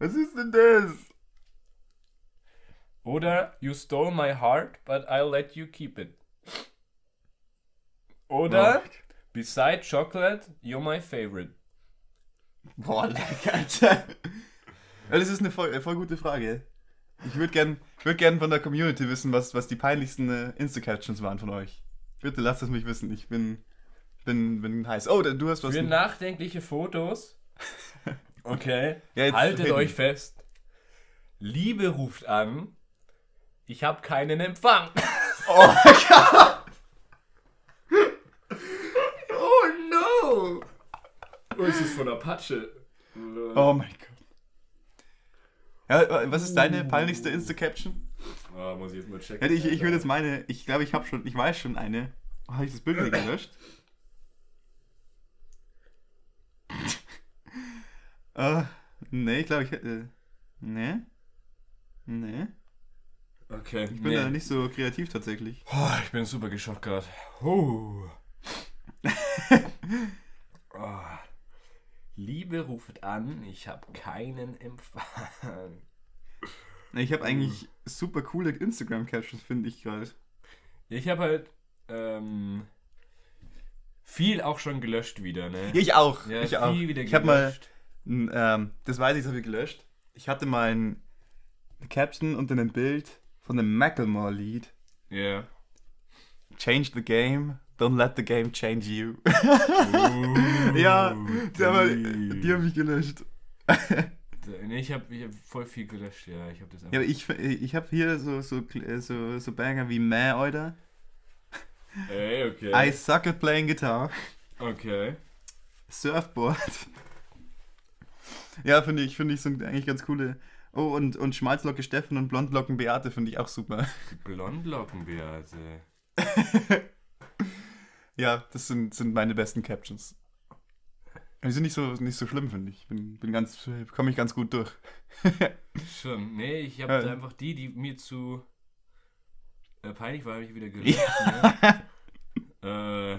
Speaker 2: Was ist denn das?
Speaker 1: Oder you stole my heart, but I'll let you keep it. Oder beside chocolate, you're my favorite.
Speaker 2: Boah, lecker, Alter. Ja, Das ist eine voll, voll gute Frage. Ich würde gern, ich würd gern von der Community wissen, was, was die peinlichsten äh, Insta-Captions waren von euch. Bitte lasst es mich wissen. Ich bin, bin, bin heiß. Oh, da- du hast was.
Speaker 1: Für nachdenkliche
Speaker 2: [LAUGHS]
Speaker 1: Fotos. Okay.
Speaker 2: Ja, jetzt
Speaker 1: Haltet
Speaker 2: reden.
Speaker 1: euch fest. Liebe ruft an. Ich habe keinen Empfang. [LAUGHS]
Speaker 2: Oh mein Gott.
Speaker 1: Oh no! Oh, es ist von Apache.
Speaker 2: Oh mein Gott. Ja, was ist deine
Speaker 1: Oh.
Speaker 2: peinlichste Insta-Caption?
Speaker 1: Ah, muss ich jetzt mal checken.
Speaker 2: Hätte ich, ich will jetzt
Speaker 1: Alter.
Speaker 2: meine, ich glaube, ich habe schon, ich weiß schon eine. Oh, habe ich das Bild wieder gelöscht? [LAUGHS] Ah, nee, ich glaube, ich hätte. Nee? Nee?
Speaker 1: Okay.
Speaker 2: Ich bin da nicht so kreativ tatsächlich.
Speaker 1: Oh, ich bin super geschockt gerade. Oh.
Speaker 2: [LAUGHS]
Speaker 1: oh. Liebe ruft an, ich habe keinen Empfang.
Speaker 2: Nee, Ich habe eigentlich super coole Instagram-Captions, finde ich gerade.
Speaker 1: Ich habe halt ähm, viel auch schon gelöscht wieder, ne?
Speaker 2: Ich auch.
Speaker 1: Ja,
Speaker 2: ich auch.
Speaker 1: viel wieder
Speaker 2: ich habe mal
Speaker 1: gelöscht.
Speaker 2: N- Ähm, das weiß ich, das habe ich gelöscht. Ich hatte mal ein- eine Caption unter einem Bild von einem Macklemore-Lied.
Speaker 1: Ja.
Speaker 2: Change the game, don't let the game change you. [LAUGHS] ja, die haben, halt, die haben mich gelöscht.
Speaker 1: Nee, ich habe ich hab voll viel gelöscht, ja. Ich habe das
Speaker 2: Ja,
Speaker 1: einfach.
Speaker 2: aber ich, ich habe hier so, so, so, so Banger wie Meh, Alter.
Speaker 1: Ey, okay.
Speaker 2: I suck at playing guitar.
Speaker 1: Okay.
Speaker 2: Surfboard. [LAUGHS] Ja, finde ich, finde ich, sind eigentlich ganz coole. Oh, und, und Schmalzlocke Steffen und Blondlocken Beate finde ich auch super.
Speaker 1: Die Blondlockenbeate.
Speaker 2: Ja, das sind, sind meine besten Captions. Die sind nicht so, nicht so schlimm, finde ich. Bin, bin ganz, komme ich ganz gut durch.
Speaker 1: Schon. Nee, ich habe
Speaker 2: Ja.
Speaker 1: da einfach die, die mir zu äh, peinlich war, habe ich wieder gelöscht.
Speaker 2: [LAUGHS]
Speaker 1: Ne? äh,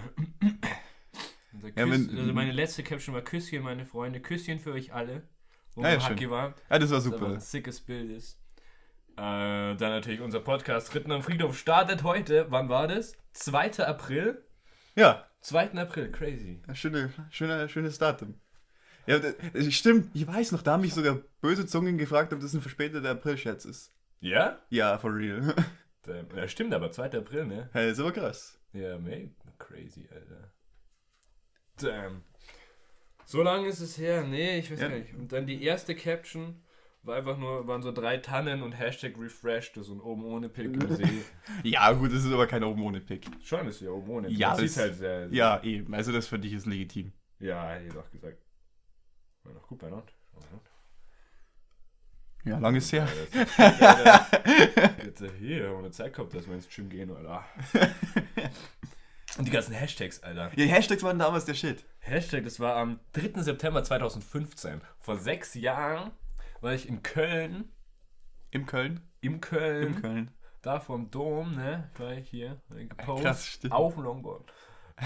Speaker 1: unser
Speaker 2: Ja,
Speaker 1: Küss,
Speaker 2: wenn-
Speaker 1: also meine letzte Caption war Küsschen, meine Freunde. Küsschen für euch alle. Wo
Speaker 2: Ja, ja,
Speaker 1: ja, Hacki
Speaker 2: schön.
Speaker 1: war.
Speaker 2: Ja, das war
Speaker 1: Das einfach
Speaker 2: super.
Speaker 1: ein sickes Bild ist. Äh, dann natürlich unser Podcast Ritten am Friedhof startet heute. Wann war das? 2. April?
Speaker 2: Ja,
Speaker 1: 2. April, crazy.
Speaker 2: schöne, schöner, schönes Datum. Ja, das, das stimmt, ich weiß noch, da haben mich sogar böse Zungen gefragt, ob das ein verspäteter April-Scherz ist.
Speaker 1: Ja?
Speaker 2: Ja, for real. [LAUGHS]
Speaker 1: Damn. Ja, stimmt, aber 2. April, ne?
Speaker 2: Hey, ist aber krass.
Speaker 1: Ja, mate. Crazy, Alter. Damn. So lange ist es her. Nee, ich weiß
Speaker 2: Ja.
Speaker 1: gar nicht. Und dann die erste Caption war einfach nur, waren so drei Tannen und Hashtag refreshed, so ein oben ohne Pick
Speaker 2: [LAUGHS]
Speaker 1: im See.
Speaker 2: Ja, gut, das ist aber kein oben ohne Pick.
Speaker 1: Schon ist ja oben ohne.
Speaker 2: Ja,
Speaker 1: das
Speaker 2: das-
Speaker 1: ist halt sehr.
Speaker 2: Ja, eben. Also das für dich ist legitim.
Speaker 1: Ja, hätte ich doch gesagt. War noch gut Oh, beieinander.
Speaker 2: [LAUGHS] Ja, lang ist her.
Speaker 1: Jetzt äh, hier, ohne Zeit kommt, dass wir ins Gym gehen,
Speaker 2: [LAUGHS]
Speaker 1: Alter. Und die ganzen Hashtags, Alter.
Speaker 2: Ja, Hashtags waren damals der Shit.
Speaker 1: Hashtag, das war am 3. September 2015. Vor sechs Jahren war ich in Köln,
Speaker 2: Im Köln.
Speaker 1: im Köln,
Speaker 2: Im Köln.
Speaker 1: da vom Dom, ne, war ich hier, äh, gepostet,
Speaker 2: Krass, stimmt.
Speaker 1: auf dem Longboard.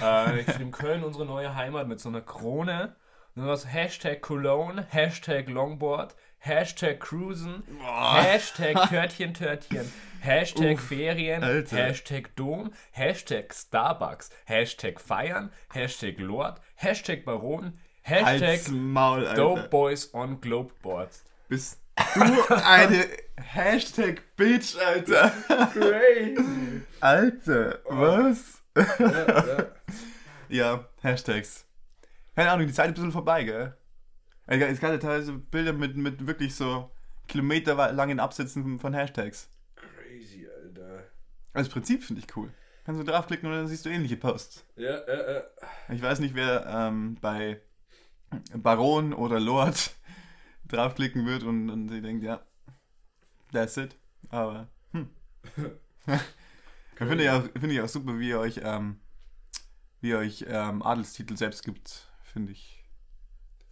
Speaker 1: Äh, ich in Köln, unsere neue Heimat, mit so einer Krone. Und dann war es Hashtag Cologne, Hashtag Longboard, Hashtag Cruisen, Hashtag
Speaker 2: [LAUGHS]
Speaker 1: Törtchen, Törtchen, Hashtag Ferien,
Speaker 2: Alter.
Speaker 1: Hashtag Dom, Hashtag Starbucks, Hashtag Feiern, Hashtag Lord, Hashtag Baron, Hashtag
Speaker 2: Halt's Maul, Alter.
Speaker 1: Dope Boys on Globeboards.
Speaker 2: Bist du eine [LAUGHS] Hashtag Bitch, Alter.
Speaker 1: Crazy!
Speaker 2: Alter, was?
Speaker 1: ja, ja.
Speaker 2: Ja, Hashtags. Keine Ahnung, die Zeit ist ein bisschen vorbei, gell? Alter, Es gab ja teilweise Bilder mit, mit wirklich so kilometerlangen Absätzen von Hashtags.
Speaker 1: Crazy, Alter.
Speaker 2: Also das Prinzip finde ich cool. Kannst du draufklicken und dann siehst du ähnliche Posts.
Speaker 1: Ja, äh, äh.
Speaker 2: Ich weiß nicht, wer ähm, bei Baron oder Lord [LAUGHS] draufklicken wird und, und sie denkt, ja, that's it. Aber,
Speaker 1: [LAUGHS]
Speaker 2: hm. Ich finde ja, auch- finde ich auch super, wie ihr euch, ähm, wie ihr euch ähm, Adelstitel selbst gibt. Finde ich,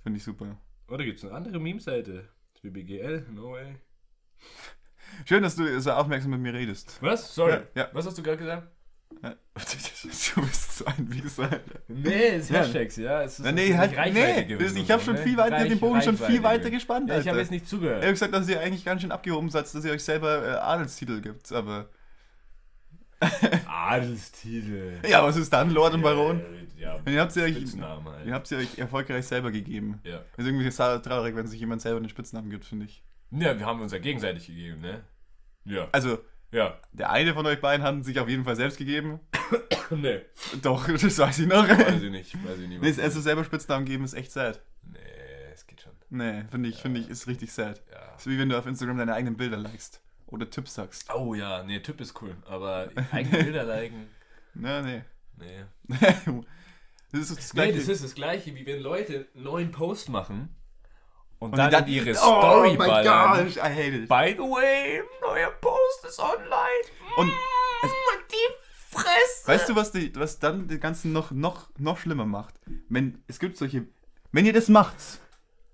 Speaker 2: finde ich super.
Speaker 1: Oder Oh, gibt's eine andere Meme-Seite? Wie BGL? No way.
Speaker 2: Schön, dass du so aufmerksam mit mir redest.
Speaker 1: Was? Sorry.
Speaker 2: Ja, ja.
Speaker 1: Was hast du gerade gesagt?
Speaker 2: Ja. [LAUGHS] Du bist so ein Wichser.
Speaker 1: Nee, [LAUGHS] es ist
Speaker 2: Ja.
Speaker 1: Hashtags, ja. Es ist
Speaker 2: Na, nee,
Speaker 1: nicht
Speaker 2: halt,
Speaker 1: Reichweite
Speaker 2: nee.
Speaker 1: gewesen
Speaker 2: Das, ich
Speaker 1: und
Speaker 2: habe
Speaker 1: so,
Speaker 2: schon
Speaker 1: ne?
Speaker 2: viel weiter, den Bogen schon viel
Speaker 1: Reichweite
Speaker 2: weiter
Speaker 1: gewesen.
Speaker 2: gespannt.
Speaker 1: Ja, ich habe
Speaker 2: Alter.
Speaker 1: jetzt nicht zugehört.
Speaker 2: Ich habe gesagt, dass ihr eigentlich ganz schön abgehoben seid, dass ihr euch selber äh, Adelstitel gibt, aber.
Speaker 1: Ah, Adelstitel.
Speaker 2: Ja, was ist dann, Lord und Baron?
Speaker 1: Ja,
Speaker 2: Und ihr habt sie euch,
Speaker 1: Spitznamen halt.
Speaker 2: ihr habt sie euch erfolgreich selber gegeben.
Speaker 1: Ja.
Speaker 2: Ist irgendwie sa- traurig, wenn sich jemand selber einen Spitznamen gibt, finde ich.
Speaker 1: ja, wir haben uns ja gegenseitig gegeben, ne? Ja.
Speaker 2: Also,
Speaker 1: Ja. [LAUGHS]
Speaker 2: der eine von euch beiden hat sich auf jeden Fall selbst gegeben. [LAUGHS]
Speaker 1: nee.
Speaker 2: Doch, das weiß ich noch.
Speaker 1: Weiß ich nicht. Weiß ich nicht.
Speaker 2: Nee,
Speaker 1: was-
Speaker 2: es also selber Spitznamen geben ist echt sad.
Speaker 1: nee, es geht schon.
Speaker 2: Nee, finde ich, finde ich, ist richtig sad.
Speaker 1: Ja.
Speaker 2: Ist wie wenn du auf Instagram deine eigenen Bilder likest. Oder Tipps sagst.
Speaker 1: Oh ja, nee, Typ ist cool.
Speaker 2: [LAUGHS]
Speaker 1: Aber eigene Bilder liken.
Speaker 2: Nee, Ne, nee. [LAUGHS]
Speaker 1: Nee.
Speaker 2: das ist das
Speaker 1: Nee,
Speaker 2: gleiche.
Speaker 1: das ist das gleiche, wie wenn Leute einen neuen Post machen und,
Speaker 2: Und
Speaker 1: dann,
Speaker 2: dann-
Speaker 1: ihre
Speaker 2: oh
Speaker 1: Story
Speaker 2: mein
Speaker 1: ballern.
Speaker 2: gosh, I hate it.
Speaker 1: By the way, neuer Post ist online.
Speaker 2: Und-
Speaker 1: Mm, die Fresse.
Speaker 2: Weißt du, was, die, was dann den Ganzen noch, noch, noch schlimmer macht? Wenn, es gibt solche. Wenn ihr das macht,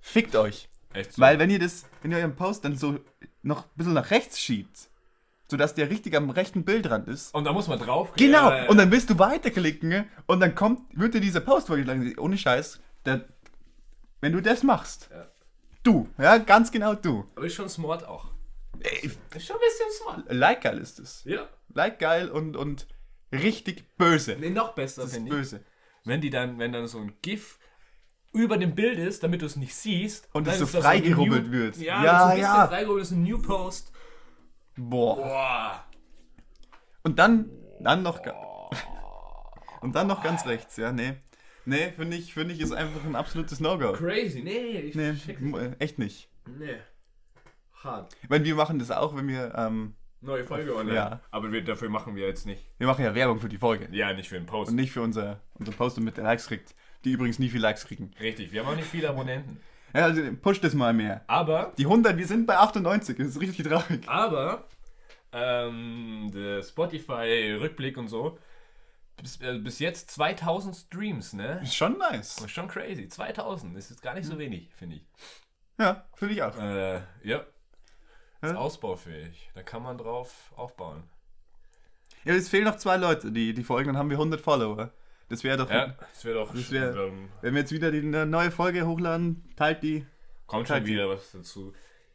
Speaker 2: fickt euch.
Speaker 1: Echt so?
Speaker 2: Weil wenn ihr das, wenn ihr euren Post dann so noch ein bisschen nach rechts schiebt, sodass der richtig am rechten Bildrand ist.
Speaker 1: und da muss man drauf.
Speaker 2: Genau,
Speaker 1: Ja, ja,
Speaker 2: und dann willst du weiterklicken ne? und dann kommt, wird dir dieser Post vorgeschlagen. Ohne Scheiß, der, wenn du das machst,
Speaker 1: ja.
Speaker 2: du, ja, ganz genau du.
Speaker 1: Aber ist schon smart auch.
Speaker 2: Ey,
Speaker 1: Ist schon ein bisschen smart.
Speaker 2: Like geil ist es.
Speaker 1: Ja.
Speaker 2: Like geil und, und richtig böse.
Speaker 1: Nee, noch besser
Speaker 2: Das ist
Speaker 1: finde ich.
Speaker 2: böse.
Speaker 1: Wenn die dann, wenn dann so ein GIF über dem Bild ist, damit du es nicht siehst.
Speaker 2: Und
Speaker 1: dann
Speaker 2: es so
Speaker 1: ist das ein
Speaker 2: freigerubbelt
Speaker 1: New-
Speaker 2: wird.
Speaker 1: Ja,
Speaker 2: Ja,
Speaker 1: ja, so ein bisschen
Speaker 2: ja.
Speaker 1: freigerubbelt ist ein New Post.
Speaker 2: Boah.
Speaker 1: Boah.
Speaker 2: Und dann, dann noch. ga- [LAUGHS] Und dann noch ganz rechts, ja, nee. Nee, finde ich, finde ich, ist einfach ein absolutes No-Go.
Speaker 1: Crazy. Nee, ich
Speaker 2: Nee,
Speaker 1: check's
Speaker 2: mu- äh, echt nicht.
Speaker 1: Nee. Hart.
Speaker 2: Ich meine, wir machen das auch, wenn wir, ähm,
Speaker 1: Neue Folge online.
Speaker 2: Ja.
Speaker 1: Aber wir, dafür machen wir jetzt nicht.
Speaker 2: wir machen ja Werbung für die Folge.
Speaker 1: Ja, nicht für den Post.
Speaker 2: Und nicht für unser, unser Post, damit der Likes kriegt, die übrigens nie viel Likes kriegen.
Speaker 1: Richtig, wir haben auch nicht viele Abonnenten.
Speaker 2: Ja, also push das mal mehr.
Speaker 1: Aber,
Speaker 2: Die 100, wir sind bei 98, das ist richtig traurig.
Speaker 1: aber, ähm, der Spotify-Rückblick und so. Bis, äh, bis jetzt 2000 Streams, ne?
Speaker 2: Ist schon nice.
Speaker 1: Das ist schon crazy. 2000 ist jetzt gar nicht
Speaker 2: Hm.
Speaker 1: so wenig, finde ich.
Speaker 2: Ja, finde ich auch.
Speaker 1: Äh, ja. Ist
Speaker 2: Hä?
Speaker 1: ausbaufähig. Da kann man drauf aufbauen.
Speaker 2: Ja, es fehlen noch zwei Leute, die, die folgen, dann haben wir 100 Follower. Das wäre doch,
Speaker 1: Ja, das wäre doch
Speaker 2: Hm. Das wär-
Speaker 1: ähm,
Speaker 2: wenn wir jetzt wieder die eine neue Folge hochladen, teilt die,
Speaker 1: Kommt schon wieder was dazu.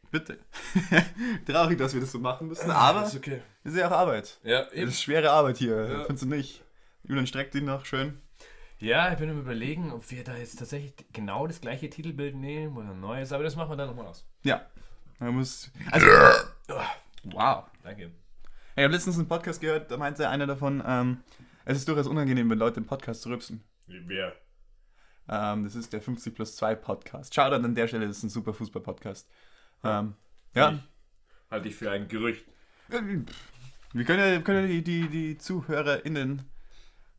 Speaker 2: Bitte. [LAUGHS] Traurig, dass wir das so machen müssen, aber
Speaker 1: ist okay.
Speaker 2: ist ja auch Arbeit.
Speaker 1: Ja,
Speaker 2: Das
Speaker 1: eben.
Speaker 2: ist schwere Arbeit hier,
Speaker 1: Ja.
Speaker 2: findest du nicht? Julian streckt ihn noch schön.
Speaker 1: Ja, ich bin am überlegen, ob wir da jetzt tatsächlich genau das gleiche Titelbild nehmen oder ein neues, aber das machen wir dann nochmal aus.
Speaker 2: Ja. Man muss. Also, wow.
Speaker 1: Danke.
Speaker 2: Ich habe letztens einen Podcast gehört, da meinte einer davon, ähm, es ist durchaus unangenehm, wenn Leute im Podcast rübsen.
Speaker 1: Wer?
Speaker 2: Ähm, das ist der 50 plus 2 Podcast. Schaut an der Stelle, das ist ein super Fußball-Podcast. Ähm, ja.
Speaker 1: Halte ich für ein Gerücht.
Speaker 2: Wir können ja, können ja die, die, die ZuhörerInnen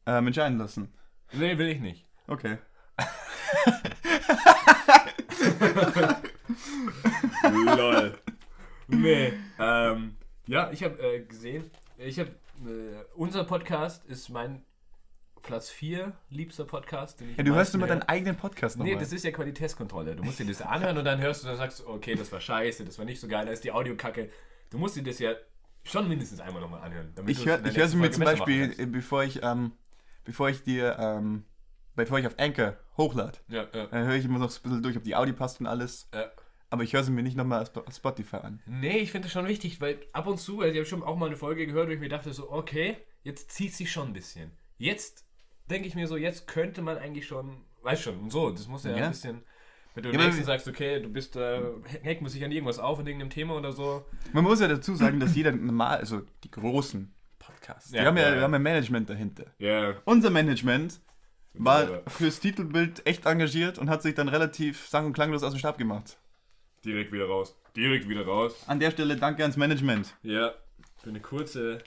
Speaker 2: ähm, entscheiden lassen.
Speaker 1: Nee, will ich nicht.
Speaker 2: Okay.
Speaker 1: Lol. [LAUGHS] Nee. Ähm, ja, ich habe äh, gesehen, ich habe äh, unser Podcast ist mein Platz 4 liebster Podcast. Den ich
Speaker 2: Ja,
Speaker 1: am
Speaker 2: du hörst
Speaker 1: meisten
Speaker 2: immer
Speaker 1: höre.
Speaker 2: deinen eigenen Podcast nochmal.
Speaker 1: Nee, das ist ja Qualitätskontrolle. Du musst dir das anhören und dann hörst du und dann sagst du, okay, das war scheiße, das war nicht so geil, da ist die Audiokacke. Du musst dir das ja schon mindestens einmal nochmal anhören. damit du
Speaker 2: ich
Speaker 1: es in
Speaker 2: höre
Speaker 1: der
Speaker 2: ich hör's
Speaker 1: nächsten
Speaker 2: mir
Speaker 1: Folge
Speaker 2: zum
Speaker 1: besser machen
Speaker 2: Beispiel,
Speaker 1: kannst.
Speaker 2: äh, bevor ich, ähm, bevor ich dir, ähm, bevor ich auf Anchor hochlade,
Speaker 1: Ja, ja.
Speaker 2: dann höre ich immer noch so ein bisschen durch, ob die Audi passt und alles.
Speaker 1: Ja.
Speaker 2: Aber ich höre sie mir nicht nochmal auf Sp- auf Spotify an.
Speaker 1: Nee, ich finde das schon wichtig, weil ab und zu, also ich habe schon auch mal eine Folge gehört, wo ich mir dachte so, okay, jetzt zieht sich schon ein bisschen. Jetzt denke ich mir so, jetzt könnte man eigentlich schon, weiß schon, und so, das muss ja,
Speaker 2: Ja.
Speaker 1: ein bisschen, wenn du
Speaker 2: Ja,
Speaker 1: im
Speaker 2: aber
Speaker 1: nächsten
Speaker 2: wie-
Speaker 1: sagst, okay, du bist, äh, heck, muss ich an irgendwas auf, an irgendeinem Thema oder so.
Speaker 2: Man muss ja dazu sagen, dass jeder normal, also die großen Podcasts,
Speaker 1: Ja,
Speaker 2: die haben ja,
Speaker 1: ja, ja.
Speaker 2: Wir haben ja Management dahinter.
Speaker 1: Ja.
Speaker 2: Unser Management war
Speaker 1: Ja.
Speaker 2: fürs Titelbild echt engagiert und hat sich dann relativ sang- und klanglos aus dem Stab gemacht.
Speaker 1: Direkt wieder raus. Direkt wieder raus.
Speaker 2: An der Stelle danke ans Management.
Speaker 1: Ja. Für eine kurze,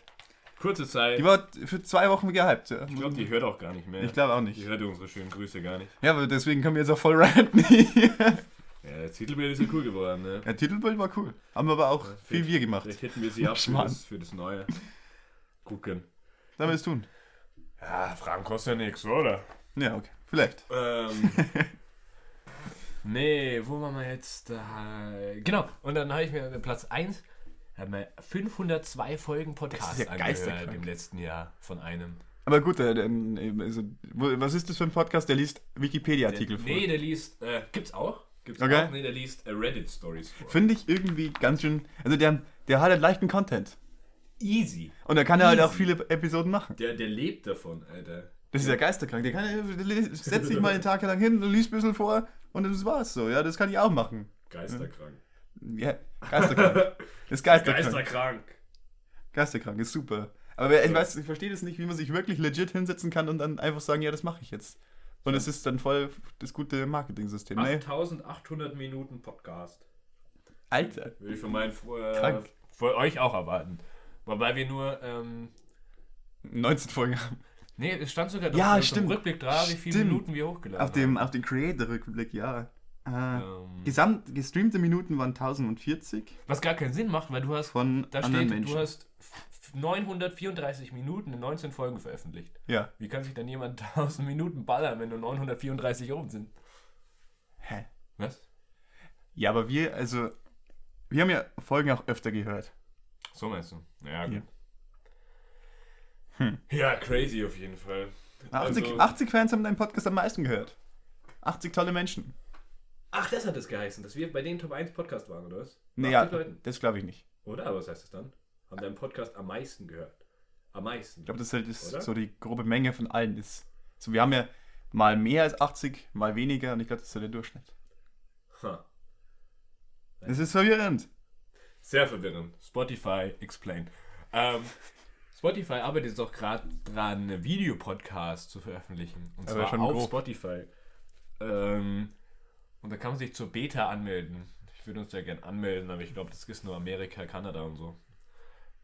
Speaker 1: kurze Zeit.
Speaker 2: Die war für zwei Wochen gehypt. Ja.
Speaker 1: ich glaube, die hört auch gar nicht mehr.
Speaker 2: Ich glaube auch
Speaker 1: Die
Speaker 2: nicht.
Speaker 1: hört unsere schönen Grüße gar nicht.
Speaker 2: Ja, aber deswegen können wir jetzt auch voll [LAUGHS] ranten. hier.
Speaker 1: Ja, das Titelbild ist ja cool geworden, ne?
Speaker 2: ja, Titelbild war cool. Haben wir aber auch viel wir gemacht.
Speaker 1: Vielleicht hätten wir sie ab für
Speaker 2: Mann.
Speaker 1: das, für das Neue. Gucken.
Speaker 2: Dann wir es tun.
Speaker 1: Ja, Fragen kostet ja nichts, oder?
Speaker 2: Ja, okay. Vielleicht.
Speaker 1: Ähm. [LAUGHS] nee, wo waren wir jetzt? Äh, genau, und dann habe ich mir Platz 1, haben wir 502 Folgen Podcast
Speaker 2: Das ist ja
Speaker 1: angehört
Speaker 2: geisterkrank.
Speaker 1: im letzten Jahr von einem.
Speaker 2: Aber gut, äh, dann, äh, also, wo- was ist das für ein Podcast? Der liest Wikipedia-Artikel vor.
Speaker 1: Nee, der liest, äh, gibt's auch? Gibt's
Speaker 2: Okay.
Speaker 1: auch? Nee, der liest äh, Reddit-Stories vor.
Speaker 2: Finde ich irgendwie ganz schön. Also der, der hat halt leichten Content.
Speaker 1: Easy.
Speaker 2: Und da kann er halt
Speaker 1: Easy.
Speaker 2: auch viele Episoden machen.
Speaker 1: Der, der lebt davon, Alter.
Speaker 2: Das ist ja geisterkrank. Der kann der setzt sich mal den Tag lang hin, liest ein bisschen vor und das war's so. Ja, das kann ich auch machen.
Speaker 1: Geisterkrank.
Speaker 2: Ja, geisterkrank. Ist geisterkrank.
Speaker 1: [LAUGHS] Geisterkrank.
Speaker 2: Geisterkrank, ist super. Aber wer- ich weiß, ich verstehe das nicht, wie man sich wirklich legit hinsetzen kann und dann einfach sagen, ja, das mache ich jetzt. Und es ist dann voll das gute Marketing-System. ne? Nee,
Speaker 1: 8800 Minuten Podcast.
Speaker 2: Alter.
Speaker 1: Würde ich von meinen äh,
Speaker 2: Krank.
Speaker 1: von euch auch erwarten. Wobei wir nur, ähm,
Speaker 2: 19 Folgen haben.
Speaker 1: nee, es stand sogar
Speaker 2: Ja,
Speaker 1: auf dem
Speaker 2: stimmt.
Speaker 1: Rückblick drauf, wie viele
Speaker 2: Stimmt.
Speaker 1: Minuten wir hochgeladen
Speaker 2: Auf dem, auf den Creator-Rückblick, ja. Äh,
Speaker 1: haben. Ähm,
Speaker 2: Gesamt gestreamte Minuten waren 1040
Speaker 1: was gar keinen Sinn macht, weil du hast,
Speaker 2: von
Speaker 1: da
Speaker 2: anderen
Speaker 1: steht,
Speaker 2: Menschen.
Speaker 1: du hast f- 934 Minuten in 19 Folgen veröffentlicht.
Speaker 2: ja.
Speaker 1: Wie kann sich dann jemand [LAUGHS] 1000 Minuten ballern, wenn nur 934 oben sind?
Speaker 2: Hä?
Speaker 1: Was?
Speaker 2: Ja, aber wir, also, wir haben ja Folgen auch öfter gehört.
Speaker 1: So meinst du? Ja,
Speaker 2: Ja. Hm.
Speaker 1: gut. Ja, crazy auf jeden Fall.
Speaker 2: 80,
Speaker 1: Also-
Speaker 2: 80 Fans haben deinen Podcast am meisten gehört. 80 tolle Menschen.
Speaker 1: Ach, das hat es geheißen, dass wir bei den Top 1 Podcast waren, oder was?
Speaker 2: Nee,
Speaker 1: 80
Speaker 2: ja,
Speaker 1: Leuten.
Speaker 2: das glaube ich nicht.
Speaker 1: Oder? Aber was heißt das dann? Haben deinen Podcast am meisten gehört. Am meisten.
Speaker 2: Ich glaube, das ist halt das,
Speaker 1: Oder?
Speaker 2: so die grobe Menge von allen ist. So, wir haben ja mal mehr als 80, mal weniger und ich glaube, das ist so der Durchschnitt.
Speaker 1: Ha.
Speaker 2: Das ist verwirrend.
Speaker 1: Sehr verwirrend. Spotify, explain. Ähm, Spotify arbeitet jetzt auch gerade dran, einen Videopodcast zu veröffentlichen. Und
Speaker 2: Aber
Speaker 1: zwar
Speaker 2: schon
Speaker 1: auf
Speaker 2: grob.
Speaker 1: Spotify. Ähm, und da kann man sich zur Beta anmelden. Ich würde uns ja gern anmelden, aber ich glaube, das ist nur Amerika, Kanada und so.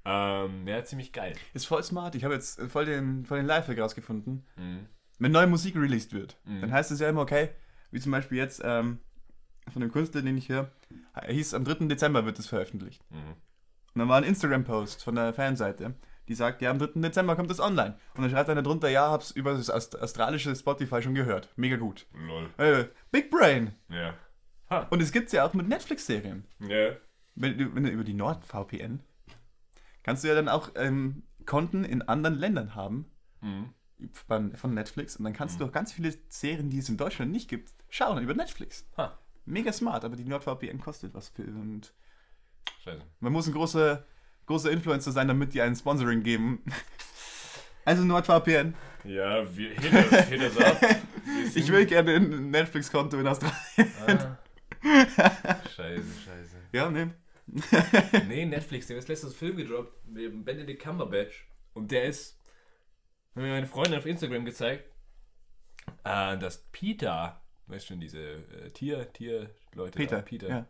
Speaker 1: Ähm, ja, ziemlich geil.
Speaker 2: Ist voll smart. Ich habe jetzt voll den, voll den Lifehack rausgefunden.
Speaker 1: Mhm.
Speaker 2: Wenn neue Musik released wird, dann heißt es ja immer, okay, wie zum Beispiel jetzt ähm, von dem Künstler, den ich höre, hieß, am 3. Dezember wird es veröffentlicht.
Speaker 1: Mhm.
Speaker 2: Und dann war ein Instagram-Post von der Fanseite, die sagt, ja, am 3. Dezember kommt das online. Und dann schreibt einer drunter, ja, hab's über das Aust- australische Spotify schon gehört. Mega gut.
Speaker 1: Lol.
Speaker 2: Äh, Big Brain!
Speaker 1: Ja.
Speaker 2: Und es gibt's ja auch mit Netflix-Serien.
Speaker 1: Ja.
Speaker 2: Wenn, du- wenn du über die NordVPN kannst du ja dann auch ähm, Konten in anderen Ländern haben
Speaker 1: Mhm.
Speaker 2: von, von Netflix. Und dann kannst du auch ganz viele Serien, die es in Deutschland nicht gibt, schauen über Netflix.
Speaker 1: Ha.
Speaker 2: Mega smart, aber die NordVPN kostet was. Für, und
Speaker 1: Scheiße.
Speaker 2: Man muss ein großer, großer Influencer sein, damit die einen Sponsoring geben. [LAUGHS] Also NordVPN,
Speaker 1: Ja, wir hit us, hit us up. [LAUGHS] Wir sind-
Speaker 2: Ich will gerne ein Netflix-Konto in Australien.
Speaker 1: Ah. Scheiße, scheiße.
Speaker 2: Ja, ne?
Speaker 1: Nee, Netflix, der hat letztes Film gedroppt mit dem Benedict Cumberbatch. Und der ist, hat mir meine Freundin auf Instagram gezeigt, äh, dass Peter, weißt schon, diese äh, Tier, Tier-Leute. da,
Speaker 2: Peter.
Speaker 1: Peter.
Speaker 2: Ja.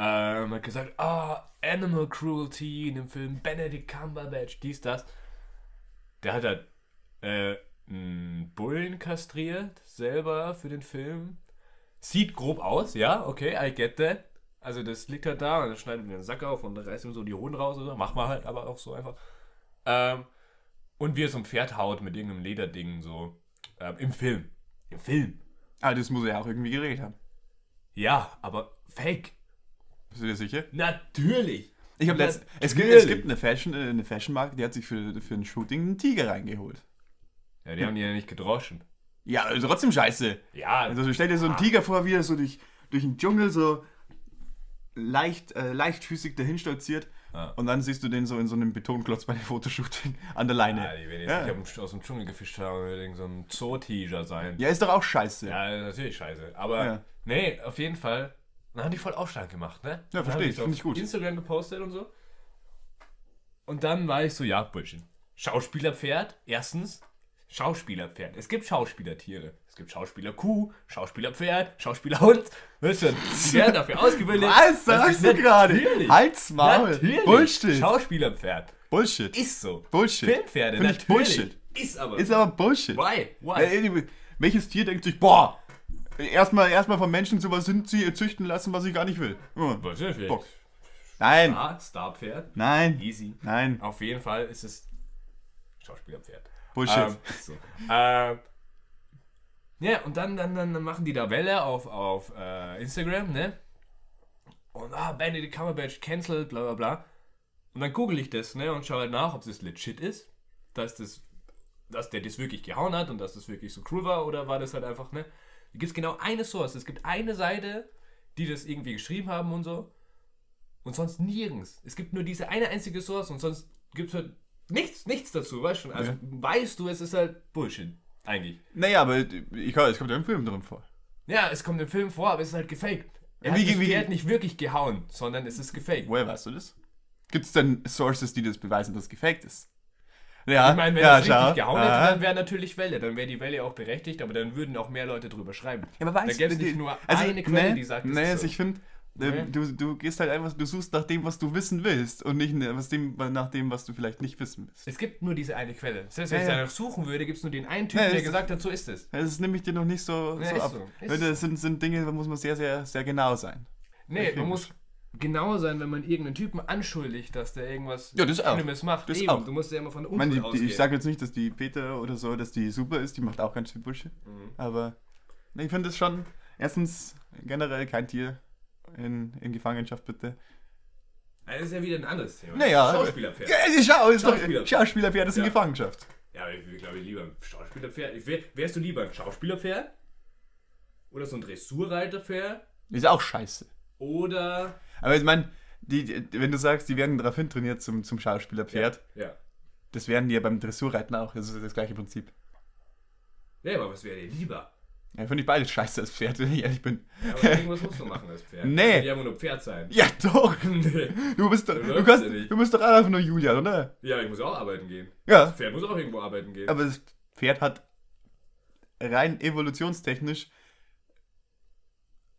Speaker 1: Ähm, hat gesagt, ah, Animal Cruelty in dem Film, Benedict Cumberbatch, dies, das. Der hat halt äh, einen Bullen kastriert, selber für den Film. Sieht grob aus, ja, okay, I get that. Also das liegt halt da und dann schneidet man den Sack auf und reißt ihm so die Hoden raus oder so. Macht man halt aber auch so einfach. Ähm, und wie er so ein Pferd haut mit irgendeinem Lederding so. Ähm, Im Film. Im Film.
Speaker 2: Ah, das muss er ja auch irgendwie geregelt haben.
Speaker 1: Ja, aber fake.
Speaker 2: Bist du dir sicher?
Speaker 1: Natürlich.
Speaker 2: Ich habe
Speaker 1: Ja,
Speaker 2: letzt. Es gibt,
Speaker 1: natürlich.
Speaker 2: es gibt eine Fashion, äh, eine Fashionmarke, die hat sich für, für ein Shooting einen Tiger reingeholt.
Speaker 1: Ja, die haben die ja nicht gedroschen.
Speaker 2: Ja, also trotzdem scheiße.
Speaker 1: Ja, also,
Speaker 2: Also stell dir so einen Tiger vor, wie er so durch, durch den Dschungel so leicht, äh, leichtfüßig dahin stolziert.
Speaker 1: Ah.
Speaker 2: Und dann siehst du den so in so einem Betonklotz bei dem Fotoshooting an der Leine.
Speaker 1: ja, die werden jetzt
Speaker 2: Ja.
Speaker 1: nicht auf dem- aus dem Dschungel gefischt haben, unbedingt so ein Zoo-Tiger sein.
Speaker 2: Ja, ist doch auch scheiße.
Speaker 1: Ja. natürlich scheiße. Aber
Speaker 2: Ja.
Speaker 1: nee, auf jeden Fall. Dann haben die voll Aufstand gemacht, ne? Dann
Speaker 2: verstehe
Speaker 1: haben die
Speaker 2: ich,
Speaker 1: so
Speaker 2: finde
Speaker 1: auf
Speaker 2: ich gut.
Speaker 1: Instagram gepostet und so. Und dann war ich so, ja, Bullshit. Schauspielerpferd, erstens. Schauspielerpferd. Es gibt Schauspielertiere. Es gibt Schauspielerkuh, Schauspielerpferd, Schauspielerhund. Weißt schon, die werden dafür ausgebildet. Das
Speaker 2: Was sagst
Speaker 1: ist
Speaker 2: du gerade?
Speaker 1: natürlich-
Speaker 2: Halt's Maul.
Speaker 1: Natürlich.
Speaker 2: Bullshit.
Speaker 1: Schauspielerpferd.
Speaker 2: Bullshit.
Speaker 1: Ist so.
Speaker 2: Bullshit.
Speaker 1: Filmpferde,
Speaker 2: Find
Speaker 1: natürlich.
Speaker 2: ich Bullshit.
Speaker 1: Ist aber.
Speaker 2: Ist aber Bullshit.
Speaker 1: Why? Why?
Speaker 2: Äh, äh, Welches Tier denkt sich, boah, erstmal erstmal von Menschen zu was sind sie züchten lassen, was ich gar nicht will? Hm.
Speaker 1: Was ist
Speaker 2: Bock.
Speaker 1: das?
Speaker 2: Nein,
Speaker 1: Ah, Starpferd.
Speaker 2: nein,
Speaker 1: Easy. Oh.
Speaker 2: nein,
Speaker 1: Auf jeden Fall ist es Schauspielerpferd.
Speaker 2: Bullshit.
Speaker 1: Ähm, so. ähm, ja, und dann, dann, dann machen die da Welle auf, auf äh, Instagram, ne? Und ah, Benedict Cumberbatch cancelled, bla bla bla. Und dann google ich das, ne? Und schaue halt nach, ob das legit ist. Dass das, dass der das wirklich gehauen hat und dass das wirklich so cool war oder war das halt einfach, ne? Da gibt es genau eine Source. Es gibt eine Seite, die das irgendwie geschrieben haben und so. Und sonst nirgends. Es gibt nur diese eine einzige Source und sonst gibt es halt nichts, nichts dazu, weißt schon. Also
Speaker 2: Ja.
Speaker 1: weißt du, es ist halt Bullshit. Eigentlich.
Speaker 2: Naja, aber ich höre, es kommt ja im Film drin vor.
Speaker 1: Ja, es kommt im Film vor, aber es ist halt gefaked. Er
Speaker 2: Wie-
Speaker 1: hat das
Speaker 2: wie-
Speaker 1: Pferd nicht wirklich gehauen, sondern es ist gefaked.
Speaker 2: Woher weißt du das? Gibt es denn Sources, die das beweisen, dass es gefaked ist? Ja,
Speaker 1: Ich meine, wenn
Speaker 2: ja,
Speaker 1: das richtig
Speaker 2: schau.
Speaker 1: gehauen
Speaker 2: Aha.
Speaker 1: hätte, dann wäre natürlich Welle. Dann wäre die Welle auch berechtigt, aber dann würden auch mehr Leute drüber schreiben.
Speaker 2: Ja, aber weißt
Speaker 1: da gäbe es
Speaker 2: du,
Speaker 1: nicht
Speaker 2: die-
Speaker 1: nur
Speaker 2: also,
Speaker 1: eine Quelle,
Speaker 2: nee,
Speaker 1: die sagt, es
Speaker 2: nee,
Speaker 1: ist
Speaker 2: also
Speaker 1: so. Ne?
Speaker 2: ich finde, ähm,
Speaker 1: Nee.
Speaker 2: du, du gehst halt einfach, du suchst nach dem, was du wissen willst und nicht nach dem, nach dem was du vielleicht nicht wissen willst.
Speaker 1: Es gibt nur diese eine Quelle. Selbst wenn
Speaker 2: Ja,
Speaker 1: ich
Speaker 2: ja.
Speaker 1: danach suchen würde, gibt es nur den einen Typen,
Speaker 2: Nee,
Speaker 1: der
Speaker 2: es-
Speaker 1: gesagt hat, so ist es.
Speaker 2: Das nehme ich dir noch nicht so,
Speaker 1: Nee,
Speaker 2: so
Speaker 1: ist
Speaker 2: ab.
Speaker 1: so, ist
Speaker 2: Wenn Das sind, sind Dinge, da muss man sehr, sehr, sehr genau sein.
Speaker 1: Nee,
Speaker 2: Deswegen.
Speaker 1: man muss genau sein, wenn man irgendeinen Typen anschuldigt, dass der irgendwas
Speaker 2: Ja, das auch.
Speaker 1: Schlimmes macht.
Speaker 2: Das
Speaker 1: Eben,
Speaker 2: auch.
Speaker 1: du musst ja immer von
Speaker 2: Ich,
Speaker 1: unten
Speaker 2: meine, die, die,
Speaker 1: ausgehen.
Speaker 2: ich sage jetzt nicht, dass die Peter oder so, dass die super ist, die macht auch ganz viel Bullshit.
Speaker 1: Mhm.
Speaker 2: Aber nee, ich finde es schon, erstens, generell kein Tier in, in Gefangenschaft, bitte.
Speaker 1: Also, das ist ja wieder ein anderes Thema.
Speaker 2: Naja,
Speaker 1: Schauspielerpferd.
Speaker 2: Ja, schau, ist doch,
Speaker 1: Schauspielerpferd.
Speaker 2: Schauspielerpferd ist in
Speaker 1: Ja.
Speaker 2: Gefangenschaft.
Speaker 1: Ja, aber ich würde, glaube ich, lieber ein Schauspielerpferd. Ich wär, wärst du lieber ein Schauspielerpferd? Oder so ein Dressurreiterpferd?
Speaker 2: Ist auch scheiße.
Speaker 1: Oder.
Speaker 2: Aber ich meine, die, die, wenn du sagst, die werden darauf hin trainiert zum, zum Schauspielerpferd,
Speaker 1: Ja.
Speaker 2: das werden die ja beim Dressurreiten auch. Das ist das gleiche Prinzip.
Speaker 1: Ja, aber was wäre dir
Speaker 2: [LAUGHS]
Speaker 1: lieber?
Speaker 2: Ja, finde ich beides scheiße als Pferd, wenn ich ehrlich bin.
Speaker 1: Ja, aber irgendwas musst du machen als Pferd.
Speaker 2: Nee.
Speaker 1: Ja, nur Pferd sein.
Speaker 2: Ja, doch!
Speaker 1: [LAUGHS] Nee.
Speaker 2: Du bist doch, du
Speaker 1: läuft's
Speaker 2: kannst,
Speaker 1: ja nicht.
Speaker 2: du bist doch auch einfach nur Julian, oder?
Speaker 1: ja, ich muss auch arbeiten gehen.
Speaker 2: Ja.
Speaker 1: Pferd muss auch irgendwo arbeiten gehen.
Speaker 2: Aber das Pferd hat rein evolutionstechnisch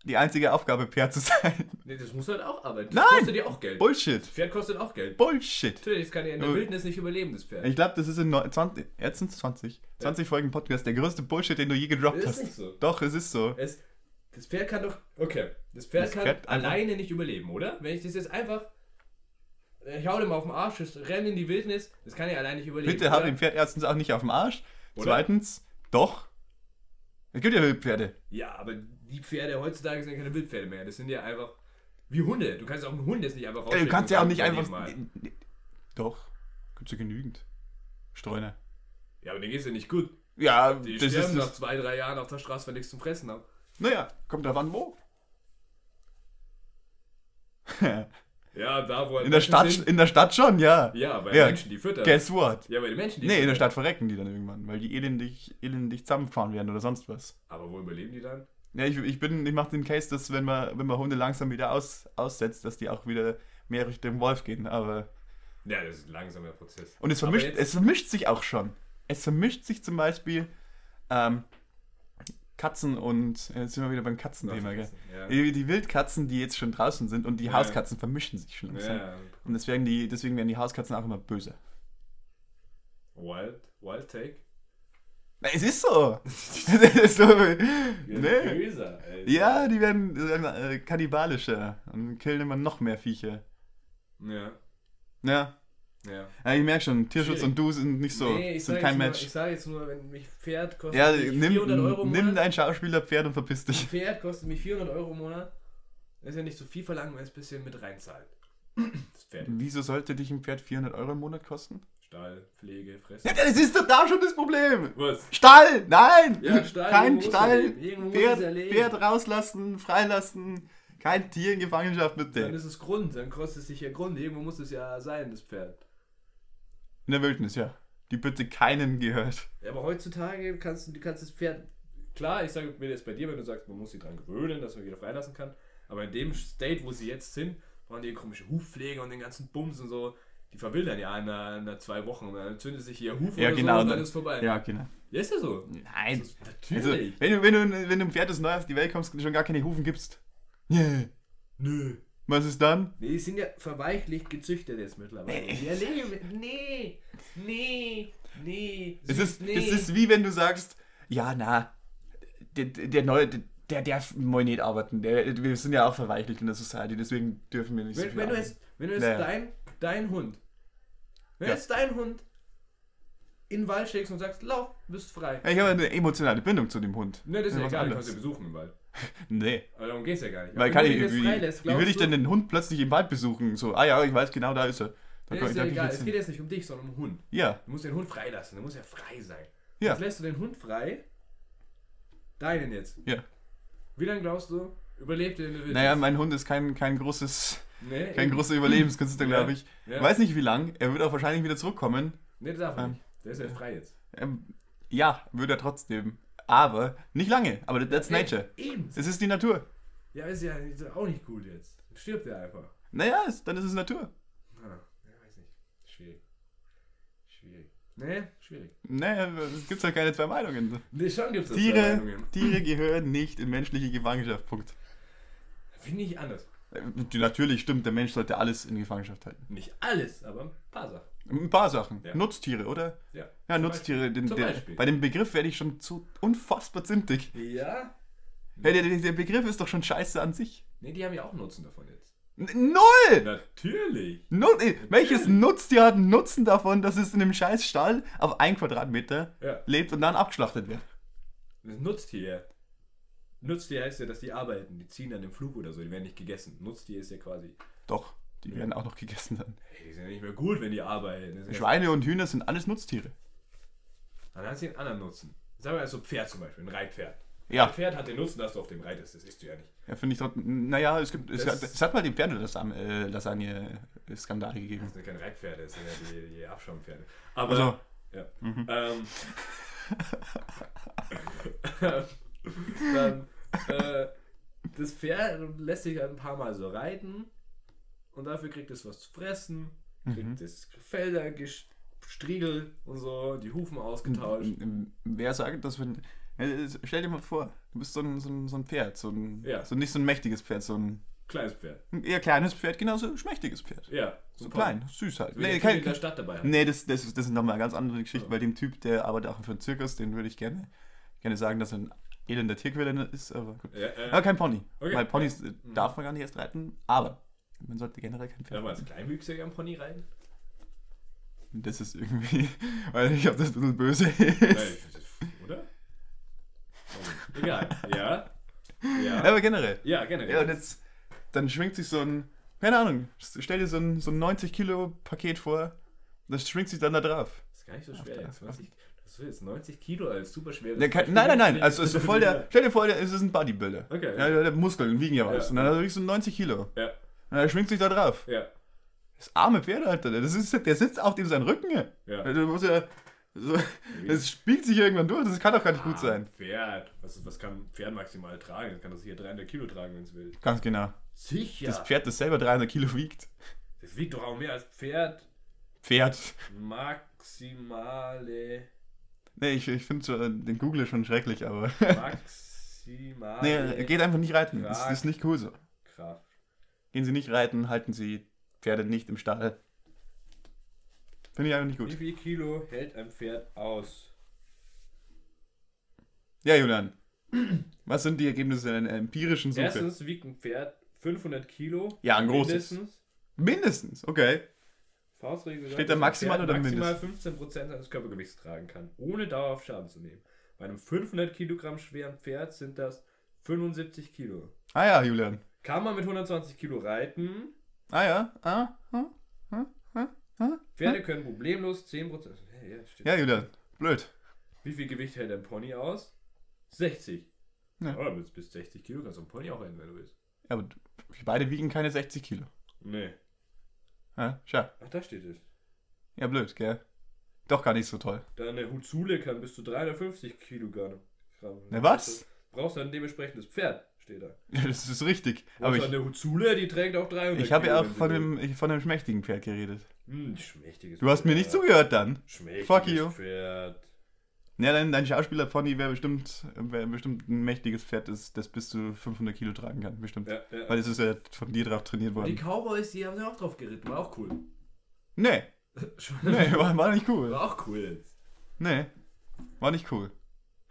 Speaker 2: die einzige Aufgabe, Pferd zu sein.
Speaker 1: Nee, das muss halt auch arbeiten.
Speaker 2: Nein.
Speaker 1: Das kostet ja auch Geld.
Speaker 2: Bullshit.
Speaker 1: Pferd kostet auch Geld.
Speaker 2: Bullshit.
Speaker 1: Natürlich, das kann ja in der
Speaker 2: Oh.
Speaker 1: Wildnis nicht überleben, das Pferd.
Speaker 2: Ich glaube, das ist in neun- 20, jetzt sind 20, 20 Folgen Podcast der größte Bullshit, den du je gedroppt
Speaker 1: Ist
Speaker 2: hast.
Speaker 1: nicht so.
Speaker 2: Doch, es ist so.
Speaker 1: Es, das Pferd kann doch. Okay. Das Pferd
Speaker 2: Das
Speaker 1: kann
Speaker 2: Pferd einfach-
Speaker 1: alleine nicht überleben, oder? Wenn ich das jetzt einfach. Ich hau dem auf den Arsch, es rennt in die Wildnis, das kann ja allein nicht überleben.
Speaker 2: Bitte hau
Speaker 1: oder?
Speaker 2: dem Pferd erstens auch nicht auf den Arsch.
Speaker 1: Oder?
Speaker 2: Zweitens, doch. Es gibt ja Wildpferde.
Speaker 1: Ja, aber die Pferde heutzutage sind ja keine Wildpferde mehr. Das sind ja einfach. Wie Hunde. Du kannst auch einen Hund jetzt nicht einfach
Speaker 2: Du
Speaker 1: rausschicken und
Speaker 2: kannst ja auch
Speaker 1: sagen,
Speaker 2: nicht einfach.
Speaker 1: überleb Mal.
Speaker 2: Doch. Gibt's ja genügend. Streuner.
Speaker 1: Ja, aber denen geht's ja nicht gut.
Speaker 2: Ja,
Speaker 1: Die
Speaker 2: das
Speaker 1: sterben
Speaker 2: ist.
Speaker 1: nach
Speaker 2: Das.
Speaker 1: zwei, drei Jahren auf der Straße, weil die nichts zum Fressen haben. [LAUGHS]
Speaker 2: Naja, kommt drauf an, wo.
Speaker 1: Ja, da wo halt
Speaker 2: In der,
Speaker 1: Menschen
Speaker 2: Stadt,
Speaker 1: sind.
Speaker 2: in der Stadt schon, ja.
Speaker 1: Ja, bei
Speaker 2: Ja.
Speaker 1: Menschen, die füttern.
Speaker 2: Guess what?
Speaker 1: Ja, bei den Menschen, die
Speaker 2: Nee, in der
Speaker 1: füttern.
Speaker 2: Stadt verrecken die dann irgendwann, weil die elendig, elendig zusammenfahren werden oder sonst was.
Speaker 1: Aber wo überleben die dann?
Speaker 2: Ja, ich, ich bin, ich mache den Case, dass wenn man, wenn man Hunde langsam wieder aus, aussetzt, dass die auch wieder mehr Richtung Wolf gehen, aber...
Speaker 1: Ja, das ist ein langsamer Prozess.
Speaker 2: Und es
Speaker 1: Aber
Speaker 2: vermischt,
Speaker 1: jetzt-
Speaker 2: es vermischt sich auch schon. Es vermischt sich zum Beispiel ähm, Katzen und jetzt sind wir wieder beim Katzenthema, gell?
Speaker 1: Ja.
Speaker 2: Die die Wildkatzen, die jetzt schon draußen sind und die
Speaker 1: Ja.
Speaker 2: Hauskatzen vermischen sich schon langsam.
Speaker 1: ja.
Speaker 2: Und deswegen, die, deswegen werden die Hauskatzen auch immer böse.
Speaker 1: Wild, wild Take?
Speaker 2: Na, es
Speaker 3: [LAUGHS]
Speaker 2: ist so. Das ist so.
Speaker 1: Ja,
Speaker 2: Ne?
Speaker 1: Böser, Alter.
Speaker 2: Ja, die werden die werden, äh, kannibalischer und killen immer noch mehr Viecher.
Speaker 1: Ja,
Speaker 2: Ja,
Speaker 1: ja.
Speaker 2: ja ich merke schon, Tierschutz
Speaker 1: Schwierig.
Speaker 2: und du sind nicht so,
Speaker 3: nee, ich
Speaker 2: sind
Speaker 3: sage
Speaker 2: kein
Speaker 3: jetzt,
Speaker 2: Match.
Speaker 3: nur- ich sag jetzt nur, wenn mich Pferd kostet
Speaker 2: ja,
Speaker 3: mich
Speaker 2: nimm,
Speaker 3: 400 Euro im
Speaker 2: nimm
Speaker 3: Monat.
Speaker 2: dein Schauspielerpferd und verpiss dich.
Speaker 3: Ein Pferd kostet mich 400 Euro im Monat. Das ist ja nicht so viel verlangen, wenn es ein bisschen mit reinzahlt.
Speaker 1: Das Pferd.
Speaker 2: Wieso sollte dich ein Pferd 400 Euro im Monat kosten?
Speaker 1: Stall, Pflege, Fressen.
Speaker 2: Ja, das ist doch da schon das Problem.
Speaker 1: Was?
Speaker 2: Stall, nein,
Speaker 3: Ja, Stall, irgendwo
Speaker 2: kein
Speaker 3: muss er
Speaker 2: Stall,
Speaker 3: leben, irgendwo muss
Speaker 2: Pferd,
Speaker 3: er leben.
Speaker 2: Pferd rauslassen, freilassen, kein Tier in Gefangenschaft
Speaker 3: Dann
Speaker 2: bitte.
Speaker 3: ist es Grund, dann kostet es sich ja Grund. Irgendwo muss es ja sein, das Pferd.
Speaker 2: In der Wildnis, ja. Die bitte keinen gehört.
Speaker 3: Ja, Aber heutzutage kannst du, du kannst das Pferd.
Speaker 1: Klar, ich sage mir das bei dir, wenn du sagst, man muss sie dran gewöhnen, dass man jeder freilassen kann. Aber in dem State, wo sie jetzt sind, brauchen die komische Hufpflege und den ganzen Bums und so. Die verwildern ja in, einer, in einer zwei Wochen. Dann zündet sich hier Huf oder so und dann ist vorbei.
Speaker 2: genau, Ja, genau.
Speaker 1: Ja, ist ja so.
Speaker 2: Nein.
Speaker 1: Das ist
Speaker 2: Also,
Speaker 1: natürlich.
Speaker 2: wenn du, wenn, du, wenn du ein Pferd, das neu auf die Welt kommst, schon gar keine Hufen gibst. Yeah.
Speaker 1: nö.
Speaker 2: Was ist dann?
Speaker 3: Nee, die sind ja verweichlicht gezüchtet jetzt mittlerweile.
Speaker 2: Nee.
Speaker 3: Nee. Ja, nee, nee, nee, nee.
Speaker 2: Es
Speaker 3: süß,
Speaker 2: ist, es ist wie wenn du sagst, ja, na, der, der neue, der, der darf mal nicht arbeiten. Der, wir sind ja auch verweichlicht in der Society, deswegen dürfen wir nicht so
Speaker 3: Wenn,
Speaker 2: viel
Speaker 3: wenn du
Speaker 2: arbeiten.
Speaker 3: jetzt, wenn du jetzt
Speaker 2: Naja.
Speaker 3: dein, dein Hund, wenn
Speaker 2: Ja.
Speaker 3: du jetzt dein Hund in den Wald schickst und sagst, lauf, bist frei.
Speaker 2: Ja, ich habe eine emotionale Bindung zu dem Hund.
Speaker 1: Ne, das ist ja egal,
Speaker 2: was
Speaker 1: du
Speaker 2: anderes.
Speaker 1: kannst ja besuchen im Wald.
Speaker 2: Nee,
Speaker 1: Aber darum geht's ja gar nicht.
Speaker 2: weil
Speaker 3: wenn
Speaker 2: kann
Speaker 3: du
Speaker 2: ich
Speaker 3: ihn jetzt
Speaker 2: irgendwie,
Speaker 3: freilässt,
Speaker 2: wie
Speaker 3: glaubst
Speaker 2: will ich
Speaker 3: du-
Speaker 2: denn den Hund plötzlich im Wald besuchen? So, ah ja, ich weiß genau, da ist er. Da
Speaker 3: Dann
Speaker 2: kann-
Speaker 3: ist ja
Speaker 2: da kann ich
Speaker 3: egal,
Speaker 2: jetzt
Speaker 3: es
Speaker 2: hin.
Speaker 3: geht jetzt nicht um dich, sondern um den Hund.
Speaker 2: Ja,
Speaker 3: Du musst den Hund freilassen, der muss ja frei sein.
Speaker 2: Ja.
Speaker 3: Jetzt lässt du den Hund frei, deinen jetzt.
Speaker 2: ja.
Speaker 3: Wie lange glaubst du, überlebt er in der Wildnis?
Speaker 2: Naja, mein Hund ist kein, kein großes,
Speaker 3: nee,
Speaker 2: kein
Speaker 3: eben.
Speaker 2: großer Überlebenskünstler,
Speaker 1: Ja,
Speaker 2: glaube ich.
Speaker 1: ja.
Speaker 2: Weiß nicht wie lang, er wird auch wahrscheinlich wieder zurückkommen.
Speaker 3: Nee, Ne, das darf er
Speaker 2: Ähm.
Speaker 3: nicht. Der ist ja frei jetzt.
Speaker 2: Ähm, ja, würde er trotzdem. Aber nicht lange. Aber that's nature.
Speaker 3: Eben.
Speaker 2: Es ist die Natur.
Speaker 3: Ja, ist ja ist ja auch nicht gut jetzt. Stirbt er einfach.
Speaker 2: Naja, es, dann ist es Natur.
Speaker 3: Ah, ja, weiß nicht.
Speaker 1: Schwierig. Schwierig.
Speaker 3: Nee, schwierig.
Speaker 2: Naja, es gibt halt keine zwei Meinungen.
Speaker 3: Nee, schon gibt's das zwei
Speaker 2: Tiere,
Speaker 3: Meinungen.
Speaker 2: Tiere gehören nicht in menschliche Gefangenschaft. Punkt.
Speaker 3: Finde ich anders.
Speaker 2: Äh, Natürlich stimmt, der Mensch sollte alles in Gefangenschaft halten.
Speaker 3: Nicht alles, aber ein paar Sachen.
Speaker 2: Ein paar Sachen.
Speaker 1: Ja.
Speaker 2: Nutztiere, oder?
Speaker 1: Ja.
Speaker 2: Ja,
Speaker 1: Zum
Speaker 2: Nutztiere. Den,
Speaker 3: Zum
Speaker 2: der,
Speaker 3: Beispiel.
Speaker 2: bei dem Begriff werde ich schon zu unfassbar zimtig.
Speaker 3: Ja?
Speaker 1: Mhm.
Speaker 2: Hey, der, der Begriff ist doch schon scheiße an sich.
Speaker 3: Ne, die haben ja auch Nutzen davon jetzt.
Speaker 2: N null!
Speaker 1: Natürlich.
Speaker 2: Nut äh, welches Nutztier hat einen Nutzen davon, dass es in einem scheiß Stall auf ein Quadratmeter
Speaker 1: Ja.
Speaker 2: lebt und dann abgeschlachtet wird?
Speaker 1: Das Nutztier. Nutztier heißt ja, dass die arbeiten. Die ziehen an dem Flug oder so. Die werden nicht gegessen. Nutztier ist ja quasi.
Speaker 2: Doch, die werden auch noch gegessen dann.
Speaker 1: Ey, die sind ja nicht mehr gut, wenn die arbeiten. Das ist ja-
Speaker 2: Schweine und Hühner sind alles Nutztiere.
Speaker 1: Dann hast du den anderen Nutzen. Sagen wir mal so ein Pferd zum Beispiel, ein Reitpferd. Ein
Speaker 2: Ja,
Speaker 1: Pferd hat den Nutzen, dass du auf dem reitest. Das isst du ja nicht.
Speaker 2: ja finde ich trotzdem. Naja, es, gibt, es,
Speaker 1: Das-
Speaker 2: hat, es hat mal die Pferde-Lasagne-Skandale gegeben.
Speaker 1: Das sind ja keine Reitpferde, das sind ja die, die Abschaumpferde. Aber.
Speaker 2: Also,
Speaker 1: Ja. Ähm, [LAUGHS]
Speaker 3: Dann, äh, das Pferd lässt sich
Speaker 1: halt
Speaker 3: ein paar Mal so reiten und dafür kriegt es was zu fressen,
Speaker 2: Mhm.
Speaker 3: kriegt es Felder gestriegelt und so, die Hufen ausgetauscht.
Speaker 2: m- m- wer sagt, dass wenn. Äh, Stell dir mal vor, du bist so ein, so ein, so ein Pferd, so ein,
Speaker 1: Ja.
Speaker 2: so nicht so ein mächtiges Pferd, so ein
Speaker 1: kleines Pferd.
Speaker 2: ein eher kleines Pferd, genauso ein schmächtiges Pferd.
Speaker 1: Ja.
Speaker 2: So klein, süß halt.
Speaker 1: Nee,
Speaker 2: Nee,
Speaker 1: kein, in der
Speaker 2: kein,
Speaker 1: Stadt dabei. haben.
Speaker 2: nee das, das, ist- das ist nochmal eine ganz andere Geschichte, weil dem Typ, der arbeitet auch für einen Zirkus, den würde ich gerne, gerne sagen, dass er ein elender Tierquäler ist, aber gut.
Speaker 1: Ja, äh,
Speaker 2: Aber kein Pony,
Speaker 1: Okay. Mhm.
Speaker 2: weil Ponys äh, darf man gar nicht erst reiten, aber man sollte generell kein Pferd
Speaker 1: Darf man als
Speaker 2: reiten.
Speaker 1: Kleinwüchsiger am Pony reiten?
Speaker 2: Das ist irgendwie, [LAUGHS] weil ich glaube, das ein bisschen böse
Speaker 1: Nein,
Speaker 2: ist.
Speaker 1: Äh, ich- das- Oder? Also, Egal. Ja. Ja.
Speaker 2: Aber generell.
Speaker 1: Ja, generell.
Speaker 2: Ja, und jetzt, dann schwingt sich so ein, keine Ahnung, stell dir so ein, so ein 90 Kilo Paket vor, das schwingt sich dann da drauf.
Speaker 1: Das ist gar nicht so schwer.
Speaker 2: der-
Speaker 1: Jetzt 20, das ist jetzt 90 Kilo als super schwer.
Speaker 2: Ja, kein, nein, nein, nein. Also ist so [LAUGHS] voll der. Stell dir vor, der ist ein Bodybuilder.
Speaker 1: Okay.
Speaker 2: Ja, der hat Muskeln wiegen ja was.
Speaker 1: Ja.
Speaker 2: Und dann hat er wirklich so 90 Kilo.
Speaker 1: Ja.
Speaker 2: Na, er schwingt sich da drauf.
Speaker 1: Ja.
Speaker 2: Das arme Pferd, Alter. Das ist, der sitzt auf dem seinen Rücken. Ja.
Speaker 1: Ja.
Speaker 2: Also, muss ja Ah. so, das spielt sich irgendwann durch. Das kann doch gar nicht gut
Speaker 1: Ein
Speaker 2: sein.
Speaker 1: Ah, Pferd. Was, was kann ein Pferd maximal tragen? Das kann das hier 300 Kilo tragen, wenn es will.
Speaker 2: Ganz genau.
Speaker 1: Sicher.
Speaker 2: Das Pferd, das selber 300 Kilo wiegt.
Speaker 1: Das wiegt doch auch mehr als Pferd.
Speaker 2: Pferd.
Speaker 1: Maximale.
Speaker 2: Nee, ich, ich finde den Google schon schrecklich, aber.
Speaker 1: Maximale.
Speaker 2: nee, geht einfach nicht reiten. Das,
Speaker 1: Kraft.
Speaker 2: das ist nicht cool so.
Speaker 1: Kraft.
Speaker 2: Gehen Sie nicht reiten, halten Sie Pferde nicht im Stall. Finde ich einfach nicht
Speaker 1: Wie
Speaker 2: gut.
Speaker 1: viel Kilo hält ein Pferd aus?
Speaker 2: Ja, Julian. Was sind die Ergebnisse deiner empirischen Suche?
Speaker 1: Erstens wiegt ein Pferd 500 Kilo.
Speaker 2: Ja, ein großes.
Speaker 1: Mindestens.
Speaker 2: Mindestens, okay.
Speaker 1: Faustregel sagt,
Speaker 2: Steht da
Speaker 1: dass ein
Speaker 2: maximal
Speaker 1: Pferd
Speaker 2: oder
Speaker 1: maximal 15% seines Körpergewichts tragen kann, ohne dauerhaft Schaden zu nehmen. Bei einem 500 Kilogramm schweren Pferd sind das 75 Kilo.
Speaker 2: Ah ja, Julian.
Speaker 1: Kann man mit 120 Kilo reiten?
Speaker 2: Ah ja, ah, hm.
Speaker 1: Pferde können problemlos 10%. Hey, ja, steht
Speaker 2: Ja, Julian. Blöd.
Speaker 1: Wie viel Gewicht hält ein Pony aus? 60.
Speaker 2: Ja.
Speaker 1: Ja. Oh, bis, bis 60 Kilo kannst du einen Pony auch rennen, wenn du willst.
Speaker 2: Ja, aber wir beide wiegen keine 60 Kilo.
Speaker 1: Nee.
Speaker 2: Ja, schau.
Speaker 1: Ach, da steht es.
Speaker 2: Ja, blöd, gell? Doch gar nicht so toll. [LAUGHS]
Speaker 1: Deine Huzule kann bis zu 350 Kilogramm. Also,
Speaker 2: Na, was?
Speaker 1: Brauchst dann dementsprechendes Pferd, steht da.
Speaker 2: Ja, das ist richtig. Aber
Speaker 1: Aber
Speaker 2: ich,
Speaker 1: eine Huzule, die trägt auch 300
Speaker 2: ich habe ja auch
Speaker 1: wenn sie
Speaker 2: von
Speaker 1: will.
Speaker 2: dem, ich- von dem schmächtigen Pferd geredet.
Speaker 1: Hm, schmächtiges
Speaker 2: Du hast mir nicht
Speaker 1: Pferd.
Speaker 2: zugehört dann.
Speaker 1: Schmächtiges
Speaker 2: Fuck you.
Speaker 1: Pferd.
Speaker 2: Ja, dein, dein Schauspieler-Pony wäre bestimmt, wär bestimmt ein mächtiges Pferd, das, das bis zu 500 Kilo tragen kann. Bestimmt.
Speaker 1: Ja, ja.
Speaker 2: Weil das ist ja von dir drauf trainiert
Speaker 1: Die
Speaker 2: worden.
Speaker 1: Cowboys, die haben sie auch drauf geritten, war auch cool.
Speaker 2: Nee, nee, [LAUGHS] war, war nicht
Speaker 1: [LAUGHS]
Speaker 2: cool.
Speaker 1: war auch cool.
Speaker 2: Nee, war nicht cool.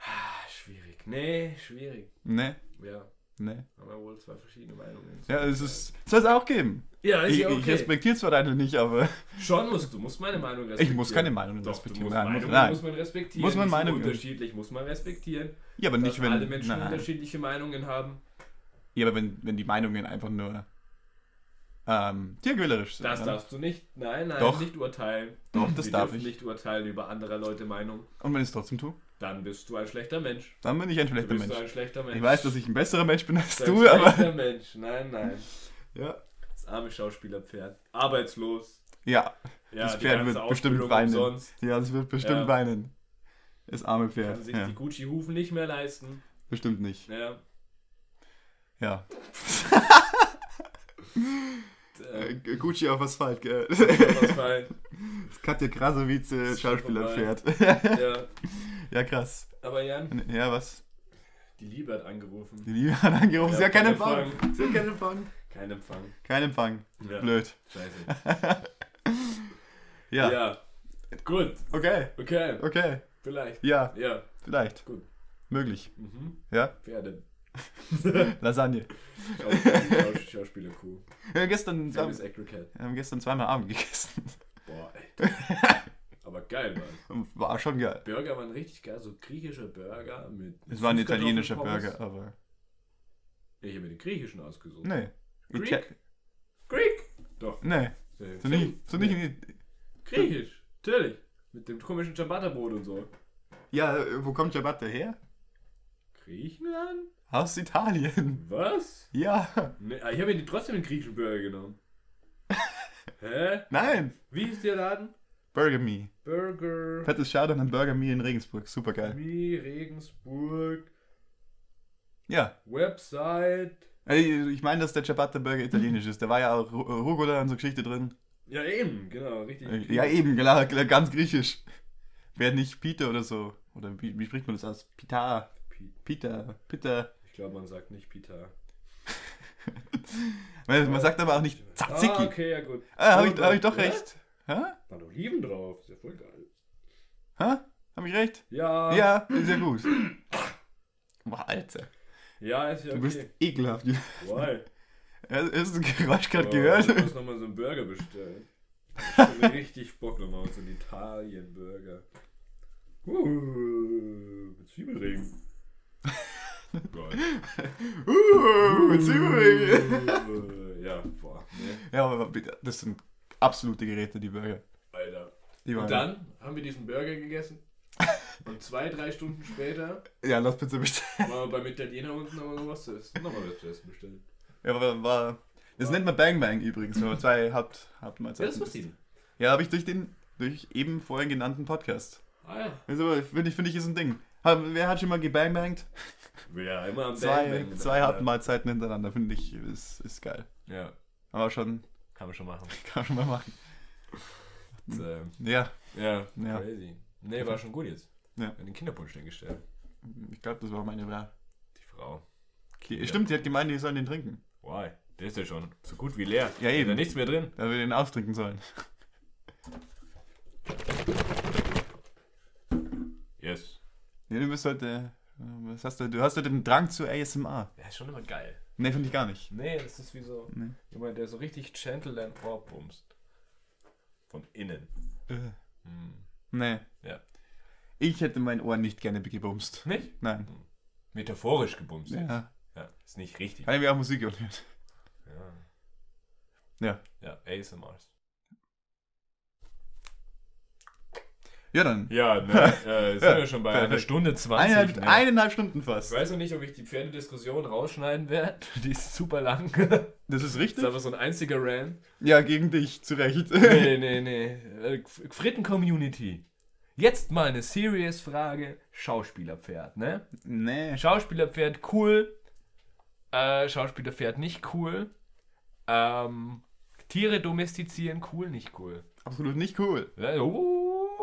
Speaker 1: Ah, schwierig. Nee, schwierig.
Speaker 2: Nee,
Speaker 1: Ja,
Speaker 2: nee.
Speaker 1: haben wir wohl zwei verschiedene Meinungen.
Speaker 2: Ja, es ist, soll es auch geben.
Speaker 1: Ja, ist
Speaker 2: Ich,
Speaker 1: ja
Speaker 2: ich
Speaker 1: okay.
Speaker 2: respektiere zwar deine nicht, aber
Speaker 1: Schon musst du musst meine Meinung respektieren.
Speaker 2: [LAUGHS] ich muss keine Meinung
Speaker 1: Also Doch, du
Speaker 2: respektieren.
Speaker 1: musst
Speaker 2: Nein, muss-
Speaker 1: Meinungen
Speaker 2: nein.
Speaker 1: muss man respektieren.
Speaker 2: Muss man
Speaker 1: Die sind
Speaker 2: Meinungen-
Speaker 1: Unterschiedlich muss man respektieren.
Speaker 2: Ja, aber
Speaker 1: Dass
Speaker 2: nicht, wenn.
Speaker 1: alle Menschen
Speaker 2: nein.
Speaker 1: unterschiedliche Meinungen haben.
Speaker 2: Ja, aber wenn, wenn die Meinungen einfach nur ähm, tierquälerisch sind.
Speaker 1: Das
Speaker 2: ne?
Speaker 1: darfst du nicht. Nein, nein,
Speaker 2: Doch.
Speaker 1: nicht urteilen.
Speaker 2: Doch, das
Speaker 1: Wir
Speaker 2: darf
Speaker 1: dürfen
Speaker 2: ich.
Speaker 1: nicht urteilen über anderer Leute Meinung.
Speaker 2: Und wenn ich es trotzdem tue,
Speaker 1: Dann bist du ein schlechter Mensch.
Speaker 2: dann bin ich ein
Speaker 1: Du
Speaker 2: schlechter
Speaker 1: bist
Speaker 2: Mensch.
Speaker 1: ein schlechter Mensch.
Speaker 2: Ich weiß, dass ich ein besserer Mensch bin als
Speaker 1: bist
Speaker 2: du,
Speaker 1: ein
Speaker 2: aber.
Speaker 1: schlechter Mensch. Nein, nein.
Speaker 2: Ja.
Speaker 1: Das arme Schauspielerpferd. Arbeitslos.
Speaker 2: ja,
Speaker 1: Ja,
Speaker 2: das
Speaker 1: die
Speaker 2: Pferd
Speaker 1: ganze
Speaker 2: wird bestimmt
Speaker 1: Ausbildung
Speaker 2: weinen.
Speaker 1: umsonst.
Speaker 2: Ja, das wird bestimmt
Speaker 1: Ja.
Speaker 2: weinen. Das arme
Speaker 1: Kann
Speaker 2: Pferd.
Speaker 1: sich
Speaker 2: Ja,
Speaker 1: die Gucci-Hufen nicht mehr leisten.
Speaker 2: bestimmt nicht.
Speaker 1: Ja.
Speaker 2: Ja.
Speaker 1: Äh,
Speaker 2: Äh, Gucci auf Asphalt, gell? [LAUGHS]
Speaker 1: was fallen.
Speaker 2: Das Katja Krasowice
Speaker 1: Ist schon
Speaker 2: Schauspielerpferd.
Speaker 1: ja.
Speaker 2: ja, krass.
Speaker 1: Aber Jan,
Speaker 2: Ja, was?
Speaker 1: die Liebe hat angerufen.
Speaker 2: Die Liebe hat angerufen. Sie
Speaker 1: Ja,
Speaker 2: hat keinen
Speaker 1: kein
Speaker 2: Empfang.
Speaker 1: Empfang.
Speaker 2: Sie hat keinen Empfang.
Speaker 1: Kein Empfang.
Speaker 2: Kein Empfang.
Speaker 1: Ja.
Speaker 2: Blöd.
Speaker 1: Scheiße.
Speaker 2: Ja.
Speaker 1: Ja. Gut.
Speaker 2: Okay.
Speaker 1: Okay.
Speaker 2: Okay.
Speaker 1: Vielleicht.
Speaker 2: Ja,
Speaker 1: Ja.
Speaker 2: vielleicht.
Speaker 1: Gut.
Speaker 2: Möglich.
Speaker 1: Mhm.
Speaker 2: Ja. [LAUGHS]
Speaker 1: Pferde.
Speaker 2: Lasagne.
Speaker 1: Schauspieler, Schaus- Schauspieler cool.
Speaker 2: Wir haben gestern,
Speaker 1: Famous
Speaker 2: wir
Speaker 1: Actor Cat.
Speaker 2: haben gestern zweimal Abend [LAUGHS] gegessen.
Speaker 1: Boah, ey.
Speaker 2: [LAUGHS]
Speaker 1: Aber geil, Mann.
Speaker 2: War schon geil.
Speaker 1: Burger waren richtig geil, so griechische Burger mit.
Speaker 2: Es war ein
Speaker 1: Süßkartoffeln-
Speaker 2: italienischer
Speaker 1: Pommes.
Speaker 2: Burger, aber.
Speaker 1: Ich habe mir den griechischen ausgesucht.
Speaker 2: Nee.
Speaker 1: Greek?
Speaker 2: Ita-
Speaker 1: Greek? Doch.
Speaker 2: Nee.
Speaker 1: Nee.
Speaker 2: So nicht, so nicht in die-
Speaker 1: Griechisch, natürlich. Mit dem komischen Ciabatta-Brot und so.
Speaker 2: Ja, äh, wo kommt Ciabatta her?
Speaker 1: Griechenland?
Speaker 2: Aus Italien. [LAUGHS]
Speaker 1: Was?
Speaker 2: Ja.
Speaker 1: Nee, ah, ich habe mir die trotzdem den griechischen Burger
Speaker 2: [LAUGHS]
Speaker 1: genommen. Hä?
Speaker 2: Nein.
Speaker 1: Wie hieß der Laden?
Speaker 2: Burger Me.
Speaker 1: Burger
Speaker 2: Fettes Shoutout an Burger Me in Regensburg. Super geil.
Speaker 1: Me Regensburg
Speaker 2: Ja.
Speaker 1: Website.
Speaker 2: Ey, Ich meine, dass der Ciabatta Burger italienisch ist. Da war ja auch Ru- äh, Rucola und so Geschichte drin.
Speaker 1: Ja, eben, genau, richtig.
Speaker 2: Äh, Ja, eben, klar, [LAUGHS] klar, ganz griechisch. Wäre nicht Pita oder so. Oder wie, wie spricht man das aus? Pita.
Speaker 1: Pi-
Speaker 2: Pita. Pita. [LAUGHS]
Speaker 1: Ich glaube, man sagt nicht Pita.
Speaker 2: Man, man sagt aber auch nicht Tzatziki.
Speaker 1: Ah, okay, ja, gut.
Speaker 2: Ah, habe ich, hab ich doch
Speaker 1: Ja?
Speaker 2: recht. Hä?
Speaker 1: Waren Oliven drauf, ist ja voll geil.
Speaker 2: Hä? Hab ich recht?
Speaker 1: Ja,
Speaker 2: Ja, ist ja gut. Boah, Alter.
Speaker 1: ja ist ja
Speaker 2: Du
Speaker 1: okay.
Speaker 2: bist ekelhaft. [LAUGHS]
Speaker 1: Why?
Speaker 2: Hast du das Geräusch gerade
Speaker 1: Oh,
Speaker 2: gehört?
Speaker 1: Ich muss nochmal so einen Burger bestellen. Ich hab schon richtig Bock nochmal auf so einen Italien-Burger. Uh, mit
Speaker 2: [LAUGHS]
Speaker 1: Zwiebelring. Geil.
Speaker 2: Uh, mit Zwiebeln.
Speaker 1: Uh, ja, boah. ne, Nee,
Speaker 2: Ja, aber bitte, das sind absolute Geräte, die Burger.
Speaker 1: Alter.
Speaker 2: Die waren-
Speaker 1: Und dann haben wir diesen Burger gegessen. Und zwei, drei Stunden später
Speaker 2: Ja, lass bitte bestellen.
Speaker 1: waren wir beim Italiener unten, haben wir noch was zu essen. Nochmal was zu essen bestellen.
Speaker 2: Ja, war, war, Das nennt man Bang Bang übrigens, wenn man zwei Haupt,
Speaker 3: Ja,
Speaker 2: Hauptmahlzeiten
Speaker 3: das wusste ich
Speaker 2: isst.
Speaker 3: nicht.
Speaker 2: Ja, habe ich durch den, durch eben vorhin genannten Podcast.
Speaker 3: Ah ja.
Speaker 2: Das ist aber, finde ich, finde ich, ist ein Ding. Ha- Wer hat schon mal gebangbangt?
Speaker 3: Ja, immer am
Speaker 2: Zwei,
Speaker 3: Bang Bang.
Speaker 2: zwei Hauptmahlzeiten hintereinander, finde ich, ist, ist geil.
Speaker 1: Ja,
Speaker 2: Aber schon, [LAUGHS]
Speaker 1: kann man schon machen.
Speaker 2: kann man schon mal machen.
Speaker 1: Und, ähm,
Speaker 2: Ja,
Speaker 1: ja,
Speaker 2: ja.
Speaker 1: crazy. Nee, war schon gut jetzt.
Speaker 2: Ja.
Speaker 1: Hat Den Kinderpunsch hingestellt.
Speaker 2: Ich glaube, das war meine Frage.
Speaker 1: Die Frau.
Speaker 2: Die, Stimmt, die hat gemeint, die sollen den trinken.
Speaker 1: Why? Der ist ja schon so gut wie leer.
Speaker 2: Ja, eben.
Speaker 1: Da nichts mehr drin.
Speaker 2: Da wir den austrinken sollen.
Speaker 1: Yes.
Speaker 2: Nee, du bist heute. äh, Was hast du? Du hast heute den Drang zu ASMR.
Speaker 1: Der ist schon immer geil.
Speaker 2: Nee, finde ich gar nicht.
Speaker 1: Nee, das ist wie so
Speaker 2: Nee.
Speaker 1: jemand, der so richtig gentle dein Ohr pumpst. Von innen.
Speaker 2: Äh,
Speaker 1: Hm.
Speaker 2: Nee.
Speaker 1: Ja.
Speaker 2: Ich hätte mein Ohr nicht gerne gebumst.
Speaker 1: Nicht?
Speaker 2: Nein.
Speaker 1: Metaphorisch gebumst. jetzt.
Speaker 2: Ja.
Speaker 1: ja. Ist nicht richtig.
Speaker 2: Kann ich mir auch Musik hören.
Speaker 1: Ja.
Speaker 2: Ja.
Speaker 1: Ja, ASMRs.
Speaker 2: Ja, dann.
Speaker 1: Ja, ne, äh, sind wir schon bei einer
Speaker 2: Perfekt.
Speaker 1: Stunde 20.
Speaker 2: Eineinhalb,
Speaker 1: ne?
Speaker 2: eineinhalb Stunden
Speaker 1: Ich
Speaker 2: fast.
Speaker 1: weiß noch nicht, ob ich die Pferdediskussion rausschneiden werde. [LAUGHS] Die ist super [LAUGHS] lang.
Speaker 2: Das ist
Speaker 1: Das ist
Speaker 2: richtig.
Speaker 1: einfach so ein einziger Rant.
Speaker 2: Ja, gegen dich, zu Recht.
Speaker 1: Nee, nee, nee. Äh, F- Fritten-Community. Jetzt mal eine serious Frage. Schauspielerpferd, ne?
Speaker 2: [LAUGHS] nee.
Speaker 1: Schauspielerpferd cool. Äh, Schauspielerpferd nicht cool. Ähm, Tiere domestizieren cool, nicht cool.
Speaker 2: Absolut nicht cool.
Speaker 1: Äh, uh,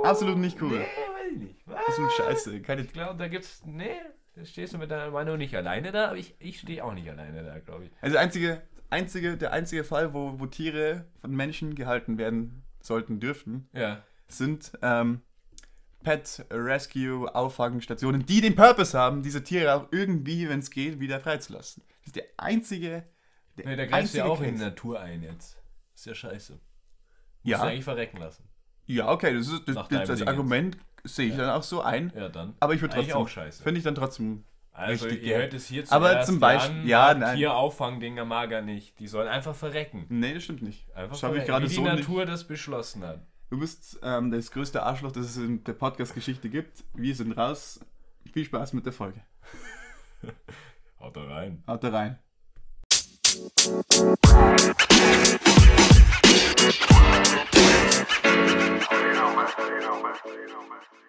Speaker 2: Absolut nicht
Speaker 1: Nee,
Speaker 2: cool.
Speaker 1: weiß ich nicht.
Speaker 2: Absolut scheiße. Keine
Speaker 1: Ich glaube, da gibt's. Nee, da stehst du mit deiner Meinung nicht alleine da, aber ich, ich stehe auch nicht alleine da, glaube ich.
Speaker 2: Also einzige, einzige, der einzige Fall, wo, wo Tiere von Menschen gehalten werden sollten, dürften,
Speaker 1: Ja.
Speaker 2: sind ähm, Pet Rescue Auffangstationen, die den Purpose haben, diese Tiere auch irgendwie, wenn es geht, wieder freizulassen. Das ist der einzige. Der
Speaker 1: Nee, da greifst du ja auch
Speaker 2: Case.
Speaker 1: in die Natur ein jetzt. Ist ja scheiße. Musst du
Speaker 2: ja.
Speaker 1: eigentlich verrecken lassen.
Speaker 2: ja, okay, das ist das,
Speaker 1: Nach
Speaker 2: das,
Speaker 1: deinem
Speaker 2: das
Speaker 1: Ding
Speaker 2: Argument sehe ich dann auch so ein.
Speaker 1: Ja, dann.
Speaker 2: Aber ich würde
Speaker 1: Eigentlich
Speaker 2: trotzdem.
Speaker 1: auch scheiße.
Speaker 2: Finde ich dann trotzdem.
Speaker 1: Also,
Speaker 2: richtig
Speaker 1: ihr
Speaker 2: geil.
Speaker 1: hört es hier
Speaker 2: Aber
Speaker 1: zuerst
Speaker 2: zum Beispiel-
Speaker 1: an,
Speaker 2: ja,
Speaker 1: macht
Speaker 2: nein.
Speaker 1: Hier auffangen Dinger mager nicht. Die sollen einfach verrecken.
Speaker 2: Nee, das stimmt nicht.
Speaker 1: Einfach
Speaker 2: das habe
Speaker 1: verrecken,
Speaker 2: ich gerade
Speaker 1: wie die
Speaker 2: so nicht.
Speaker 1: Natur das beschlossen hat.
Speaker 2: Du bist ähm, das größte Arschloch, das es in der Podcast-Geschichte gibt. Wir sind raus. Viel Spaß mit der Folge.
Speaker 1: Haut da rein.
Speaker 2: Haut da rein.
Speaker 4: You know, man. You know, man. You know, man.